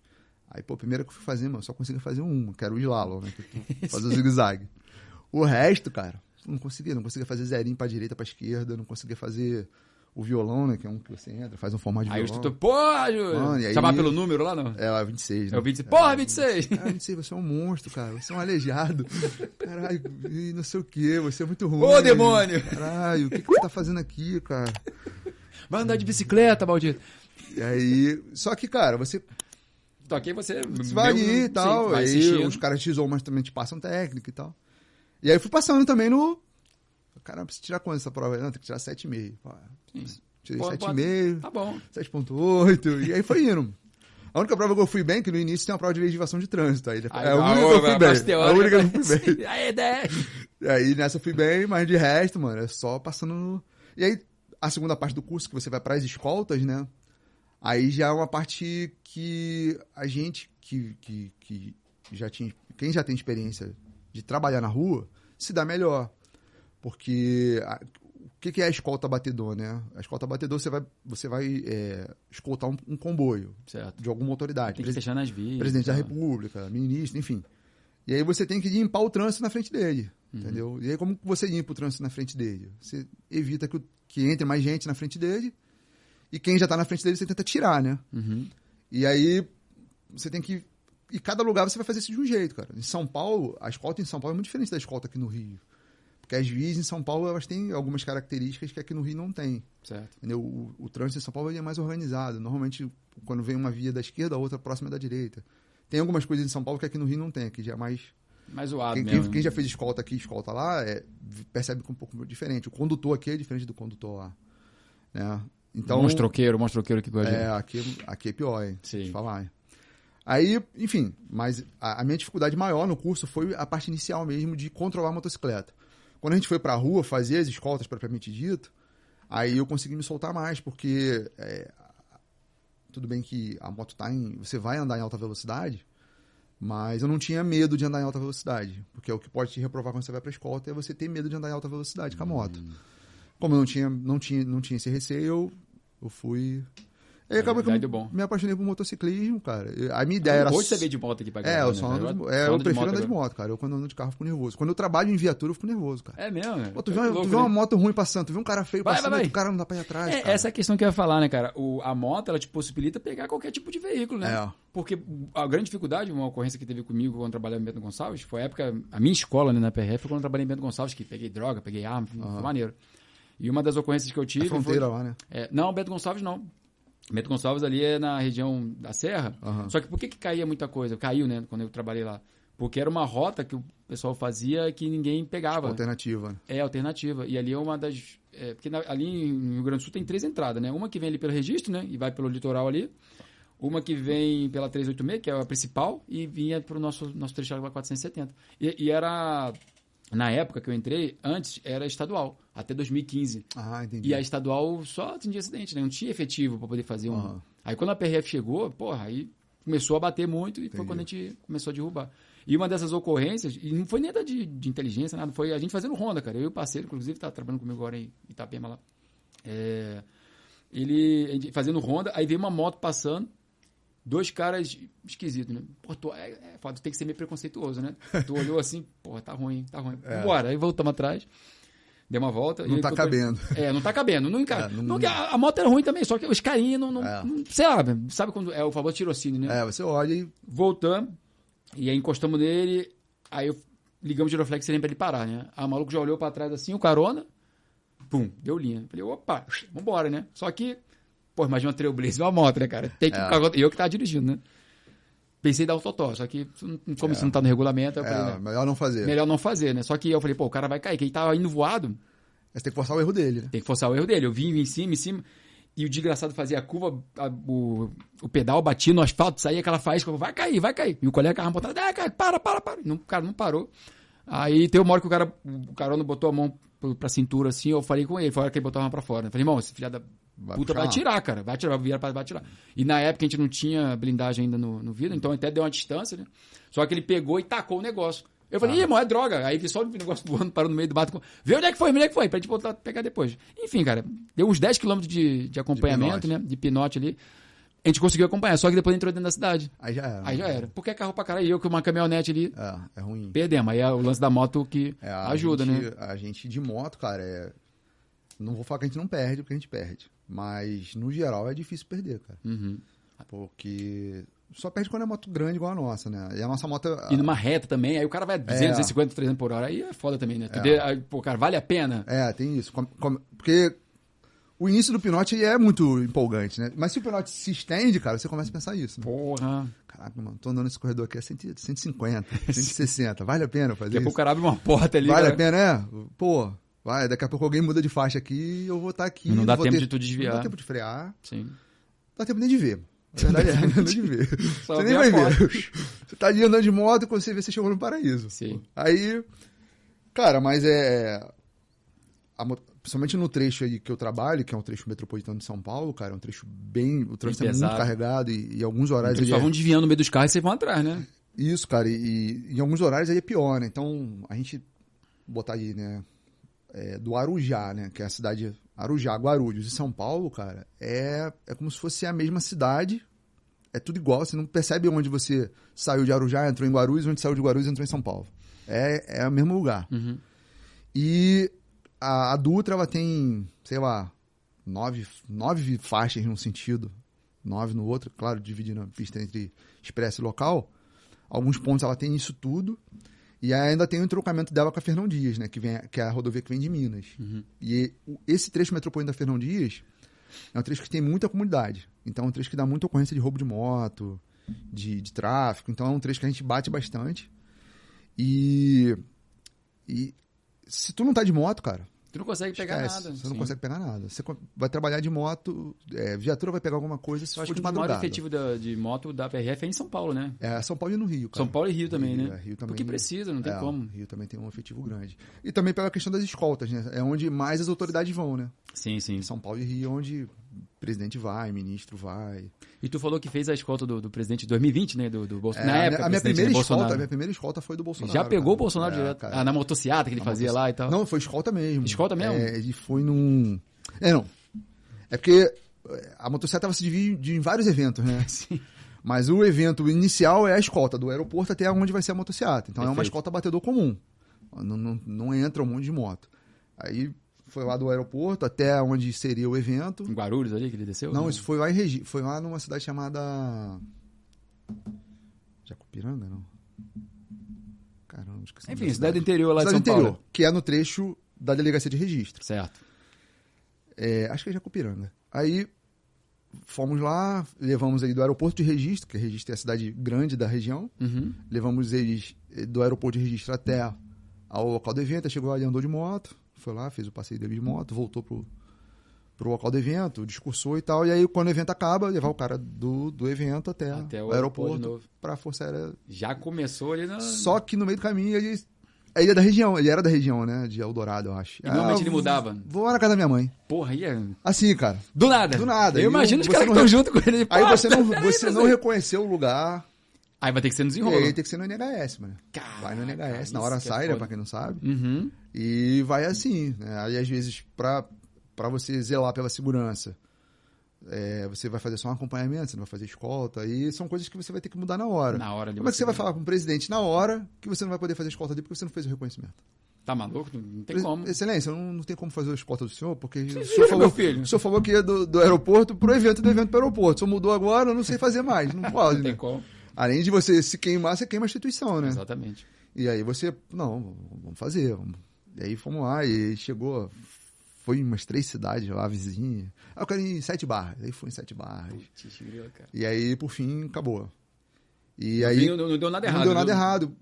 Aí, pô, a primeira que eu fui fazer, mano, eu só consegui fazer um, que era o slalom, né? Que eu- Fazer o zigue-zague. O resto, cara, eu não conseguia. Não conseguia fazer zerinho pra direita, pra esquerda. Não conseguia fazer o violão, né? Que é um que você entra, faz um formato de
Aí o
violão.
instrutor, porra, Júlio!
Mano, e aí-
Chamar pelo número lá, não?
É, lá, 26, né?
Eu vi dizer, porra, 26!
Ah, não sei, você é um monstro, cara. Você é um aleijado. Caralho, e não sei o que, você é muito ruim.
Ô, demônio!
Caralho, o que, que você tá fazendo aqui, cara?
Vai andar de bicicleta, maldito!
E aí. Só que, cara, você
Então aqui você...
você vai
meio-
ali e
sim,
tal.
vai
aí
assistindo.
os caras te zoam, mas também te passam técnica e tal. E aí eu fui passando também no. Caramba, preciso tirar quanto essa prova? aí? Não, tem que tirar 7,5. Pô, Tirei
Pô,
7,5.
Tá bom.
7.8, e aí foi indo. A única prova que eu fui bem, que no início tem uma prova de legislação de trânsito. Aí,
Aí, tá,
é a
não,
única que eu
a
fui
parte
bem. A única que
né?
eu fui bem.
teórica, Aí, é 10!
E aí nessa eu fui bem, mas de resto, mano, é só passando no... E aí, a segunda parte do curso, que você vai para as escoltas, né? Aí já é uma parte que a gente que, que, que já tinha. Quem já tem experiência de trabalhar na rua, se dá melhor. Porque a- o que, que é a escolta batedor, né? A escolta batedor, você vai, você vai é, escoltar um, um comboio
Certo.
de alguma autoridade.
Tem que fechar nas vias.
presidente da
tá?
república, ministro, enfim. E aí você tem que limpar o trânsito na frente dele, entendeu? E aí como que você limpa o trânsito na frente dele? Você evita que, o- que entre mais gente na frente dele e quem já tá na frente dele você tenta tirar, né?
Uhum.
E aí você tem que... E cada lugar você vai fazer isso de um jeito, cara. Em São Paulo, a escolta em São Paulo é muito diferente da escolta aqui no Rio. Porque as vias em São Paulo, elas têm algumas características que aqui no Rio não tem.
Certo.
Entendeu? O, o trânsito em São Paulo ele é mais organizado. Normalmente, quando vem uma via da esquerda, a outra próxima é da direita. Tem algumas coisas em São Paulo que aqui no Rio não tem, aqui já é mais.
Mais zoado
Quem,
mesmo.
quem- quem já fez escolta aqui, escolta lá, é, v- percebe que é um pouco diferente. O condutor aqui é diferente do condutor lá. Né? Então,
Monstroqueiro, monstroqueiro que gosta de...
é, aqui, aqui é pior, hein?
Sim.
Te falar. hein? Aí, enfim, mas a, a minha dificuldade maior no curso foi a parte inicial mesmo de controlar a motocicleta. Quando a gente foi pra rua fazer as escoltas propriamente dito, aí eu consegui me soltar mais, porque é, tudo bem que a moto tá em. Você vai andar em alta velocidade, mas eu não tinha medo de andar em alta velocidade, porque é o que pode te reprovar quando você vai pra escolta é você ter medo de andar em alta velocidade com a moto.
Hum.
Como eu não tinha, não tinha, não tinha esse receio, eu, eu fui. E aí acabou que
verdade, é
eu
bom.
me apaixonei por motociclismo, cara. Eu- A minha ideia era.
Hoje você veio de moto aqui pra
É,
gravar,
eu
né?
só ando de,
Agora-
é,
só
eu prefiro andar
agora.
de moto, cara. Eu quando ando de carro eu fico nervoso. Quando eu trabalho em viatura eu fico nervoso, cara.
É mesmo, né?
Pô, tu
É
vê, uma-
louco,
tu vê
né?
uma moto ruim passando, tu vê um cara feio
Vai,
passando,
vai, vai.
o cara não dá pra ir atrás,
É,
cara.
essa é a questão que eu ia falar, né, cara? O, a moto, ela te possibilita pegar qualquer tipo de veículo, né?
É.
Porque a grande dificuldade, uma ocorrência que teve comigo quando eu trabalhava em Bento Gonçalves, foi a época, a minha escola né, na PRF foi quando eu trabalhei em Bento Gonçalves, que peguei droga, peguei arma, foi maneiro. E uma das ocorrências que eu tive.
A fronteira lá, né?
Foi, é, não, Bento Gonçalves não. Bento Gonçalves ali é na região da Serra.
Aham.
Só que por que, que caía muita coisa? Caiu, né, quando eu trabalhei lá. Porque era uma rota que o pessoal fazia que ninguém pegava.
Alternativa. né?
É alternativa. E ali é uma das. é, porque na- ali em Rio Grande do Sul tem três entradas, né? Uma que vem ali pelo registro, né? E vai pelo litoral ali. Uma que vem pela 386, que é a principal, e vinha para o nosso, nosso trecho lá 470. E, e era. Na época que eu entrei, antes era estadual, até 2015.
Ah, entendi.
E a estadual só atendia acidente, né? Não tinha efetivo para poder fazer um.
Aham.
Aí quando a PRF chegou, porra, aí começou a bater muito e foi
Entendi.
quando a gente começou a derrubar. E uma dessas ocorrências, e não foi nem da de, de inteligência, nada, foi a gente fazendo ronda, cara. Eu e o parceiro, inclusive, tá trabalhando comigo agora em Itapema lá. É, ele a gente fazendo ronda, aí veio uma moto passando. Dois caras esquisitos, né? Pô, tu- é, é foda, tem que ser meio preconceituoso, né? Tu olhou assim, porra, tá ruim, tá ruim. Vambora. Aí voltamos atrás, deu uma volta.
É. Não
e
tá
encontrou-
cabendo.
é, não tá cabendo, não encara.
É, não-
Não- a, a moto era ruim também, só que os carinhos não, não,
É.
não- Sei lá, sabe quando é o famoso tirocínio, né?
É, você olha e.
Voltamos, e aí encostamos nele, aí eu, ligamos o giroflex nem pra ele parar, né? Aí o maluco já olhou pra trás assim, o carona, pum, deu linha. Falei, opa, vambora, né? Só que Pô, imagina uma Trailblazer e uma moto, né, cara? Tem que...
É.
E eu que tava dirigindo, né? Pensei em dar autotó, só que como isso não tá no regulamento, eu falei,
É,
né?
melhor não fazer.
melhor não fazer, né? Só que eu falei, pô, o cara vai cair, que ele tava indo voado,
Mas tem que forçar o erro dele, né?
tem que forçar o erro dele. Eu vim em cima, em cima, e o desgraçado fazia a curva, a- o, o pedal batia no asfalto, saía aquela faísca, eu falei, vai cair, vai cair. E o colega carro botando, ah, cara, para, para, para. Não, o cara não parou. Aí tem uma hora que o cara, o carona botou a mão pro- pra cintura assim, eu falei com ele, foi a hora que ele botou a mão pra fora. Eu falei, irmão, esse filho da
Vai
puta
puxar
vai
lá.
tirar, cara, vai tirar, vai virar pra vai tirar. E na época a gente não tinha blindagem ainda no, no vidro, então até deu uma distância, né? Só que ele pegou e tacou o negócio. Eu falei, ih, irmão, é droga. Aí vi só o negócio voando, parou no meio do mato. Vê onde é que foi, onde é que foi, pra gente voltar a pegar depois. Enfim, cara, deu uns 10 quilômetros de, de acompanhamento,
pinote.
né? De pinote ali. A gente conseguiu acompanhar, só que depois entrou dentro da cidade.
Aí já era.
Aí já era. Porque é carro pra caralho, e eu com uma caminhonete ali,
É, é ruim.
perdemos. Aí é o lance da moto que
É, a
ajuda,
gente,
né?
A gente de moto, cara, é... Não vou falar que a gente não perde, porque a gente perde. Mas, no geral, é difícil perder, cara.
Uhum.
Porque só perde quando é moto grande igual a nossa, né? E a nossa moto...
E numa reta também, aí o cara vai
É.
200, 250, 300 por hora, aí é foda também, né? Tu vê, aí, pô, cara, vale a pena?
É, tem isso. Com- com- Porque o início do pinote é muito empolgante, né? Mas se o pinote se estende, cara, você começa a pensar isso. Né?
Porra.
Caraca, mano, tô andando nesse corredor aqui é a 100, 150, 160. Vale a pena eu fazer
Daqui a pouco o
isso?
cara abre uma porta ali. né?
Vale
cara.
a pena, é? Pô, vai, daqui a pouco alguém muda de faixa aqui e eu vou estar aqui.
Não dá
vou
tempo de tu desviar.
Não dá tempo de frear. Não
Sim.
dá tempo nem de ver. Na verdade, é, não dá de ver.
Só
você
vê
nem
a
vai ver. Você tá ali andando de moto e quando você vê, você chegou no paraíso.
Sim.
Aí, cara, mas é. a mo- principalmente no trecho aí que eu trabalho, que é um trecho metropolitano de São Paulo, cara, é um trecho bem. O trânsito é muito
pesado.
carregado e, e alguns horários.
Eles
ele
só
é-
vão desviando no meio dos carros e vocês vão atrás, né?
Isso, cara, e, e em alguns horários aí é pior, né? Então, a gente botar aí, né? é, do Arujá, né? Que é a cidade. Arujá, Guarulhos e São Paulo, cara, é, é como se fosse a mesma cidade. É tudo igual, você não percebe onde você saiu de Arujá, entrou em Guarulhos, onde saiu de Guarulhos, entrou em São Paulo. É, é o mesmo lugar.
Uhum.
E a, a Dutra, ela tem, sei lá, nove, nove faixas num sentido, nove no outro, claro, dividindo a pista entre expresso e local. Alguns pontos ela tem isso tudo. E ainda tem o entrocamento dela com a Fernão Dias, né? Que, vem, que é a rodovia que vem de Minas. E o- esse trecho metropolitano da Fernão Dias é um trecho que tem muita comunidade. Então é um trecho que dá muita ocorrência de roubo de moto, de, de tráfico. Então é um trecho que a gente bate bastante. E, e se tu não tá de moto, cara,
Tu não consegue pegar
esquece.
nada. assim.
Você não
Sim.
consegue pegar nada. Você co- vai trabalhar de moto, é, viatura vai pegar alguma coisa se
Eu acho
for
que
de
o maior
madrugada.
efetivo da- de moto da PRF é em São Paulo, né?
É São Paulo e no Rio, cara.
São Paulo e Rio também,
Rio,
né?
é, Rio também.
Porque precisa, não tem
É,
como.
Rio também tem um efetivo grande. E também pela questão das escoltas, né? É onde mais as autoridades vão, né?
Sim, sim.
Em São Paulo e Rio, é onde o presidente vai, ministro vai.
E tu falou que fez a escolta do, do presidente de 2020, né? Do, do
É,
Bolsonaro. Na
a
época,
minha- a minha
presidente,
primeira
né?
escolta,
Bolsonaro.
a minha primeira escolta foi do Bolsonaro.
Já pegou
cara.
o Bolsonaro
É,
direto.
cara.
Ah, na motociata que ele
Na
fazia lá e tal.
Não, foi escolta mesmo.
Escolta mesmo?
É, e foi num. É, não. É porque é, a motocicleta ela se divide em vários eventos, né?
Sim.
Mas o evento inicial é a escolta, do aeroporto até onde vai ser a motocicleta. Então é uma
Perfeito.
escolta batedor comum. Não, não, não entra um monte de moto. Aí foi lá do aeroporto até onde seria o evento.
Em Guarulhos ali que ele desceu?
Não, isso foi lá em Regi... Foi lá numa cidade chamada. Jacupiranga, não? Caramba, esqueci.
Enfim, cidade do interior lá de
Cidade
São
interior,
Paulo. né?
que é no trecho da delegacia de registro.
Certo.
É, acho que é Jacupiranga. Aí fomos lá, levamos ele do aeroporto de registro, que registro é a cidade grande da região.
Uhum.
Levamos eles eh, do aeroporto de registro até ao local do evento. Aí Chegou lá, ele andou de moto, foi lá, fez o passeio dele de moto, voltou pro, pro local do evento, discursou e tal. E aí, quando o evento acaba, levar o cara do, do evento até,
Até
o É. aeroporto
novo.
para a Força Aérea.
Já começou ali na.
Só que no meio do caminho ele. Ele é da região, ele era da região, né? De Eldorado, eu acho.
E normalmente ele
vou-
mudava.
Vou lá na casa da minha mãe.
Porra, aí é.
Assim, cara.
Do nada.
Do nada.
Eu
E
imagino
o-
os
você
caras que
não
estão
re-
junto com ele.
Aí
Pá,
você não,
peraí,
você não
peraí.
reconheceu o lugar.
Aí vai ter que ser no
E
desenrolo.
aí tem que ser no NHS, mano.
Caraca,
Vai no NHS, na
isso
hora
que é
sai, né?
foda.
Pra quem não sabe.
Uhum.
E vai assim, né? Aí às vezes, pra, pra você zelar pela segurança, é, você vai fazer só um acompanhamento, você não vai fazer escolta, e são coisas que você vai ter que mudar na hora.
Na hora ali.
Como é que você vai falar com o presidente na hora que você não vai poder fazer escolta dele porque você não fez o reconhecimento?
Tá maluco? Não- Não tem
Pre-
como.
Excelência, não, não tem como fazer a escolta do senhor, porque o
meu
senhor, falou,
filho.
o senhor falou que ia do, do aeroporto pro evento, do evento pro aeroporto. O senhor mudou agora, eu não sei fazer mais, não pode,
Não
né?
tem como.
Além de você se queimar, você queima a instituição, né?
Exatamente.
E aí você, não, vamos fazer. vamos. E aí fomos lá e chegou, foi em umas três cidades lá, vizinha. Ah, eu quero ir em Sete Barras. Aí foi em Sete Barras.
Putz, grila, cara.
E aí, por fim, acabou. E
Não
aí.
deu- não, não deu nada errado.
não deu nada
viu?
errado.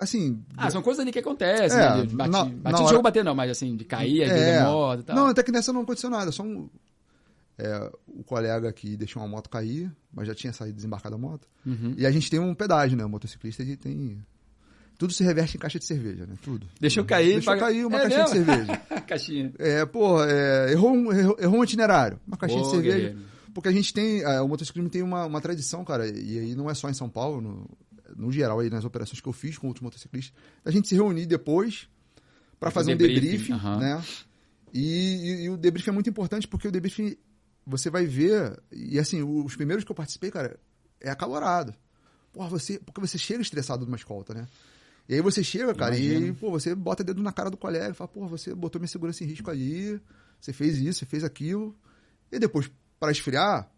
Assim.
Ah, são coisas ali que acontecem.
É,
né? de Bati,
na-
bati
na
de
hora-
jogo bater, não, mas assim, de cair, às vezes
é.
é moda e tal.
Não, até que nessa não aconteceu nada. Só um. é, o colega que deixou uma moto cair, mas já tinha saído desembarcado a moto.
Uhum.
E a gente tem um pedágio, né? O motociclista ele tem. Tudo se reverte em caixa de cerveja, né? Tudo.
Deixou cair,
Deixou
paga-
cair uma
É
caixinha de
mesmo?
cerveja.
Caixinha.
É, porra, é, errou, um, errou, errou um itinerário. Uma caixinha
Ô,
de cerveja.
Guilherme.
Porque a gente tem. é, o motociclismo tem uma, uma tradição, cara. E aí não é só em São Paulo, no, no geral, aí nas operações que eu fiz com outros motociclistas, a gente se reunir depois
Pra
para fazer um
debriefing,
debriefing,
aham.
né? E, e- e o debriefing é muito importante porque o debriefing você vai ver. E assim, o- os primeiros que eu participei, cara, é acalorado. Porra, você. Porque você chega estressado numa escolta, né? E aí você chega, cara, e
Imagino.
pô, você bota dedo na cara do colega, fala, porra, você botou minha segurança em risco aí, você fez isso, você fez aquilo. E depois, para esfriar,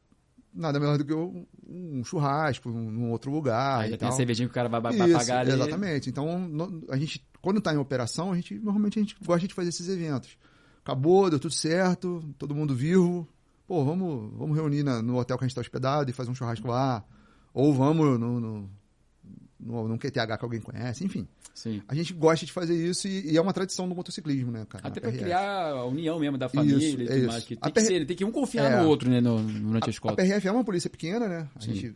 nada melhor do que um, um churrasco um- num outro lugar.
Aí
e
já tem a
tal.
cervejinha que o cara vai, vai
então. Isso,
pagar ali.
Exatamente. Então, no- a gente, quando está em operação, a gente normalmente a gente gosta de fazer esses eventos. Acabou, deu tudo certo, todo mundo vivo. Pô, vamos, vamos reunir na- no hotel que a gente está hospedado e fazer um churrasco lá. Ou vamos no, no, no, num QTH que alguém conhece, enfim.
Sim.
A gente gosta de fazer isso e, e é uma tradição do motociclismo, né, cara?
Até
Na
pra
PRF.
criar a união mesmo da família
Isso,
e
é
tudo mais.
isso.
Que tem,
A
que
PR
ser, tem que um confiar
É.
no outro, né? no- durante a
A, a
escola.
PRF é uma polícia pequena, né? A gente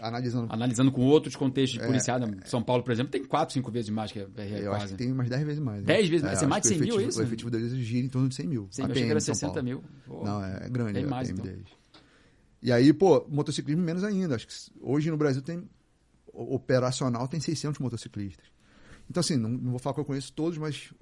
analisando.
Analisando com outros contextos de policiada, São Paulo, por exemplo, tem quatro, cinco vezes mais que a BR
É, eu acho
é, quase.
que tem umas 10 vezes mais. né?
10 vezes mais? Isso é
acho
mais de
que o
100 mil,
efetivo-
isso?
O efetivo deles gira em torno de 100 mil.
Sim, eu
A PM
achei que era
de São
60
Paulo.
mil. Pô,
Não, é grande.
Tem
é
mais,
PM
então.
deles. E aí, pô, motociclismo menos ainda. Acho que hoje no Brasil tem. o- Operacional tem 600 motociclistas. Então, assim, não, não vou falar que eu conheço todos, mas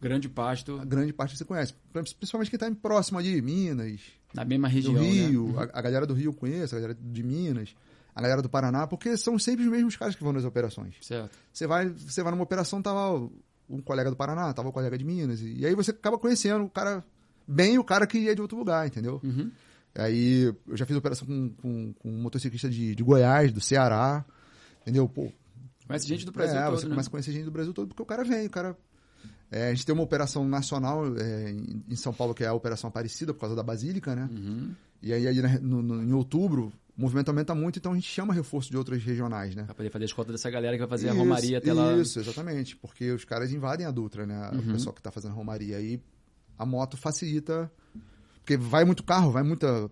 Grande
a
pasto,
grande parte você conhece. Principalmente quem está próximo ali, Minas,
na mesma
do
região. né?
Rio, a, a galera do Rio eu conheço, a galera de Minas, a galera do Paraná, porque são sempre os mesmos caras que vão nas operações.
Certo.
Você vai, você vai numa operação, tava um colega do Paraná, tava um colega de Minas, e, e aí você acaba conhecendo o cara bem o cara que é de outro lugar, entendeu?
Uhum.
Aí eu já fiz operação com, com, com um motociclista de, de Goiás, do Ceará, entendeu? Pô,
Conhece gente do Brasil
é,
todo,
você
né?
começa a conhecer gente do Brasil todo porque o cara vem, o cara. É, a gente tem uma operação nacional é, em em São Paulo, que é a Operação Aparecida, por causa da Basílica, né?
Uhum.
E aí, aí né, no- no- em outubro, o movimento aumenta muito, então a gente chama reforço de outras regionais, né?
Pra poder fazer a escolta dessa galera que vai fazer
Isso,
a romaria até lá. Uhum.
Isso, exatamente. Porque os caras invadem a Dutra, né? O pessoal que tá fazendo a romaria. Aí a moto facilita. Porque vai muito carro, vai muita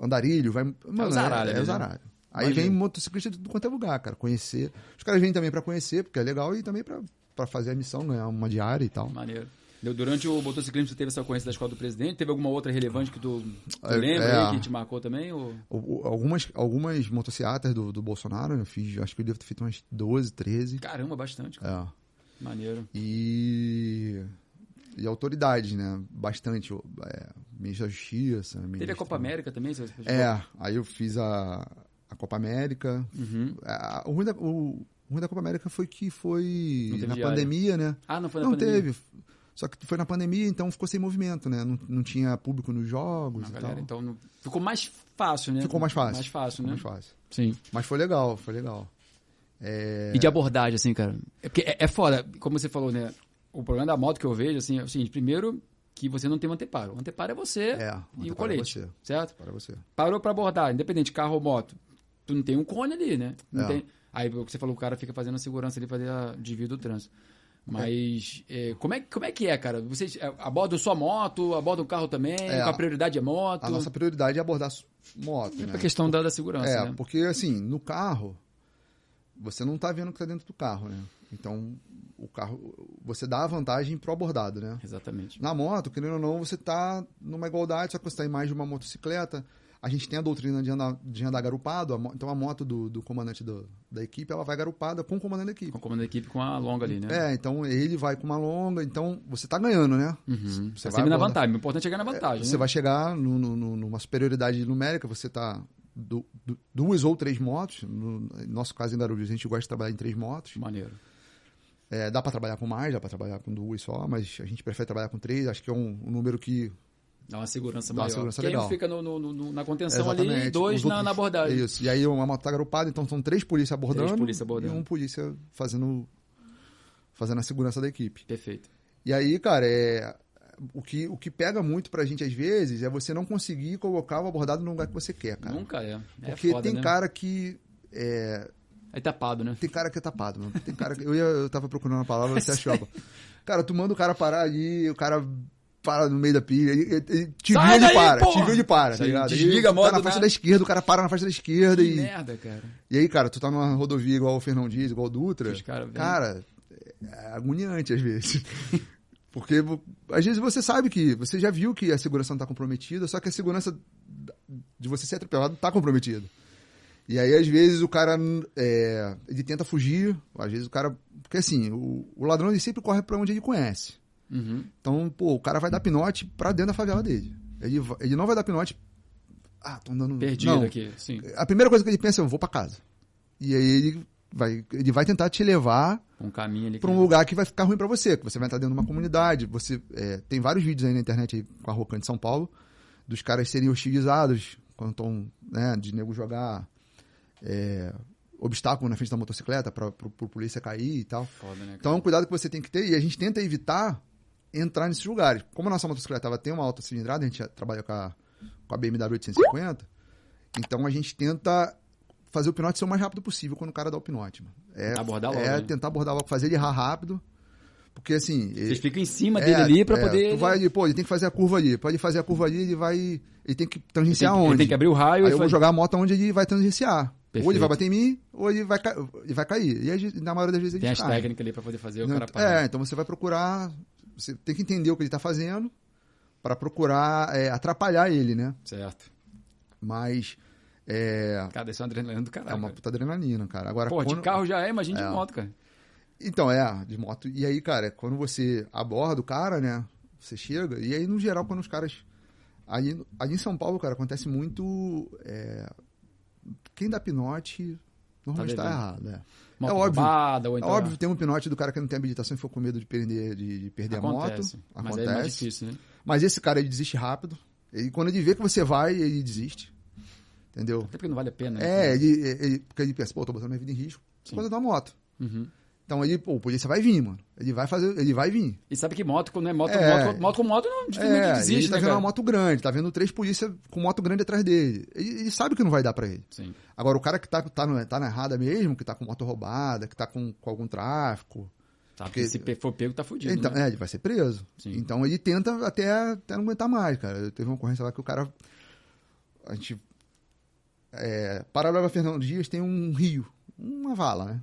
andarilho, vai. Mano,
os aralhos,
é, é os
né?
aralhos. Aí
Imagino.
vem motociclista de tudo quanto é lugar, cara. Conhecer. Os caras vêm também pra conhecer, porque é legal, e também pra, pra fazer a missão, ganhar uma diária e tal.
Maneiro. Deu- Durante o motociclismo, você teve essa ocorrência da escola do presidente? Teve alguma outra relevante que tu, tu
É,
lembra
é.
aí, que te marcou também? Ou...
O- o- Algumas, algumas motocicletas do, do Bolsonaro, eu fiz, acho que eu devo ter feito umas 12, 13.
Caramba, bastante. cara.
É.
Maneiro.
e, e autoridades, né? Bastante. o- É, ministro da Justiça.
Teve
ministro-
a Copa América também? Você...
É, aí eu fiz a, a Copa América.
Uhum.
A- o, ruim da, o- o ruim da Copa América foi que foi
Não teve
na
diária.
pandemia, né?
Ah, não foi na
Não
pandemia?
teve. Só que foi na pandemia, então ficou sem movimento, né? Não, não tinha público nos jogos
Não,
e
galera,
tal.
então não- ficou mais fácil, né?
Ficou mais fácil.
Mais fácil,
Ficou
né?
mais fácil.
Sim.
Mas foi legal, foi legal. É,
E de abordagem, assim, cara. É porque é, é foda, como você falou, né? O problema da moto que eu vejo, assim, é o seguinte: primeiro, que você não tem um anteparo. O anteparo é você
É, o
e
anteparo
o
é
colete.
você.
Certo?
para você.
Parou pra abordar, independente de carro ou moto. Tu não tem um cone ali, né? Não
É.
tem. Aí o que você falou, o cara fica fazendo a segurança ali, fazer a desvio do trânsito. Mas é, como, é, como é que é, cara? Vocês é, abordam só moto, abordam o carro também,
É,
com a prioridade é moto.
A nossa prioridade é abordar su- moto,
É
né?
pra questão da, da segurança,
É,
né?
porque assim, no carro, você não tá vendo o que tá dentro do carro, né? Então, o carro, você dá a vantagem pro abordado, né?
Exatamente.
Na moto, querendo ou não, você tá numa igualdade, só que você tá em mais de uma motocicleta. A gente tem a doutrina de andar, de andar garupado, a mo- então a moto do, do comandante do- da equipe, ela vai garupada com o comandante da
Com
equipe.
o comando da equipe com a longa ali, né?
É, então ele vai com uma longa, então você tá ganhando, né?
Uhum.
Você
Tá
vai
sempre na
abordar-
vantagem. O importante é chegar na vantagem.
Você
né?
vai chegar no- no- no- numa superioridade numérica, você tá du- du- duas ou três motos. No, no nosso caso, em Guarulhos, a gente gosta de trabalhar em três motos.
Maneiro.
É, dá para trabalhar com mais, dá para trabalhar com duas só, mas a gente prefere trabalhar com três. Acho que é um, um número que.
Dá uma segurança
Dá uma
maior.
segurança
Porque aí
legal.
um fica no- no- no- na contenção ali
exatamente,
e dois
os
na,
outros-
na abordagem.
Isso. E aí uma moto tá agrupada, então são três polícias abordando,
polícia abordando.
e um polícia fazendo, fazendo a segurança da equipe.
Perfeito.
E aí, cara, é. o que, o que pega muito pra gente às vezes é você não conseguir colocar o abordado no lugar que você quer, cara.
Nunca é. É
Porque
foda,
tem
né?
cara que. É,
É tapado, né?
tem cara que é tapado, mano. Tem cara que. Eu, ia, eu tava procurando uma palavra, você achou. pô. Cara, tu manda o cara parar ali, o cara para no meio da pilha, ele, ele- ele te
Sai
viu de
daí,
para,
porra!
te viu de para, tá
Sim,
ligado?
desliga
Ele
a moto né?
Tá na
do
faixa
nada.
da esquerda, o cara para na faixa da esquerda
Que
e.
merda, cara.
E aí, cara, tu tá numa rodovia igual o Fernão Dias, igual o Dutra.
Os cara vêm.
cara, é agoniante às vezes. Porque vo- às vezes você sabe que você já viu que a segurança não tá comprometida, só que a segurança da- de você ser atropelado tá comprometida. E aí, às vezes, o cara é, ele tenta fugir, às vezes o cara. Porque assim, o, o ladrão ele sempre corre pra onde ele conhece.
Uhum.
Então, pô, o cara vai dar pinote pra dentro da favela dele. Ele, va- ele não vai dar pinote. Ah, tô andando.
Perdido
não,
aqui, sim.
a primeira coisa que ele pensa é, eu vou pra casa. E aí ele vai, ele vai tentar te levar
Um caminho ali. que-
pra um lugar que vai ficar ruim pra você, que você vai entrar dentro de uma comunidade. Você é, tem vários vídeos aí na internet aí, com a Rocan de São Paulo dos caras serem hostilizados quando estão, né, de nego jogar é, obstáculo na frente da motocicleta para pro, pro polícia cair e tal.
Foda, né, cara?
Então é um cuidado que você tem que ter e a gente tenta evitar entrar nesses lugares. Como a nossa motocicleta ela tem uma alta cilindrada, a gente trabalha com a, com a BMW 850, então a gente tenta fazer o pinote ser o mais rápido possível quando o cara dá o pinote. Mano. É,
Tentar abordar logo,
é
né?
tentar abordar logo, fazer ele errar rápido, porque assim...
Vocês
ele-
ficam em cima
é,
dele ali pra
é,
poder.
Tu vai ali, pô, ele tem que fazer a curva ali. Pra ele fazer a curva ali, ele vai... Ele tem que
ele tem,
tangenciar
que- ele
onde?
tem que abrir o raio e
Aí eu vou
faz-
jogar a moto onde ele vai tangenciar. Ou
Perfeito.
ele vai bater em mim, ou ele vai, ca- ele vai cair. E aí, na maioria das vezes ele
Tem as
cai.
técnicas ali pra poder fazer o
Não,
cara
ent-
parar.
É, então você vai procurar. Você tem que entender o que ele tá fazendo para procurar é, atrapalhar ele, né?
Certo.
Mas é,
Cara, isso é uma adrenalina do caralho.
é uma
cara.
puta adrenalina, cara. Agora,
Porra, de
quando-
carro já é, imagina
É.
de moto, cara.
Então, é, de moto. E aí, cara, quando você aborda o cara, né? Você chega. E aí, no geral, quando os caras. Ali, ali em São Paulo, cara, acontece muito. é, Quem dá pinote normalmente tá,
devendo.
errado, né?
Moto
é óbvio.
roubada, ou então...
É óbvio, tem um pinote do cara que não tem habilitação e ficou com medo de perder, de, de perder
acontece.
a moto.
Mas é mais difícil, né?
Mas esse cara, ele desiste rápido. E quando ele vê que você vai, ele desiste. Entendeu?
Até porque não vale a pena. né?
É, ele, ele- porque ele pensa, pô, tô botando minha vida em risco por
Sim.
conta da moto.
Uhum.
Então ele, pô, o polícia vai vir, mano. Ele vai fazer, ele vai vir.
E sabe que moto, quando é moto,
É.
moto, moto, com moto, não dificilmente
É, ele
desiste,
tá
né,
vendo
cara?
uma moto grande, tá vendo três polícia com moto grande atrás dele. Ele, ele sabe que não vai dar pra ele.
Sim.
Agora, o cara que tá, tá, no- tá na errada mesmo, que tá com moto roubada, que tá com, com algum tráfico,
Sabe
Porque-
que se pe- for pego, tá fudido,
Então,
né?
é, ele vai ser preso.
Sim.
Então ele tenta até, até não aguentar mais, cara. Eu- Teve uma ocorrência lá que o cara. A gente. É, Paralelo a Fernando Dias tem um rio. Uma vala, né?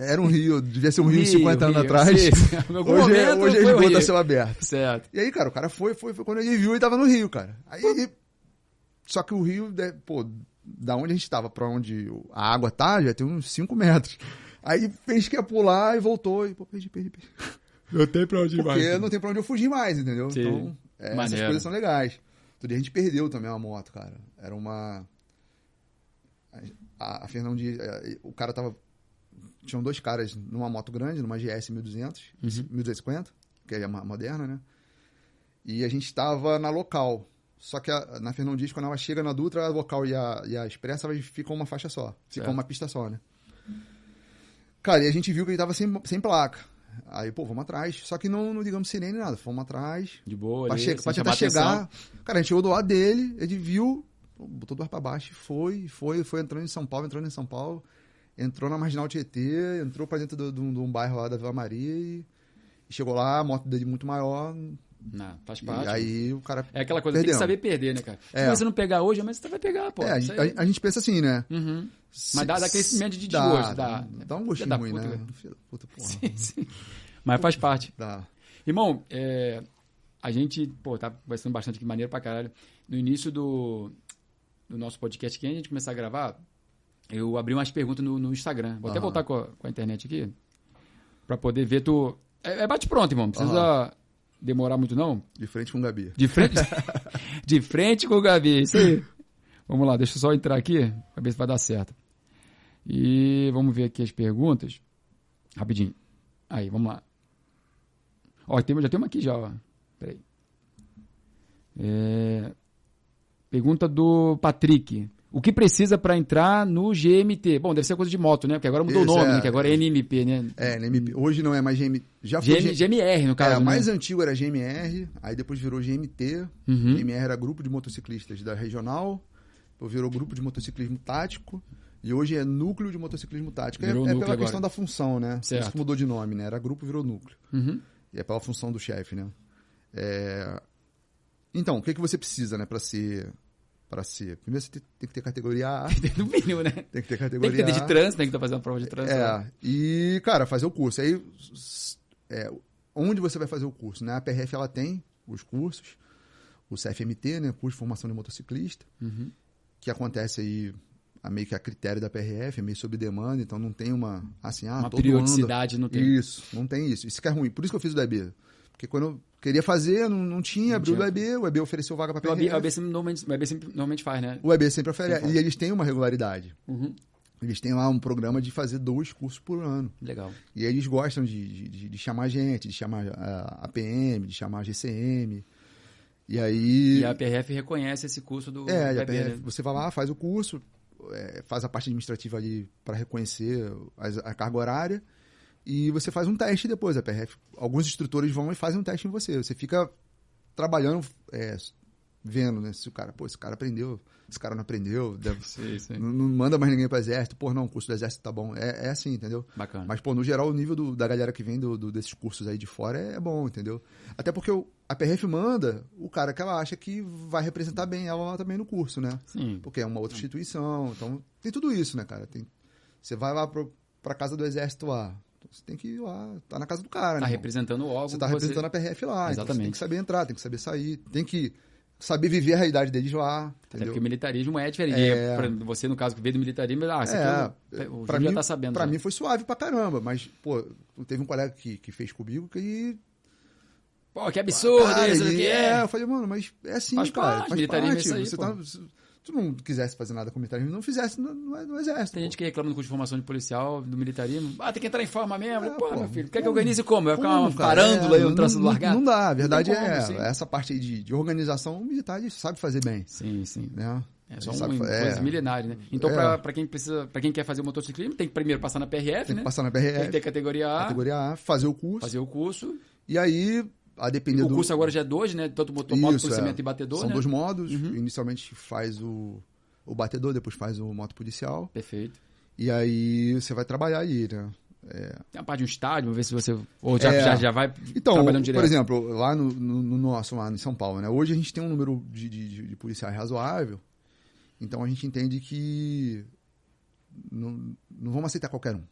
Era um rio, devia ser um rio de 50 anos
Rio,
atrás.
sim. Em algum
Hoje, é-
momento
hoje é
foi o
esgoto a
Rio.
céu aberto.
Certo.
E aí, cara, o cara foi, foi, foi. Quando ele viu, ele tava no rio, cara. Aí ele. Só que o rio, né, pô, da onde a gente tava pra onde a água tá, já tem uns 5 metros. Aí fez que ia pular e voltou. E, pô, perdi, perdi, perdi.
Eu tenho pra onde né?
Porque não tem pra onde eu fugir mais, entendeu?
Sim.
Então, é, essas
Maneiro.
coisas são legais. Outro dia a gente perdeu também uma moto, cara. Era uma. A, a Fernão Dias. é, O cara tava. Tinham dois caras numa moto grande, numa GS 1200,
Uhum.
1250, que é a ma- moderna, né? E a gente tava na local. Só que a- na Fernão Dias, quando ela chega na Dutra, a local e a, e a expressa elas ficam uma faixa só. Ficam
Certo.
uma pista só, né? Cara, e a gente viu que ele tava sem, sem placa. Aí, pô, vamos atrás. Só que não, não ligamos sirene nem nada. Fomos atrás.
De boa,
Pra,
ali,
che
sem
pra tentar
chamar
chegar.
atenção.
Cara, a gente chegou do lado dele, ele viu, botou do ar pra baixo e foi, foi, foi entrando em São Paulo, entrando em São Paulo. Entrou na Marginal Tietê, entrou pra dentro do- do- de um, bairro lá da Vila Maria e e chegou lá, a moto dele muito maior.
Não, faz
E
parte.
aí o cara.
É aquela coisa,
Perdemos.
tem que saber perder, né, cara?
É.
Se você não pegar hoje, mas você vai pegar, pô.
É, a,
Isso
gente-
aí.
a- a gente pensa assim, né?
Uhum.
Se-
Mas dá, dá aquele
se-
sentimento de
dá,
desgosto. Dá,
dá um gostinho
Filho da
ruim,
puta,
né?
velho.
Filho da Puta, porra.
Sim, sim. Mas faz parte.
Dá.
Irmão, é, a gente, pô, tá conversando bastante que maneiro pra caralho. No início do, do nosso podcast, que a gente começar a gravar, eu abri umas perguntas no, no Instagram. Vou até
Aham.
voltar com a, com a internet aqui, pra poder ver tu... É, é bate pronto, irmão. Não precisa demorar muito, não.
De frente com o Gabi.
De frente, de frente com o Gabi, é isso aí. Vamos lá, deixa eu só entrar aqui, pra ver se vai dar certo. E vamos ver aqui as perguntas. Rapidinho. Aí, vamos lá. Ó, tem, já tem uma aqui já, ó. Peraí. É, pergunta do Patrick. O que precisa para entrar no GMT? Bom, deve ser coisa de moto, né? Porque agora mudou
Isso,
o nome,
é.
né? que agora é NMP, né?
É, na MP. Hoje não é mais GM. Já foi
GM, GMR, no caso.
é,
né?
o mais antigo era GMR, aí depois virou GMT.
Uhum.
GMR era grupo de motociclistas da regional, depois virou grupo de motociclismo tático, e hoje é núcleo de motociclismo tático. É,
Virou
é
núcleo
pela
agora.
questão da função, né?
Certo.
Isso que mudou de nome, né? Era grupo, virou núcleo.
Uhum.
E é pela função do chefe, né? É, Então, o que, que você precisa, né, para ser. Para ser. Primeiro você tem, tem que ter categoria A,
No mínimo, né? Tem
tem que ter
que
categoria
ter
A.
de trânsito, tem que estar fazendo prova de trânsito. né?
É, e, cara, fazer o curso. Aí, s- é, onde você vai fazer o curso? Né? A PRF, ela tem os cursos, o CFMT, né? Curso de Formação de Motociclista,
Uhum.
que acontece aí, a meio que a critério da PRF, é meio sob demanda, então não tem uma, assim, ah,
Uma
todo ano...
periodicidade no tempo.
Isso, não tem isso. Isso que é ruim. Por isso que eu fiz o EB. Porque quando eu queria fazer, não, não tinha,
Não
abriu
tinha.
o EB, o EB ofereceu vaga pra
O AB, o
PRF.
AB sempre normalmente, o AB sempre normalmente faz, né?
O EB sempre oferece.
Sempre
E eles têm uma regularidade.
Uhum.
Eles têm lá um programa de fazer dois cursos por ano.
Legal.
E aí eles gostam de, de, de chamar gente, de chamar eh, a, a PM, de chamar a GCM. E aí.
E, a PRF reconhece esse curso do
é,
do
e a
PRF,
PRF,
né?
você vai lá, faz o curso, é, faz a parte administrativa ali para reconhecer as- a carga horária. E você faz um teste depois. A PRF, alguns instrutores vão e fazem um teste em você. Você fica trabalhando, é, vendo, né? Se o cara, pô, esse cara aprendeu, esse cara não aprendeu, deve-
Sim, sim.
não, não manda mais ninguém para exército, pô, não, o curso do exército tá bom. É- é assim, entendeu?
Bacana.
Mas, pô, no geral, o nível do- da galera que vem do, do- desses cursos aí de fora é, é bom, entendeu? Até porque o- a PRF manda o cara que ela acha que vai representar bem ela lá também no curso, né?
Sim.
Porque é uma outra instituição, então tem tudo isso, né, cara? Tem- você vai lá pro, pra casa do exército lá, então você tem que ir lá, tá na casa do cara,
Tá
né? irmão?
representando o órgão.
Você tá
que
representando a PRF lá, então você
Exatamente.
tem que saber entrar, tem que saber sair, tem que saber viver a realidade deles lá,
Até
entendeu?
porque o militarismo é diferente.
É.
Pra você, no caso, que veio do militarismo, ah, isso aqui
É,
eu- o
pra
Júlio já
mim-
tá sabendo.
Pra
já.
mim foi suave pra caramba, mas, pô, teve um colega que, que fez comigo que.
Pô, que absurdo
cara,
isso,
ele-
que
é,
é.
eu falei, mano, mas é assim,
Faz
cara.
parte,
faz
militarismo é
parte.
isso aí,
você
pô.
tá- se tu não quisesse fazer nada com militarismo, não fizesse no, no- no exército.
Tem gente
pô.
que reclama do curso de formação de policial, do militarismo. Ah, tem que entrar em forma mesmo.
É,
pô,
pô,
meu filho, quer que
como-
organize como? Vai ficar
Como,
uma
cara?
farândula
É,
e um
não-
traço
não-
largado?
Não dá, a verdade
como, assim.
é.
sim.
Essa parte aí de, de organização, o militar ele sabe fazer bem.
Sim, sim.
Né?
É só
Ele
uma
sabe fa-
coisa
é.
milenária, né? Então,
É.
pra para quem precisa, para quem quer fazer o motociclismo, tem que primeiro passar na PRF,
Tem
né?
que passar na
Tem que
PRF,
ter categoria A,
categoria A, fazer o curso.
fazer o curso.
E aí, a depender
o
do.
curso agora já é dois, né? Tanto motor, moto,
Isso,
policiamento
é.
e batedor,
São
né?
dois modos.
Uhum.
Inicialmente faz o, o batedor, depois faz o moto policial.
Perfeito.
E aí você vai trabalhar aí, né? É.
Tem a parte de um estádio, vamos ver se você... Ou já,
É.
já, já vai
Então,
trabalhando direto.
por exemplo, lá no, no- no nosso, lá em São Paulo, né? Hoje a gente tem um número de, de- de- de policiais razoável. Então a gente entende que não, não vamos aceitar qualquer um.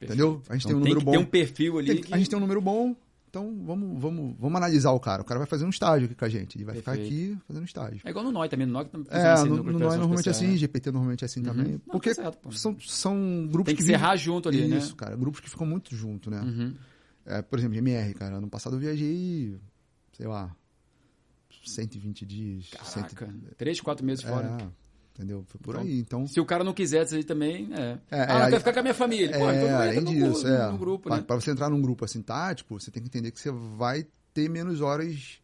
Entendeu? A gente
Então,
tem um
tem
número
que
bom.
ter um perfil ali
Tem-
que...
A gente tem um número bom, então vamos, vamos, vamos analisar o cara. O cara vai fazer um estágio aqui com a gente. Ele vai ficar aqui fazendo estágio.
É igual no NOI também, no NOI que também funciona
É,
assim,
no,
núcleo de
no,
operações
normalmente é
especiais,
assim,
né?
GPT normalmente é assim também.
Não,
Porque
tá certo, pô.
são, são grupos
Tem que
vivem-
serrar junto ali, né?
Isso, cara. Grupos que ficam muito junto, né?
Uhum.
É, por exemplo, MR, cara. Ano passado eu viajei, sei lá, 120 dias.
Caraca, três, quatro meses
100
fora.
É, entendeu? Foi por
Então,
aí. Então,
Se o cara não quisesse aí também, é... ah,
É, é,
eu quero
aí-
ficar com a minha família. Pô, então não entra no, grupo,
é.
no grupo,
pra,
né?
pra você entrar num grupo assim tático, você tem que entender que você vai ter menos horas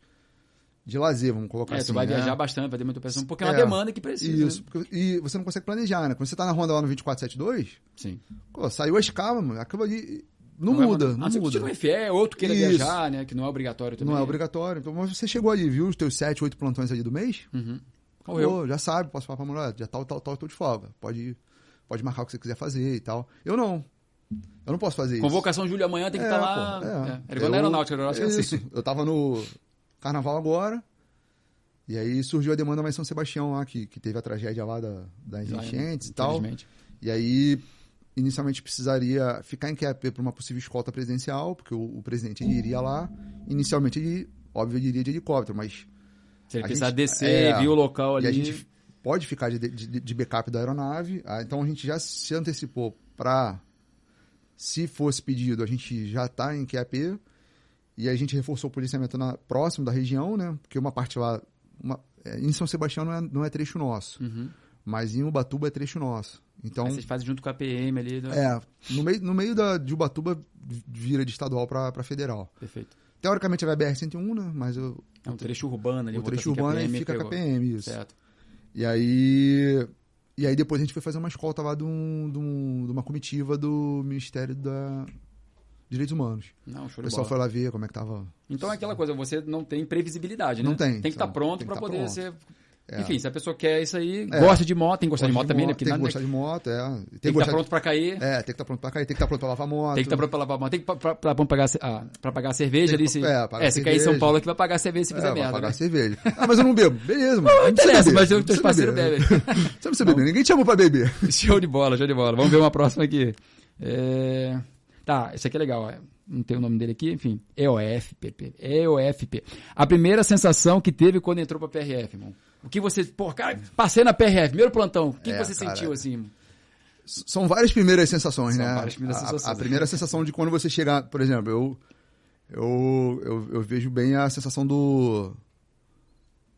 de lazer, vamos colocar
É,
assim.
tu vai
né?
viajar bastante, vai ter muita operação, porque é uma
É.
demanda que precisa.
Isso.
né?
porque- E você não consegue planejar, né? Quando você tá na ronda lá no 2472,
Sim.
Pô, saiu a escala, mano. Aquilo ali não,
vai
muda,
mandar-
não
a não ser que
muda.
tira um FE, outro queira
Isso.
viajar, né? Que não é obrigatório também.
Não é obrigatório. Então, mas você chegou ali, viu os teus sete, oito plantões ali do mês?
Uhum. Ou eu.
Pô, já sabe, posso falar pra mulher, já tal, tal, tal, eu tô de folga. Pode, ir, pode marcar o que você quiser fazer e tal. Eu não. Eu não posso fazer isso.
Convocação Júlio amanhã tem que
É,
estar lá.
pô,
é.
é.
Era igual na
Eu-
aeronáutica, a aeronáutica era assim.
Isso. Eu tava no carnaval agora. E aí surgiu a demanda mais São Sebastião lá, que, que teve a tragédia lá da, das
Lá,
enchentes e tal.
infelizmente.
E aí, inicialmente precisaria ficar em QAP para uma possível escolta presidencial, porque o, o presidente ele iria lá. Inicialmente, ele, óbvio, ele iria de helicóptero, mas
Se ele
A
precisar
gente-
descer,
é,
vir o local ali.
e a gente pode ficar de, de- de backup da aeronave. Ah, Então, a gente já se antecipou para, se fosse pedido, a gente já está em QAP. E a gente reforçou o policiamento na, próximo da região, né? Porque uma parte lá... Uma, é, em São Sebastião não é, não é trecho nosso,
Uhum.
mas em Ubatuba é trecho nosso. Então,
Aí vocês fazem junto com a PM ali. né?
é, no meio, no meio da, de Ubatuba vira de estadual pra pra federal.
Perfeito.
Teoricamente ela é BR-101, né? Mas o,
É um trecho urbano ali.
o
vamos botar
trecho
assim, que a
urbano aí
PM
fica com a
pegou.
PM, isso.
Certo.
E aí. E aí depois a gente foi fazer uma escolta lá de, um- de um- de uma comitiva do Ministério da Direitos Humanos.
Não,
O
show de
pessoal
bola.
foi lá ver como é que tava.
Então é aquela coisa, você não tem previsibilidade, né?
Não tem,
Tem que estar
sabe?
pronto
Tem
pra
que tá
poder
pronto.
ser.
É.
Enfim, se a pessoa quer isso aí,
É.
gosta de moto, tem que gostar de
Gosta
moto também, né?
moto,
Porque
Tem que
nada-
gostar de moto, é. Tem,
tem que estar
gostar
pronto pra cair.
É, tem que estar pronto pra cair, tem que estar pronto pra lavar moto.
Tem que estar pronto pra lavar a mão, tem que pra, pra, pra pagar, a ce- ah, pra pagar a cerveja
Tem que
ali. Se,
pra- é, pagar
é, se cair em São
cerveja.
Paulo aqui vai pagar a cerveja se
É,
fizer
vai
merda.
pagar
né?
cerveja. Ah, mas eu não bebo. Beleza, mano. Não
interessa,
precisa
mas
beber,
os teus
não precisa
parceiros
beber.
bebem.
Não precisa beber, ninguém te chamou pra beber.
Show de bola, show de bola. Vamos ver uma próxima aqui. É, Tá, isso aqui é legal. é. Não tem o nome dele aqui, enfim. EOFPP. EOFP. A primeira sensação que teve quando entrou pra PRF, irmão. O que você. Pô, cara, passei na PRF, primeiro plantão. O que
É,
você
cara.
sentiu assim, irmão?
S- São várias primeiras sensações,
São
né?
várias primeiras
A- a- A,
sensações. né?
primeira sensação de quando você chegar, por exemplo, eu eu, eu eu vejo bem a sensação do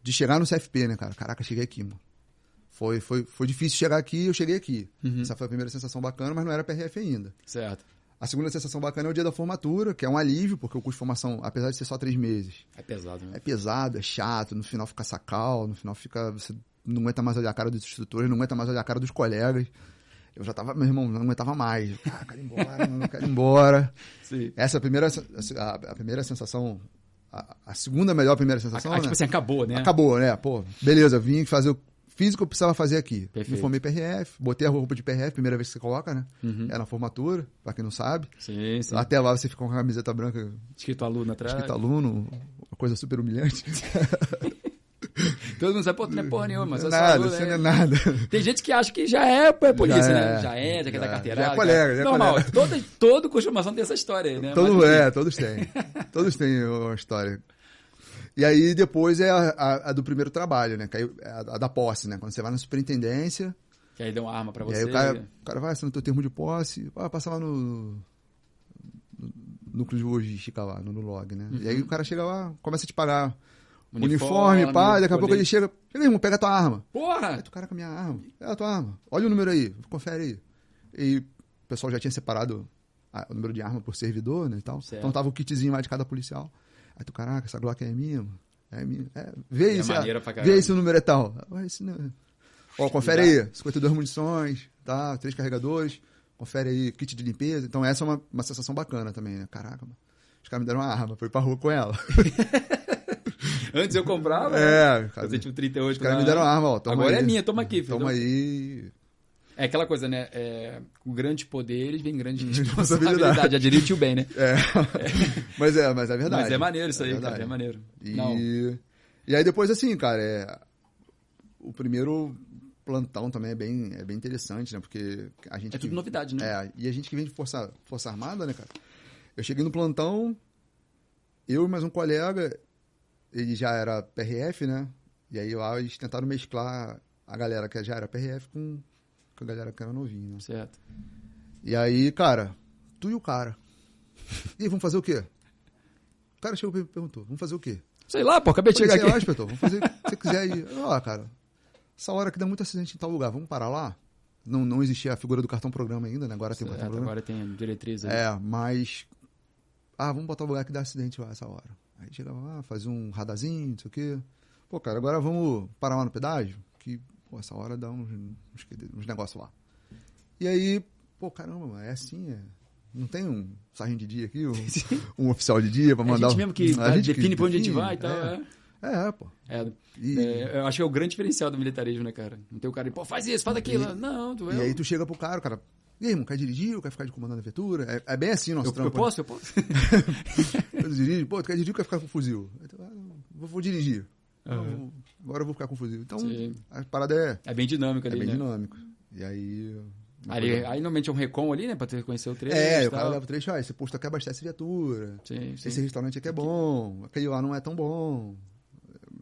de chegar no CFP, né, cara? Caraca, cheguei aqui, mano. Foi foi foi difícil chegar aqui, eu cheguei aqui.
Uhum.
Essa foi a primeira sensação bacana, mas não era PRF ainda.
Certo.
A segunda sensação bacana é o dia da formatura, que é um alívio, porque o curso de formação, apesar de ser só três meses,
É pesado, né?
é pesado, é chato, no final fica sacal, no final fica. Você não aguenta mais olhar a cara dos instrutores, não aguenta mais olhar a cara dos colegas. Eu já tava, meu irmão, não aguentava mais. Eu, Ah, quero ir embora, não quero ir embora.
Sim.
Essa é a primeira, sen- a, a primeira sensação, a, a segunda melhor primeira
A,
sensação,
a-
né?
tipo assim, acabou, né?
Acabou, né? Pô, beleza, vim fazer o. Fiz o que eu precisava fazer aqui.
Perfeito.
Me formei PRF, botei a roupa de PRF, primeira vez que você coloca, né?
Uhum.
É na formatura, pra quem não sabe.
Sim, sim.
Até lá você fica com a camiseta branca
Escrito aluno atrás.
Tá. escrito aluno, uma coisa super humilhante.
Todo mundo sabe, pô, tu não é porra nenhuma, mas é só
nada,
aluno, né?
você não é nada.
Tem gente que acha que já é, é polícia,
Já
né?
é.
Já é, já quer
Já
dar
é.
carteirada.
Já é colega,
cara.
já é
Normal,
colega.
todo, todo confirmação tem essa história aí, né?
Todo,
Mas, enfim,
é, todos têm. Todos têm uma história. E aí depois é a, a- a do primeiro trabalho, né? Que aí é a, a da posse, né? Quando você vai na superintendência,
Que aí deu uma arma pra
e
você.
aí o cara, o cara vai "Ah, assinando teu termo de posse, ah, passa lá no, no núcleo de logística lá, no, no log, né? E aí o cara chega lá, começa a te pagar uniforme,
Uhum. Uniforme,
pá, daqui a pouco
colete.
ele chega, chega aí, irmão, pega tua arma.
Porra!
Aí tu, cara, com a minha arma. É a tua arma. Olha o número aí, confere aí. E o pessoal já tinha separado a- o número de arma por servidor, né, e tal.
Certo.
Então tava o kitzinho lá de cada policial. Aí tu, caraca, essa Glock é minha, mano. É minha. É, vê
É
isso.
maneira pra caralho.
vê se o número é tal. Ah, esse não é. Ó, confere aí. 52 munições, tá? Três carregadores. Confere aí, kit de limpeza. Então essa é uma, uma sensação bacana também, né? Caraca, mano. Os caras me deram uma arma, fui pra rua com ela.
Antes eu comprava, né?
É, cara,
Você
os
tinha um 38
caras
lá.
me deram uma arma, ó. Toma
Agora
aí.
é minha, toma aqui, filho.
Toma aí.
É aquela coisa, né? É, com grandes poderes vem grande
Responsabilidade.
responsabilidade. Já diria o tio Ben, né?
É. mas é, mas é verdade.
Mas é maneiro isso aí,
verdade.
cara. É maneiro.
E...
Não.
e aí depois, assim, cara, é... o primeiro plantão também é bem, é bem interessante, né? Porque a gente.
É tudo novidade, né?
É, e a gente que vem de Força, força Armada, né, cara? Eu cheguei no plantão, eu e mais um colega, ele já era PRF, né? E aí lá eles tentaram mesclar a galera que já era PRF com, com a galera que era novinha, né?
Certo.
E aí, cara, tu e o cara. E aí, vamos fazer o quê? O cara chegou e perguntou, vamos fazer o quê?
Sei lá, pô, acabei de
Falei,
chegar
sei
aqui.
lá, inspetor, vamos fazer o que você quiser aí. Ó, cara, essa hora que dá muito acidente em tal lugar, vamos parar lá? Não, não existia a figura do cartão programa ainda, né? Agora tem o
Certo,
cartão programa.
agora tem diretriz aí.
É, mas... Ah, vamos botar o lugar que dá acidente lá, essa hora. Aí chegava lá, fazia um radarzinho, não sei o quê. Pô, cara, agora vamos parar lá no pedágio, que, pô, essa hora dá uns, uns, uns negócios lá. E aí, pô, caramba, mano, é assim, é. Não tem um sargento de dia aqui, um, um oficial de dia pra
É a
mandar.
gente
um-
mesmo que
a gente que
define pra onde a gente
define,
vai e tal.
É,
é.
é, pô.
É,
E,
É, eu acho que é o grande diferencial do militarismo, né, cara? Não tem o cara, pô, faz isso, faz aquilo. não, tu é
e
eu-
aí tu chega pro cara, o cara. E aí, irmão, quer dirigir ou quer ficar de comandante da viatura? É, é bem assim o nosso
eu, eu
trampo. né?
posso, eu posso.
Quando dirige, pô, tu quer dirigir ou quer ficar com fuzil? Aí tu, ah, não, vou, vou dirigir. Não,
Aham.
vou- agora eu vou ficar com fuzil. Então,
Sim.
a parada é,
É bem dinâmico
é
ali,
bem
né?
dinâmico. E aí. uma
Ali,
coisa-
aí normalmente é um recon ali, né? Pra tu reconhecer o trecho.
é,
e
o cara
tal.
leva o trecho, ah, esse posto aqui abastece viatura.
Sim, sim.
Esse restaurante aqui é bom, aquele lá não é tão bom.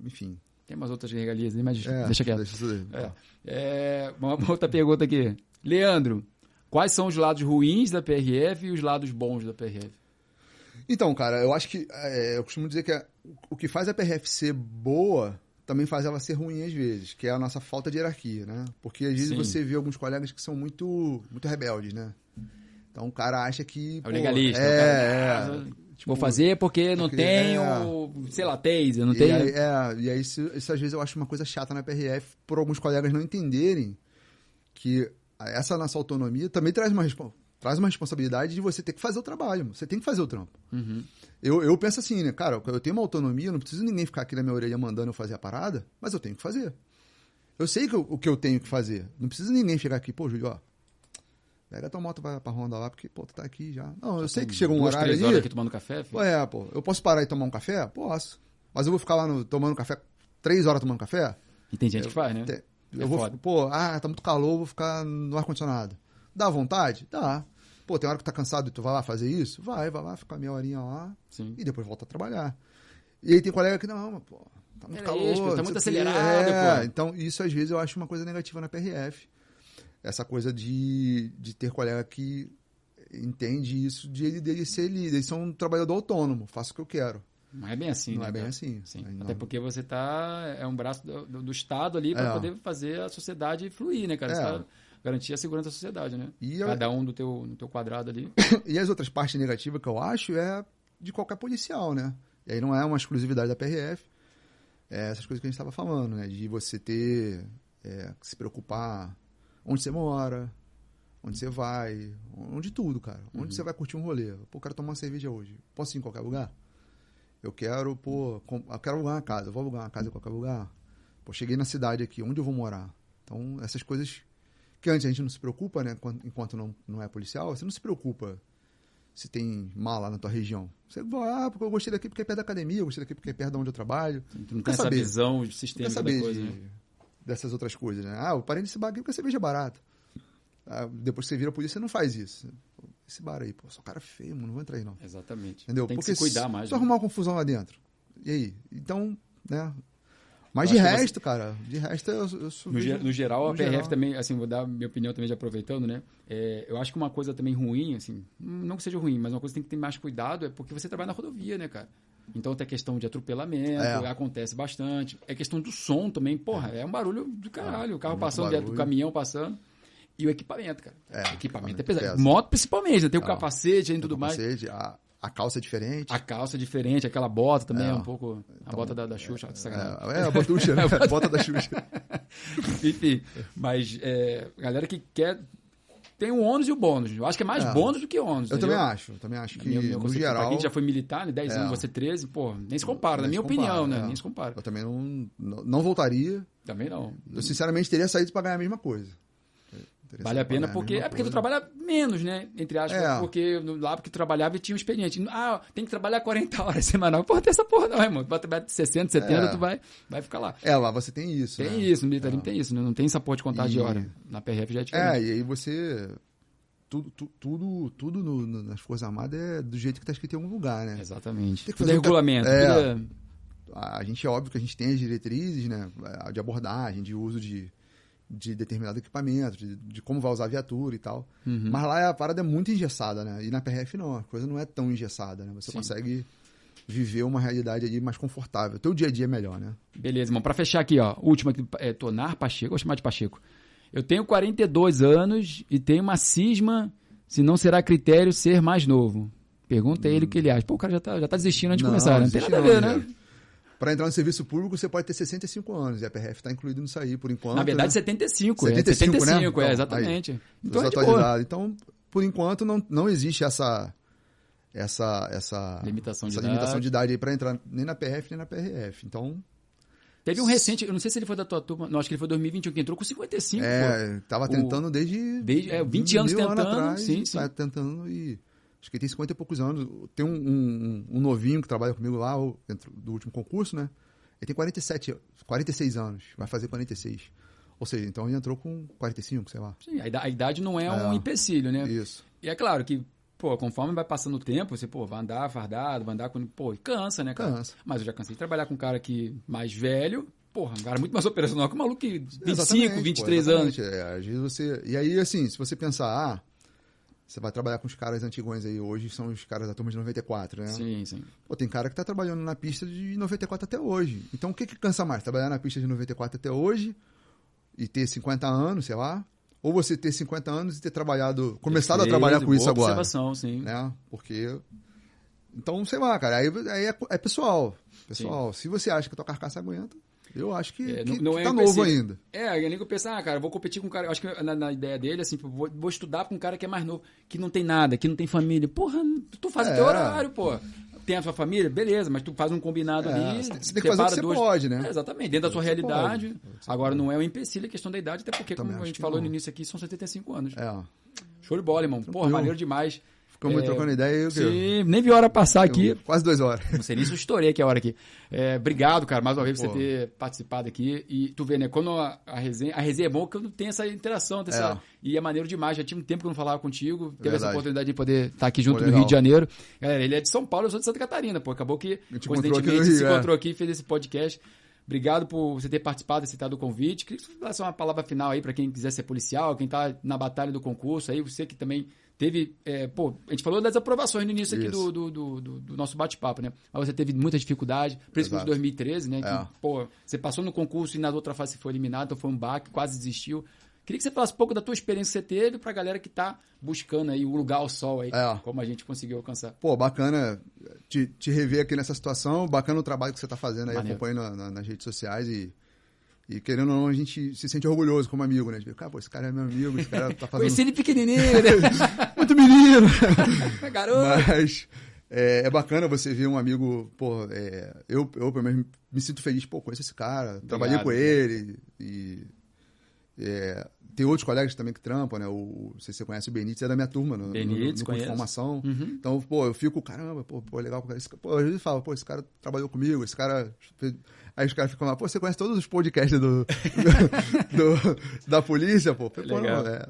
Enfim.
Tem umas outras regalias ali, mas
É,
deixa quieto.
isso daí.
É. É, uma uma outra pergunta aqui. Leandro, quais são os lados ruins da PRF e os lados bons da PRF?
Então, cara, eu acho que. é, eu costumo dizer que a- o que faz a PRF ser boa também faz ela ser ruim às vezes, que é a nossa falta de hierarquia, né? Porque às vezes
Sim.
você vê alguns colegas que são muito, muito rebeldes, né? Então o cara acha que.
É o legalista.
É,
o cara,
é.
"Ah,
Tipo,
Vou fazer porque não
porque- né?
tenho, sei lá, taser, não tenho.
E aí, é, e aí isso, isso às vezes eu acho uma coisa chata na PRF por alguns colegas não entenderem que essa nossa autonomia também traz uma, respo- traz uma responsabilidade de você ter que fazer o trabalho, você tem que fazer o trampo.
Uhum.
Eu, eu penso assim, né, cara, eu tenho uma autonomia, eu não preciso ninguém ficar aqui na minha orelha mandando eu fazer a parada, mas eu tenho que fazer. Eu sei que eu- o que eu tenho que fazer. Não precisa ninguém chegar aqui, pô, Júlio, ó. Pega tua moto, vai pra Honda lá, porque, pô, tu tá aqui já. Não, eu sei que chega um
Duas,
horário
três
ali.
horas aqui tomando café, filho.
Pô, é, pô, eu posso parar e tomar um café? Posso. Mas eu vou ficar lá no- tomando café, três horas tomando café?
E tem gente que faz, né?
Te-
É
Eu vou,
foda.
pô, ah, tá muito calor, vou ficar no ar-condicionado. Dá vontade? Dá. Pô, tem hora que tá cansado e tu vai lá fazer isso? Vai, vai lá, fica meia horinha lá
Sim.
e depois volta a trabalhar. E aí tem colega que, não, mas, pô, tá muito
Era
calor.
isso, tá
não sei
muito
o quê.
acelerado,
É,
pô.
Então, isso às vezes eu acho uma coisa negativa na PRF. Essa coisa de, de ter colega que entende isso, de ele dele ser líder. Eles são um trabalhador autônomo, faço o que eu quero.
Mas é bem assim,
não
né,
é bem
cara?
assim.
Sim.
Não-
Até porque você tá. É um braço do, do- do Estado ali para
É.
poder fazer a sociedade fluir, né, cara?
É.
Você tá- garantir a segurança da sociedade, né?
E eu-
Cada um do teu, no teu quadrado ali.
E as outras partes negativas que eu acho é de qualquer policial, né? E aí não é uma exclusividade da PRF. É essas coisas que a gente estava falando, né? De você ter é, que se preocupar onde você mora, onde você vai, onde tudo, cara. Onde você vai curtir um rolê. Pô, eu quero tomar uma cerveja hoje. Posso ir em qualquer lugar? Eu quero, pô, com- eu quero alugar uma casa. Eu vou alugar uma casa em qualquer lugar. Pô, cheguei na cidade aqui, onde eu vou morar? Então, essas coisas que antes a gente não se preocupa, né? Enquanto- Enquanto não, não é policial, você não se preocupa se tem mala na tua região. Você vai, ah, porque eu gostei daqui porque é perto da academia, eu gostei daqui porque é perto de onde eu trabalho.
Não
Não
tem
quer
essa
saber.
visão
Não quer
sistêmica
saber
da coisa,
de-
né?
dessas outras coisas, né? Ah, eu parei nesse bar aqui porque a cerveja é barata. Ah, depois que você vira polícia, você não faz isso. Pô, Esse bar aí, pô, sou um cara feio, mano, não vou entrar aí não.
Exatamente.
Entendeu?
Tem
porque
que se cuidar mais.
Se tu
né?
arrumar uma confusão lá dentro. E aí? Então, né? Mas
Eu
de
acho que você-
resto, cara, de resto eu, eu sou.
No, ge- no geral, a
no
PRF
geral.
também, assim, vou dar minha opinião também, já aproveitando, né? É, eu acho que uma coisa também ruim, assim, não que seja ruim, mas uma coisa que tem que ter mais cuidado é porque você trabalha na rodovia, né, cara? Então tem a questão de atropelamento,
É.
acontece bastante. É questão do som também, porra, é, um barulho do caralho. o carro
É, muito
passando,
barulho.
o caminhão passando. E o equipamento, cara. o
É,
equipamento é
equipamento
pesado.
pesa.
Moto principalmente, né? Tem o
É.
capacete aí e tudo mais.
capacete, A, a calça é diferente.
A calça é diferente, aquela bota também é,
É.
um pouco. A bota da, da Xuxa, sacanagem.
É, é, a botucha, né? a bota da Xuxa.
Enfim, mas é, galera que quer. Tem o ônus e o bônus. Eu acho que é mais
É.
bônus do que ônus.
Eu
entendeu?
também acho, eu também acho que,
Minha- minha
no
concepção. Pra
geral.
quem já foi militar, né? 10
É.
anos, você 13, pô, nem se compara, na
nem
minha
se compara,
opinião, né?
é.
Nem se compara.
Eu também não, não, não voltaria.
Também não.
Eu sinceramente teria saído pra ganhar a mesma coisa. Teria
Vale a
saído pra
pena
ganhar
porque.
mesma
É porque tu
coisa.
trabalha menos, né? Entre aspas,
É.
porque no- lá porque tu trabalhava e tinha um expediente. Ah, tem que trabalhar 40 horas semanal. Pô, tem essa porra não, irmão. Tu vai trabalhar 60, 70,
É.
tu vai, vai ficar lá.
É, lá você tem isso.
Tem
né?
isso, no militarismo tem isso, né? Não tem essa porra de contagem de
E-
hora. Na PRF já é diferente.
É, e aí você. Tudo, tu- tudo, tudo no- no- nas Forças Armadas é do jeito que tá escrito em algum lugar, né?
Exatamente.
Tem que
Tudo é
fazer um ca-
regulamento.
É.
tudo é-
A gente é óbvio que a gente tem as diretrizes, né? De abordagem, de uso de, de determinado equipamento, de, de como vai usar a viatura e tal.
Uhum.
Mas lá a parada é muito engessada, né? E na PRF não, a coisa não é tão engessada, né? Você
Sim.
consegue viver uma realidade ali mais confortável. Teu dia a dia é melhor, né?
Beleza, irmão. Pra fechar aqui, ó. Última aqui, é Tonar Pacheco. Vou chamar de Pacheco. Eu tenho 42 anos e tenho uma cisma se não será critério ser mais novo. Pergunta a ele o que ele acha. Pô, o cara já tá, já tá desistindo antes de começar, né? Não tem
existe
nada a ver,
não,
né?
zero. Pra entrar no serviço público, você pode ter 65 anos. E a PRF tá incluído nisso aí, por enquanto.
Na verdade,
né?
75.
75,
é,
né?
75, é,
Então,
exatamente. então é de boa.
desatualizado. Então, por enquanto, não, não existe essa. Essa, essa,
Limitação Então, de
essa
idade.
limitação de idade aí pra entrar nem na PRF nem na PRF. Então,
Teve um recente, eu não sei se ele foi da tua turma, não, acho que ele foi 2021, que entrou com 55, pô.
é, tava tentando desde.
Desde- é, 20 anos
mil
tentando,
atrás,
sim, sim.
Tá tentando e. Acho que ele tem 50 e poucos anos. Tem um, um- um novinho que trabalha comigo lá, o- dentro do último concurso, né? Ele tem 47, 46 anos, vai fazer 46. Ou seja, então ele entrou com 45, sei lá.
Sim, a ida- a idade não é, um
É.
empecilho, né?
Isso.
E é claro que, pô, conforme vai passando o tempo, você, pô, vai andar fardado, vai andar com. Pô, e cansa, né, cara?
Cansa.
Mas eu já cansei de trabalhar com um cara que mais velho, porra, um cara muito mais operacional que um maluco que 25,
Exatamente, pô,
23 anos.
exatamente. É, às vezes você. E aí, assim, se você pensar, ah, você vai trabalhar com os caras antigões aí, hoje são os caras da turma de 94, né?
Sim, sim.
Pô, tem cara que tá trabalhando na pista de 94 até hoje. Então o que, que cansa mais? Trabalhar na pista de 94 até hoje e ter 50 anos, sei lá? Ou você ter 50 anos e ter trabalhado, começado a
Perfeito,
trabalhar com
boa
isso agora?
observação, sim.
né? Porque. Então, sei lá, cara, aí, aí é, é pessoal. Pessoal, se você acha que a tua carcaça aguenta, Eu acho que,
É,
que-
não- não
que
é
tá
um
novo
empecilho.
ainda.
É, o nego pensa, ah, cara, eu vou competir com um cara. eu Acho que na, na ideia dele, assim, pô, vou, vou estudar com um cara que é mais novo, que não tem nada, que não tem família. Porra, tu faz o teu
É.
horário, pô. Tem a sua família? Beleza, mas tu faz um combinado
É,
ali.
você tem- você tem que fazer o que
separa
você pode, né?
É, exatamente, dentro da sua
Você pode,
realidade.
você
Agora, não é um empecilho a questão da idade, até porque,
Também
como a
acho
gente
que
falou
não.
no início aqui, são 75 anos.
É, ó.
Show de bola, irmão. Porra,
Tranquilo.
maneiro demais.
Ficamos
É,
trocando ideia e o quê? um
Sim, nem vi a hora passar aqui.
Quase duas horas.
Não sei nem se eu estourei aqui a hora aqui. É, obrigado, cara, mais uma vez por você
Pô.
ter participado aqui. E tu vê, né, quando a, a resenha... A resenha é bom que eu não tenho essa interação. tem essa- e é maneiro demais. Já tinha um tempo que eu não falava contigo. Teve essa
Verdade.
oportunidade de poder estar aqui junto
Pô,
no
legal.
Rio de Janeiro. Galera, ele é de São Paulo, eu sou de Santa Catarina, pô. Acabou que,
A gente encontrou aqui no
coincidentemente,
Rio,
se
é.
encontrou aqui e fez esse podcast. Obrigado por você ter participado, aceitado o convite. Queria que você falasse uma palavra final aí para quem quiser ser policial, quem tá na batalha do concurso aí, você que também teve. é, pô, a gente falou das aprovações no início aqui
Isso.
do, do, do, do- do nosso bate-papo, né? Mas você teve muita dificuldade, principalmente em
Exato.
2013, né? Que,
É.
pô, você passou no concurso e na outra fase você foi eliminado, então foi um baque, quase desistiu. Queria que você falasse um pouco da tua experiência que você teve pra galera que tá buscando aí o lugar ao sol aí,
É.
como a gente conseguiu alcançar.
Pô, bacana te, te rever aqui nessa situação. Bacana o trabalho que você está fazendo aí,
Maneiro.
acompanhando na- na- nas redes sociais e. E querendo ou não, a gente se sente orgulhoso como amigo, né? De ver, cara, pô, esse cara é meu amigo, esse cara tá fazendo.
Conheci ele pequenininho, né?
Muito menino!
Garoto!
Mas é, é bacana você ver um amigo, pô, é, eu, eu pelo menos me sinto feliz, pô, conheço esse cara, trabalhei com
obrigado.
ele e... é, tem outros colegas também que trampam, né? O, não sei se você conhece o Benítez, é da minha turma, no, no-
Benítez,
no, curso
conheço. Uhum.
de formação. Então, pô, eu fico, caramba, pô, pô legal. Esse, ca- pô, às vezes eu falo, pô, esse cara trabalhou comigo, esse cara. fez- Aí os caras ficam lá, pô, você conhece todos os podcasts do, do- da polícia, pô? Falei, pô, não,
Legal.
é,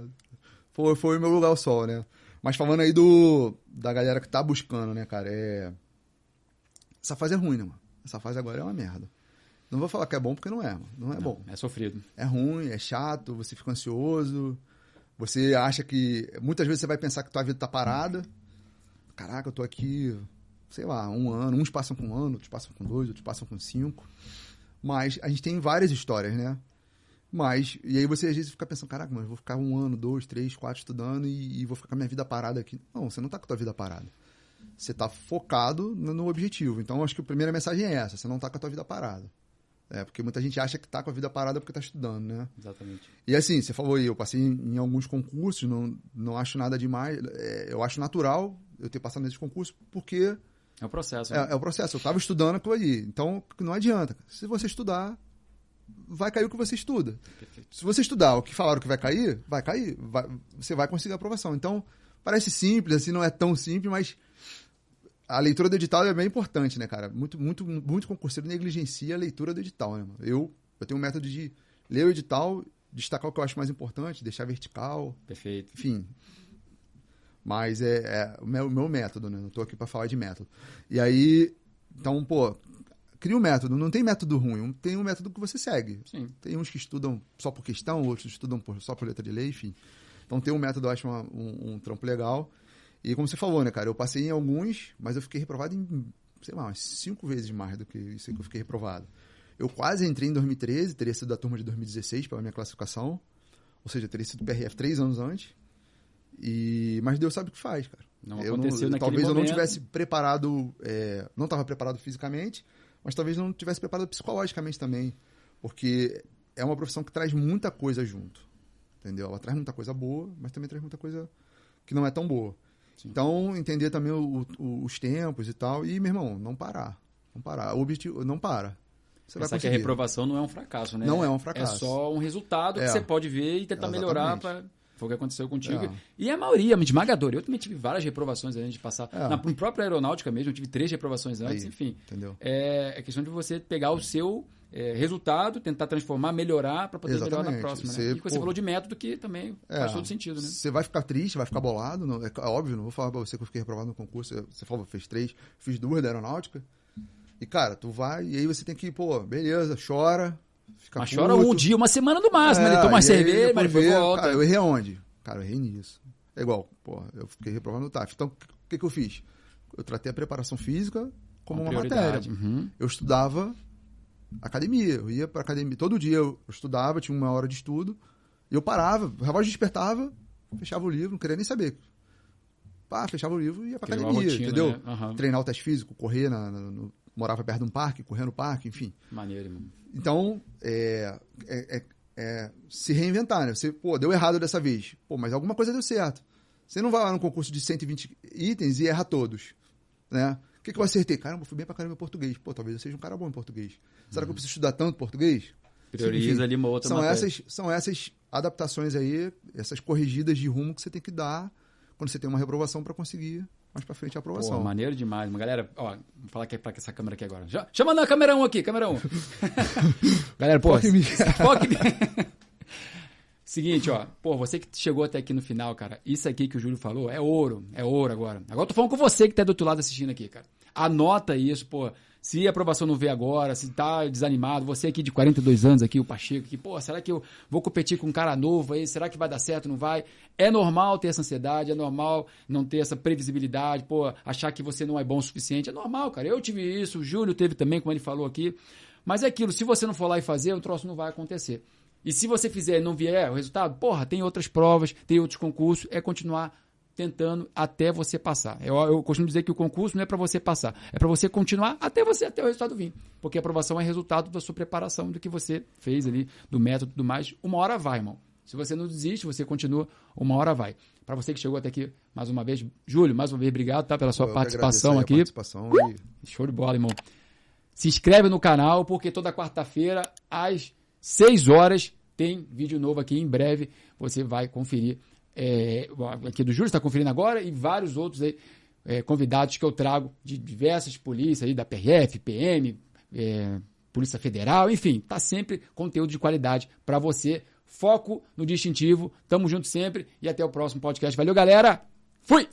foi, foi o meu lugar ao sol, né? Mas falando aí do da galera que tá buscando, né, cara? É... Essa fase é ruim, né, mano? Essa fase agora é uma merda. Não vou falar que é bom porque não é, mano. Não é bom.
É sofrido.
É ruim, é chato, você fica ansioso, você acha que. Muitas vezes você vai pensar que tua vida tá parada. Caraca, eu tô aqui, sei lá, um ano. Uns passam com um ano, outros passam com dois, outros passam com cinco. Mas a gente tem várias histórias, né? Mas, e aí você às vezes fica pensando, caraca, mas eu vou ficar um ano, dois, três, quatro estudando e, e vou ficar com a minha vida parada aqui. Não, você não tá com a tua vida parada. Você tá focado no, no objetivo. Então, acho que a primeira mensagem é essa, você não tá com a tua vida parada. É, porque muita gente acha que tá com a vida parada porque tá estudando, né?
Exatamente.
E assim, você falou aí, eu passei em, em alguns concursos, não, não acho nada demais. É, eu acho natural eu ter passado nesses concursos, porque
É um processo. né?
é, é o processo. Eu estava estudando aquilo ali. Então, não adianta. Se você estudar, vai cair o que você estuda. Se você estudar o que falaram que vai cair, vai cair. Vai- você vai conseguir a aprovação. Então, parece simples, assim, não é tão simples, mas a leitura do edital é bem importante, né, cara? Muito, muito, muito concurseiro negligencia a leitura do edital, né, mano? Eu, eu tenho um método de ler o edital, destacar o que eu acho mais importante, deixar vertical,
Perfeito.
enfim. Mas é, é o meu, meu método, né? Não tô aqui pra falar de método. E aí, então, pô, cria um método. Não tem método ruim, tem um método que você segue.
Sim.
Tem uns que estudam só por questão, outros estudam por- só por letra de lei, enfim. Então tem um método, eu acho uma- um, um trampo legal. E como você falou, né, cara? Eu passei em alguns, mas eu fiquei reprovado em, sei lá, umas cinco vezes mais do que isso que eu fiquei reprovado. Eu quase entrei em 2013, teria sido da turma de 2016 pela minha classificação. Ou seja, teria sido PRF três anos antes. E, mas Deus sabe o que faz, cara.
Não
Eu
aconteceu naquele
Talvez eu não
momento.
tivesse preparado, é, não estava preparado fisicamente, mas talvez não tivesse preparado psicologicamente também, porque é uma profissão que traz muita coisa junto, entendeu? Ela traz muita coisa boa, mas também traz muita coisa que não é tão boa. Então entender também o- o- os tempos e tal e meu irmão não parar, não parar. O objetivo não para. Você vai
Pensar que a
conseguir.
reprovação não é um fracasso, né?
Não é um fracasso.
É só um resultado que
É.
você pode ver e tentar
Exatamente.
melhorar para. Foi o que aconteceu contigo.
É.
E a maioria, esmagadora. Eu também tive várias reprovações antes de passar.
É.
Na no própria aeronáutica mesmo, eu tive três reprovações antes,
Aí.
enfim.
entendeu?
É, é questão de você pegar o seu é, resultado, tentar transformar, melhorar para poder melhorar na
Exatamente.
próxima. né?
Você,
E você
pô,
falou de método que também
É.
faz todo sentido, né?
Você vai ficar triste, vai ficar bolado, não- é, óbvio, não vou falar pra você que eu fiquei reprovado no concurso, eu- você falou, fez três, fiz duas da aeronáutica. E, cara, tu vai, e aí você tem que, pô, beleza, chora, fica
Mas
puto. É,
chora um dia, uma semana no máximo. ele toma uma
e aí
cerveja,
depois
mas depois
vê,
volta.
Cara, eu errei aonde? Cara, eu errei nisso. É igual, pô, eu fiquei reprovado no TAF. Então, o que, que eu fiz? Eu tratei a preparação física como uma matéria
prioridade. Uhum.
eu estudava academia. Eu ia para academia. Todo dia eu estudava, tinha uma hora de estudo. E eu parava, o relógio despertava, fechava o livro, não queria nem saber. Pá, fechava o livro e ia pra
Criou uma
academia,
rotina,
entendeu?
né? Aham.
Treinar o teste físico, correr na, na- no- morava perto de um parque, correndo no parque, enfim.
Maneiro, irmão.
Então, é, é- é- é se reinventar, né? Você, pô, deu errado dessa vez. Pô, mas alguma coisa deu certo. Você não vai lá num concurso de 120 itens e erra todos, né? O que, que eu acertei? Caramba, eu fui bem pra caramba em português. Pô, talvez eu seja um cara bom em português. Será
Uhum.
que eu preciso estudar tanto português?
Prioriza
Enfim,
ali uma outra
são
matéria.
essas São essas adaptações aí, essas corrigidas de rumo que você tem que dar quando você tem uma reprovação pra conseguir mais pra frente a aprovação.
Pô, maneiro demais, mano. Galera, ó, vou falar que é pra essa câmera aqui agora. Já- Chama na câmera 1 aqui, câmera 1. Galera, pô,
Foca em mim.
foca em mim. Seguinte, ó, pô, você que chegou até aqui no final, cara, isso aqui que o Júlio falou é ouro, é ouro agora. Agora eu tô falando com você que tá do outro lado assistindo aqui, cara. Anota isso, pô. Se a aprovação não vê agora, se tá desanimado, você aqui de 42 anos aqui, o Pacheco, que, pô, será que eu vou competir com um cara novo aí? Será que vai dar certo? Não vai? É normal ter essa ansiedade, é normal não ter essa previsibilidade, pô, achar que você não é bom o suficiente. É normal, cara. Eu tive isso, o Júlio teve também, como ele falou aqui. Mas é aquilo, se você não for lá e fazer, o troço não vai acontecer. E se você fizer e não vier é, o resultado, porra, tem outras provas, tem outros concursos, é continuar tentando até você passar. Eu, eu costumo dizer que o concurso não é para você passar, é para você continuar até você até o resultado vir, porque a aprovação é resultado da sua preparação, do que você fez ali, do método, e tudo mais. Uma hora vai, irmão. Se você não desiste, você continua, uma hora vai. Para você que chegou até aqui mais uma vez, Júlio, mais uma vez obrigado tá, pela sua
Eu que
participação
agradeço aí a
aqui.
participação e-
Show de bola, irmão. Se inscreve no canal, porque toda quarta-feira, às 6 horas, tem vídeo novo aqui. Em breve você vai conferir. é, aqui do Júlio está conferindo agora e vários outros aí, é, convidados que eu trago de diversas polícias aí, da PRF, PM, é, Polícia Federal, enfim, tá sempre conteúdo de qualidade para você. Foco no distintivo. Tamo junto sempre e até o próximo podcast. Valeu, galera. Fui!